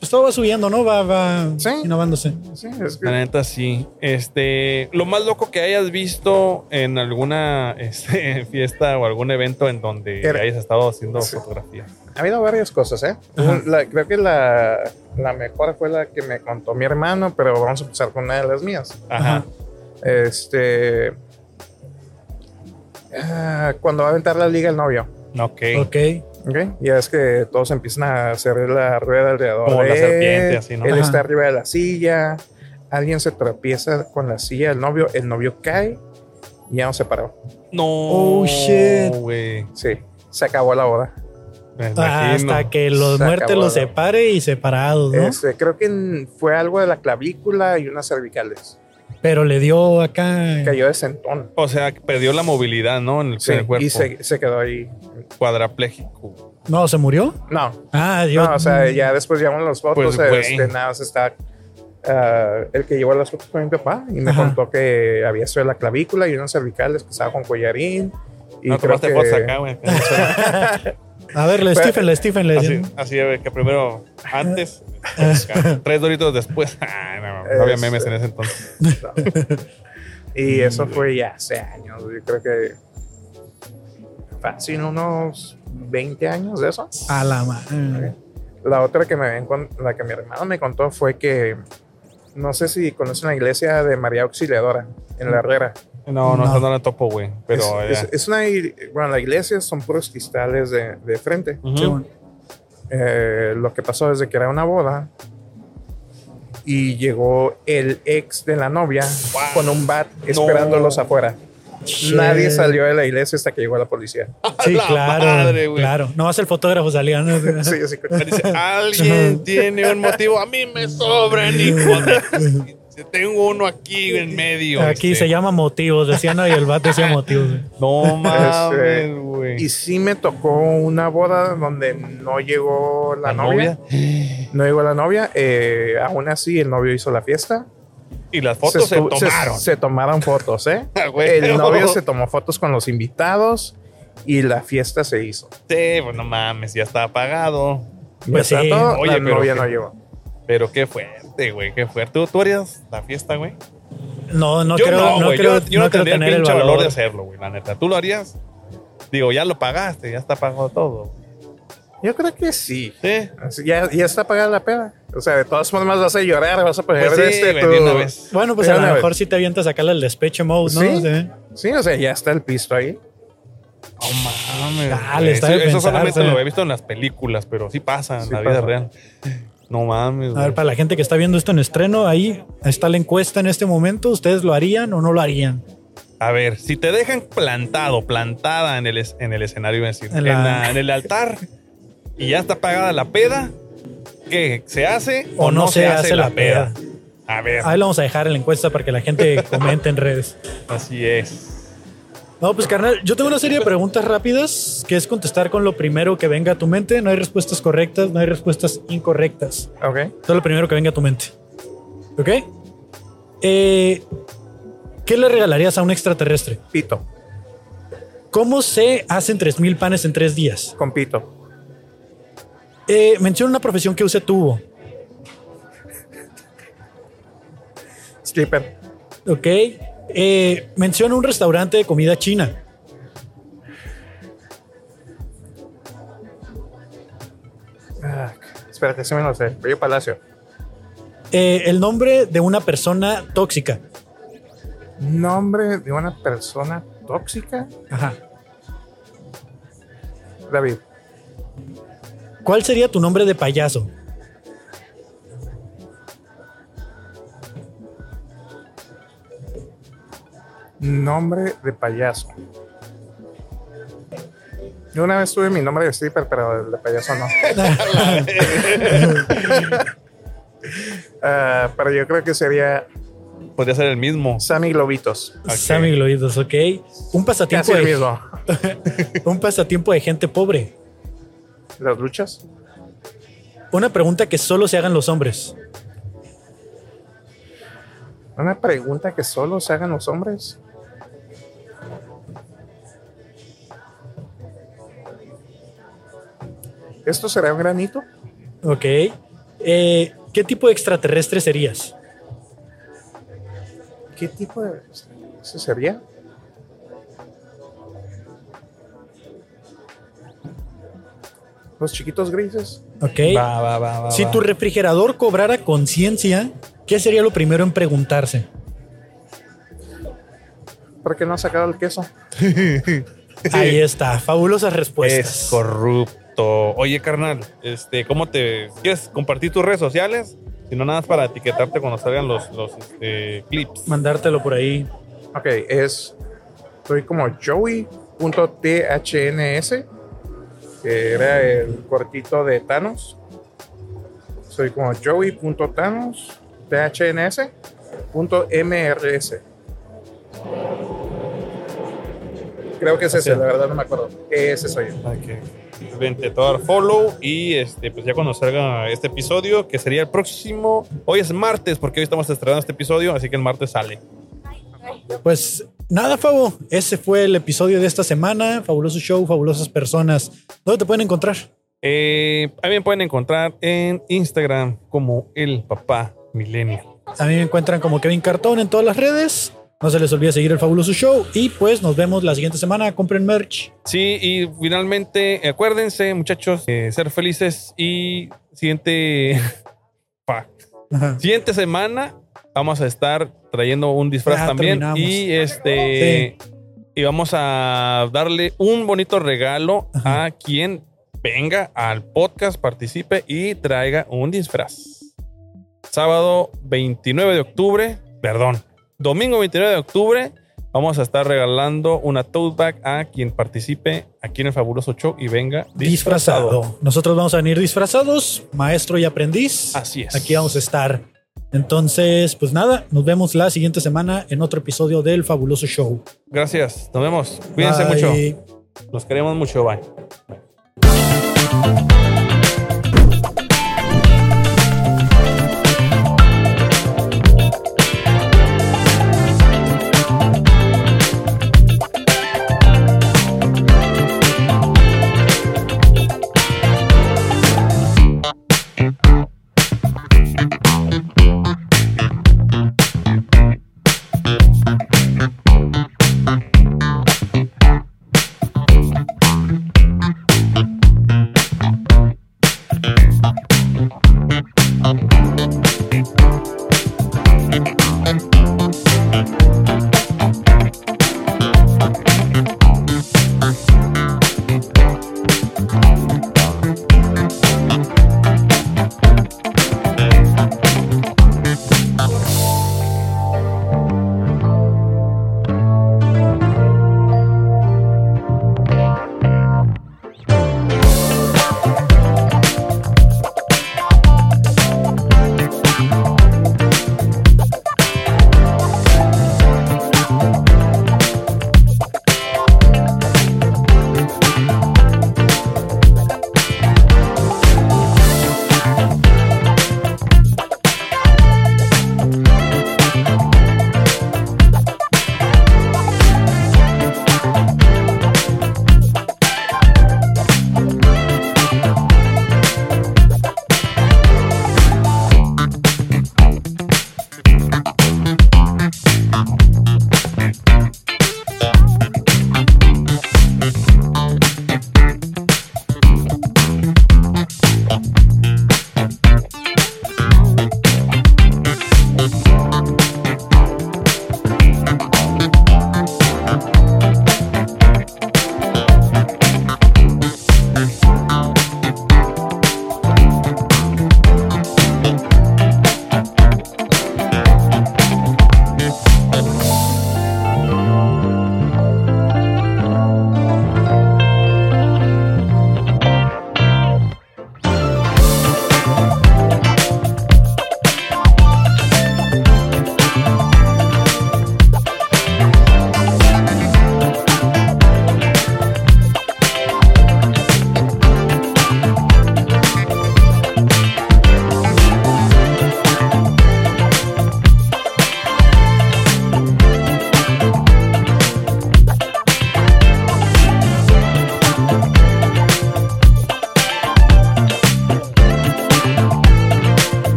C: Pues todo va subiendo, ¿no? Va, va
H: Sí.
C: innovándose.
H: Sí, es que-
D: La neta, sí. Este, lo más loco que hayas visto en alguna este, fiesta o algún evento en donde
H: Era-
D: hayas estado haciendo
H: Sí.
D: fotografía.
H: ha habido varias cosas, ¿eh? La- creo que la, la mejor fue la que me contó mi hermano, pero vamos a empezar con una de las mías.
D: Ajá.
H: Este. ah, cuando va a aventar la liga el novio.
D: Ok.
H: Oh,
C: Ok.
H: ¿ok? Ya es que todos empiezan a hacer la rueda alrededor.
D: Como
H: de
D: la
H: él,
D: serpiente, así, ¿no?
H: Él
C: Ajá.
H: está arriba de la silla. Alguien se tropieza con la silla del novio. El novio cae y ya no se paró.
D: No.
C: Oh, shit.
D: güey.
H: Sí, se acabó la boda.
D: Me
H: Ah,
D: imagino.
C: Hasta que los
H: Se
C: muertes
H: acabó,
C: los
H: ¿no?
C: separe y separados, ¿no?
H: Este, creo que en- fue algo de la clavícula y unas cervicales.
C: Pero le dio acá.
H: Cayó de sentón.
D: O sea, que perdió la movilidad, ¿no? En el,
H: Sí,
D: en el cuerpo.
H: y se, se quedó ahí.
D: Cuadrapléjico.
C: No, se murió.
H: No,
C: Ah, yo.
H: no, o sea, ya después llevamos las fotos.
D: Pues, güey.
H: este, nada, se está ah, el que llevó las fotos con mi papá y me
C: Ajá.
H: contó que había sido la clavícula y unas cervicales que estaba con collarín. Y
D: no
H: creo
D: tomaste
H: que-
D: fotos acá, güey.
C: A ver, la
H: Pero-
C: Stephen, la Stephen le
D: Así,
C: decían.
D: así a ver, que primero antes, acá, tres doritos después. Ah, no, no había
H: Es-
D: memes en ese entonces. Mm.
H: Y eso fue ya hace años, yo creo que fácil, unos 20 años de eso.
C: A la eh, madre.
H: La otra que me habían con- la que mi hermano me contó fue que no sé si conocen la iglesia de María Auxiliadora en la Herrera.
D: No,
C: No.
D: no, esa no la topo, güey. Pero
H: es,
D: ya.
H: es- es una ig- bueno, la iglesia son puros cristales de, de frente.
D: Ujú.
C: Sí, bueno.
H: Eh, lo que pasó es de que era una boda y llegó el ex de la novia con un bat esperándolos afuera. Nadie
C: Shit.
H: salió de la iglesia hasta que llegó la policía.
C: Sí,
D: la
C: claro.
D: madre, güey.
C: claro. No el fotógrafo salía. ¿no?
H: Sí, así que-
D: Dice, alguien tiene un motivo. A mí me sobran, hijo de- Tengo uno aquí en medio.
C: Aquí
D: este.
C: se llama motivos, decían, y el vato decía motivos. güey.
D: No mames,
H: Este,
D: güey.
H: Y sí me tocó una boda donde no llegó la, novia. No llegó la novia. eh, aún así, el novio hizo la fiesta.
D: Y las fotos se,
H: estu-
D: tomaron.
H: Se, tomaron fotos, ¿eh?
D: Ah, güey.
H: el novio se tomó fotos con los invitados y la fiesta se hizo.
D: Sí, pues no mames, ya está apagado.
C: Pues sí.
H: Mientras tanto,
D: Oye,
H: la
D: pero
H: novia
D: que-
H: no llegó.
D: Pero qué fuerte, güey, qué fuerte. ¿Tú, tú harías la fiesta, güey?
C: No, no creo, no,
D: güey,
C: creo,
D: yo, yo no,
C: no creo
D: tendría
C: tener
D: el
C: el
D: pinche
C: valor.
D: valor. de hacerlo, güey, la neta. ¿Tú lo harías? Digo, ya lo pagaste, ya está pagado todo.
H: Yo creo que sí.
D: Sí.
H: Así, ya, ya está pagada la peda. O sea, de todas formas vas a llorar, vas a poner
D: Pues sí,
H: este,
D: güey,
H: tu-
D: de una vez.
C: Bueno, pues
H: De
C: a
H: una
C: lo
H: vez.
C: mejor sí te avientas a sacarle el despecho mode, ¿no?
H: Sí.
C: Sí.
H: Sí, o sea, ya está el pisto ahí.
D: No mames.
C: Dale,
D: güey.
C: está
D: Sí,
C: de
D: eso,
C: pensar,
D: solamente
C: güey.
D: lo he visto en las películas, pero sí pasa en
H: Sí
D: la vida
H: pasa.
D: real. No mames.
C: A ver,
D: güey.
C: para la gente que está viendo esto en estreno, ahí está la encuesta en este momento. ¿Ustedes lo harían o no lo harían?
D: A ver, si te dejan plantado, plantada en el, es- en el escenario, iba a decir,
C: En
D: en,
C: la-
D: la- en el altar, y ya está apagada la peda, ¿qué? ¿Se hace o, no, se, hace, la peda? A ver,
C: Ahí lo vamos a dejar en la encuesta para que la gente comente en redes.
D: así es.
C: No, pues carnal, yo tengo una serie de preguntas rápidas que es contestar con lo primero que venga a tu mente. No hay respuestas correctas, no hay respuestas incorrectas.
H: Ok.
C: Todo lo primero que venga a tu mente. ¿Ok? Eh, ¿Qué le regalarías a un extraterrestre?
H: Pito.
C: ¿Cómo se hacen 3.000 panes en tres días?
H: Con pito.
C: Eh, menciona una profesión que use tubo.
H: Slipper.
C: ¿Ok? Eh, menciona un restaurante de comida china.
H: Ah, espérate, se me lo sé. Bello Palacio.
C: Eh, el nombre de una persona tóxica.
H: Nombre de una persona tóxica.
C: Ajá.
H: David.
C: ¿Cuál sería tu nombre de payaso?
H: Nombre de payaso. Yo una vez tuve mi nombre de stripper, pero el de payaso no. Ah, pero yo creo que sería
D: Podría ser el mismo.
H: Sammy Globitos.
D: Ok.
C: Sammy Gloidos, ok. Un pasatiempo,
H: Casi el
C: de,
H: mismo.
C: un pasatiempo de gente pobre.
H: Las luchas.
C: Una pregunta que solo se hagan los hombres.
H: Una pregunta que solo se hagan los hombres. ¿Esto será un granito?
C: Ok. Eh, ¿Qué tipo de extraterrestre serías?
H: ¿Qué tipo de... ¿Eso sería? Los chiquitos grises.
C: Ok.
D: Va, va, va, va,
C: Si
D: va.
C: tu refrigerador cobrara conciencia, ¿qué sería lo primero en preguntarse?
H: ¿Por qué no ha sacado el queso?
C: Ahí está. Fabulosas respuestas.
D: Es corrupto. Oye, carnal, este, ¿cómo te. ¿Quieres compartir tus redes sociales? Si no, nada más para etiquetarte cuando salgan los, los este, clips.
C: Mandártelo por ahí.
H: Ok, es... Soy como joey.thns, que era el cortito de Thanos. Soy como joey.thanos, thns, punto mrs. Creo que es ese, la verdad no me acuerdo. Ese soy yo.
D: Ok. Vente, te voy a dar follow y este, pues ya cuando salga este episodio, que sería el próximo. Hoy es martes, porque hoy estamos estrenando este episodio, así que el martes sale.
C: Pues nada, Fabo. Ese fue el episodio de esta semana. Fabuloso show, fabulosas personas. ¿Dónde te pueden encontrar?
D: Eh, también pueden encontrar en Instagram como el papá milenio.
C: A mí me encuentran como Kevin Cartón en todas las redes. No se les olvide seguir el Fabuloso Show. Y pues nos vemos la siguiente semana. Compren merch.
D: Sí, y finalmente, acuérdense, muchachos, eh, ser felices y siguiente. Fuck.
C: Ajá.
D: Siguiente semana vamos a estar trayendo un disfraz
C: Ya
D: también
C: terminamos.
D: y este y vamos a darle un bonito regalo a quien venga al podcast, participe y traiga un disfraz. Sábado 29 de octubre, perdón, domingo 29 de octubre vamos a estar regalando una tote bag a quien participe aquí en el fabuloso show y venga
C: Disfrazado.
D: disfrazado.
C: Nosotros vamos a venir disfrazados, maestro y aprendiz.
D: Así es.
C: Aquí vamos a estar. Entonces, pues nada, nos vemos la siguiente semana en otro episodio del Fabuloso Show.
D: Gracias, nos vemos. Cuídense
C: Bye.
D: mucho. Los queremos mucho, bye. Bye.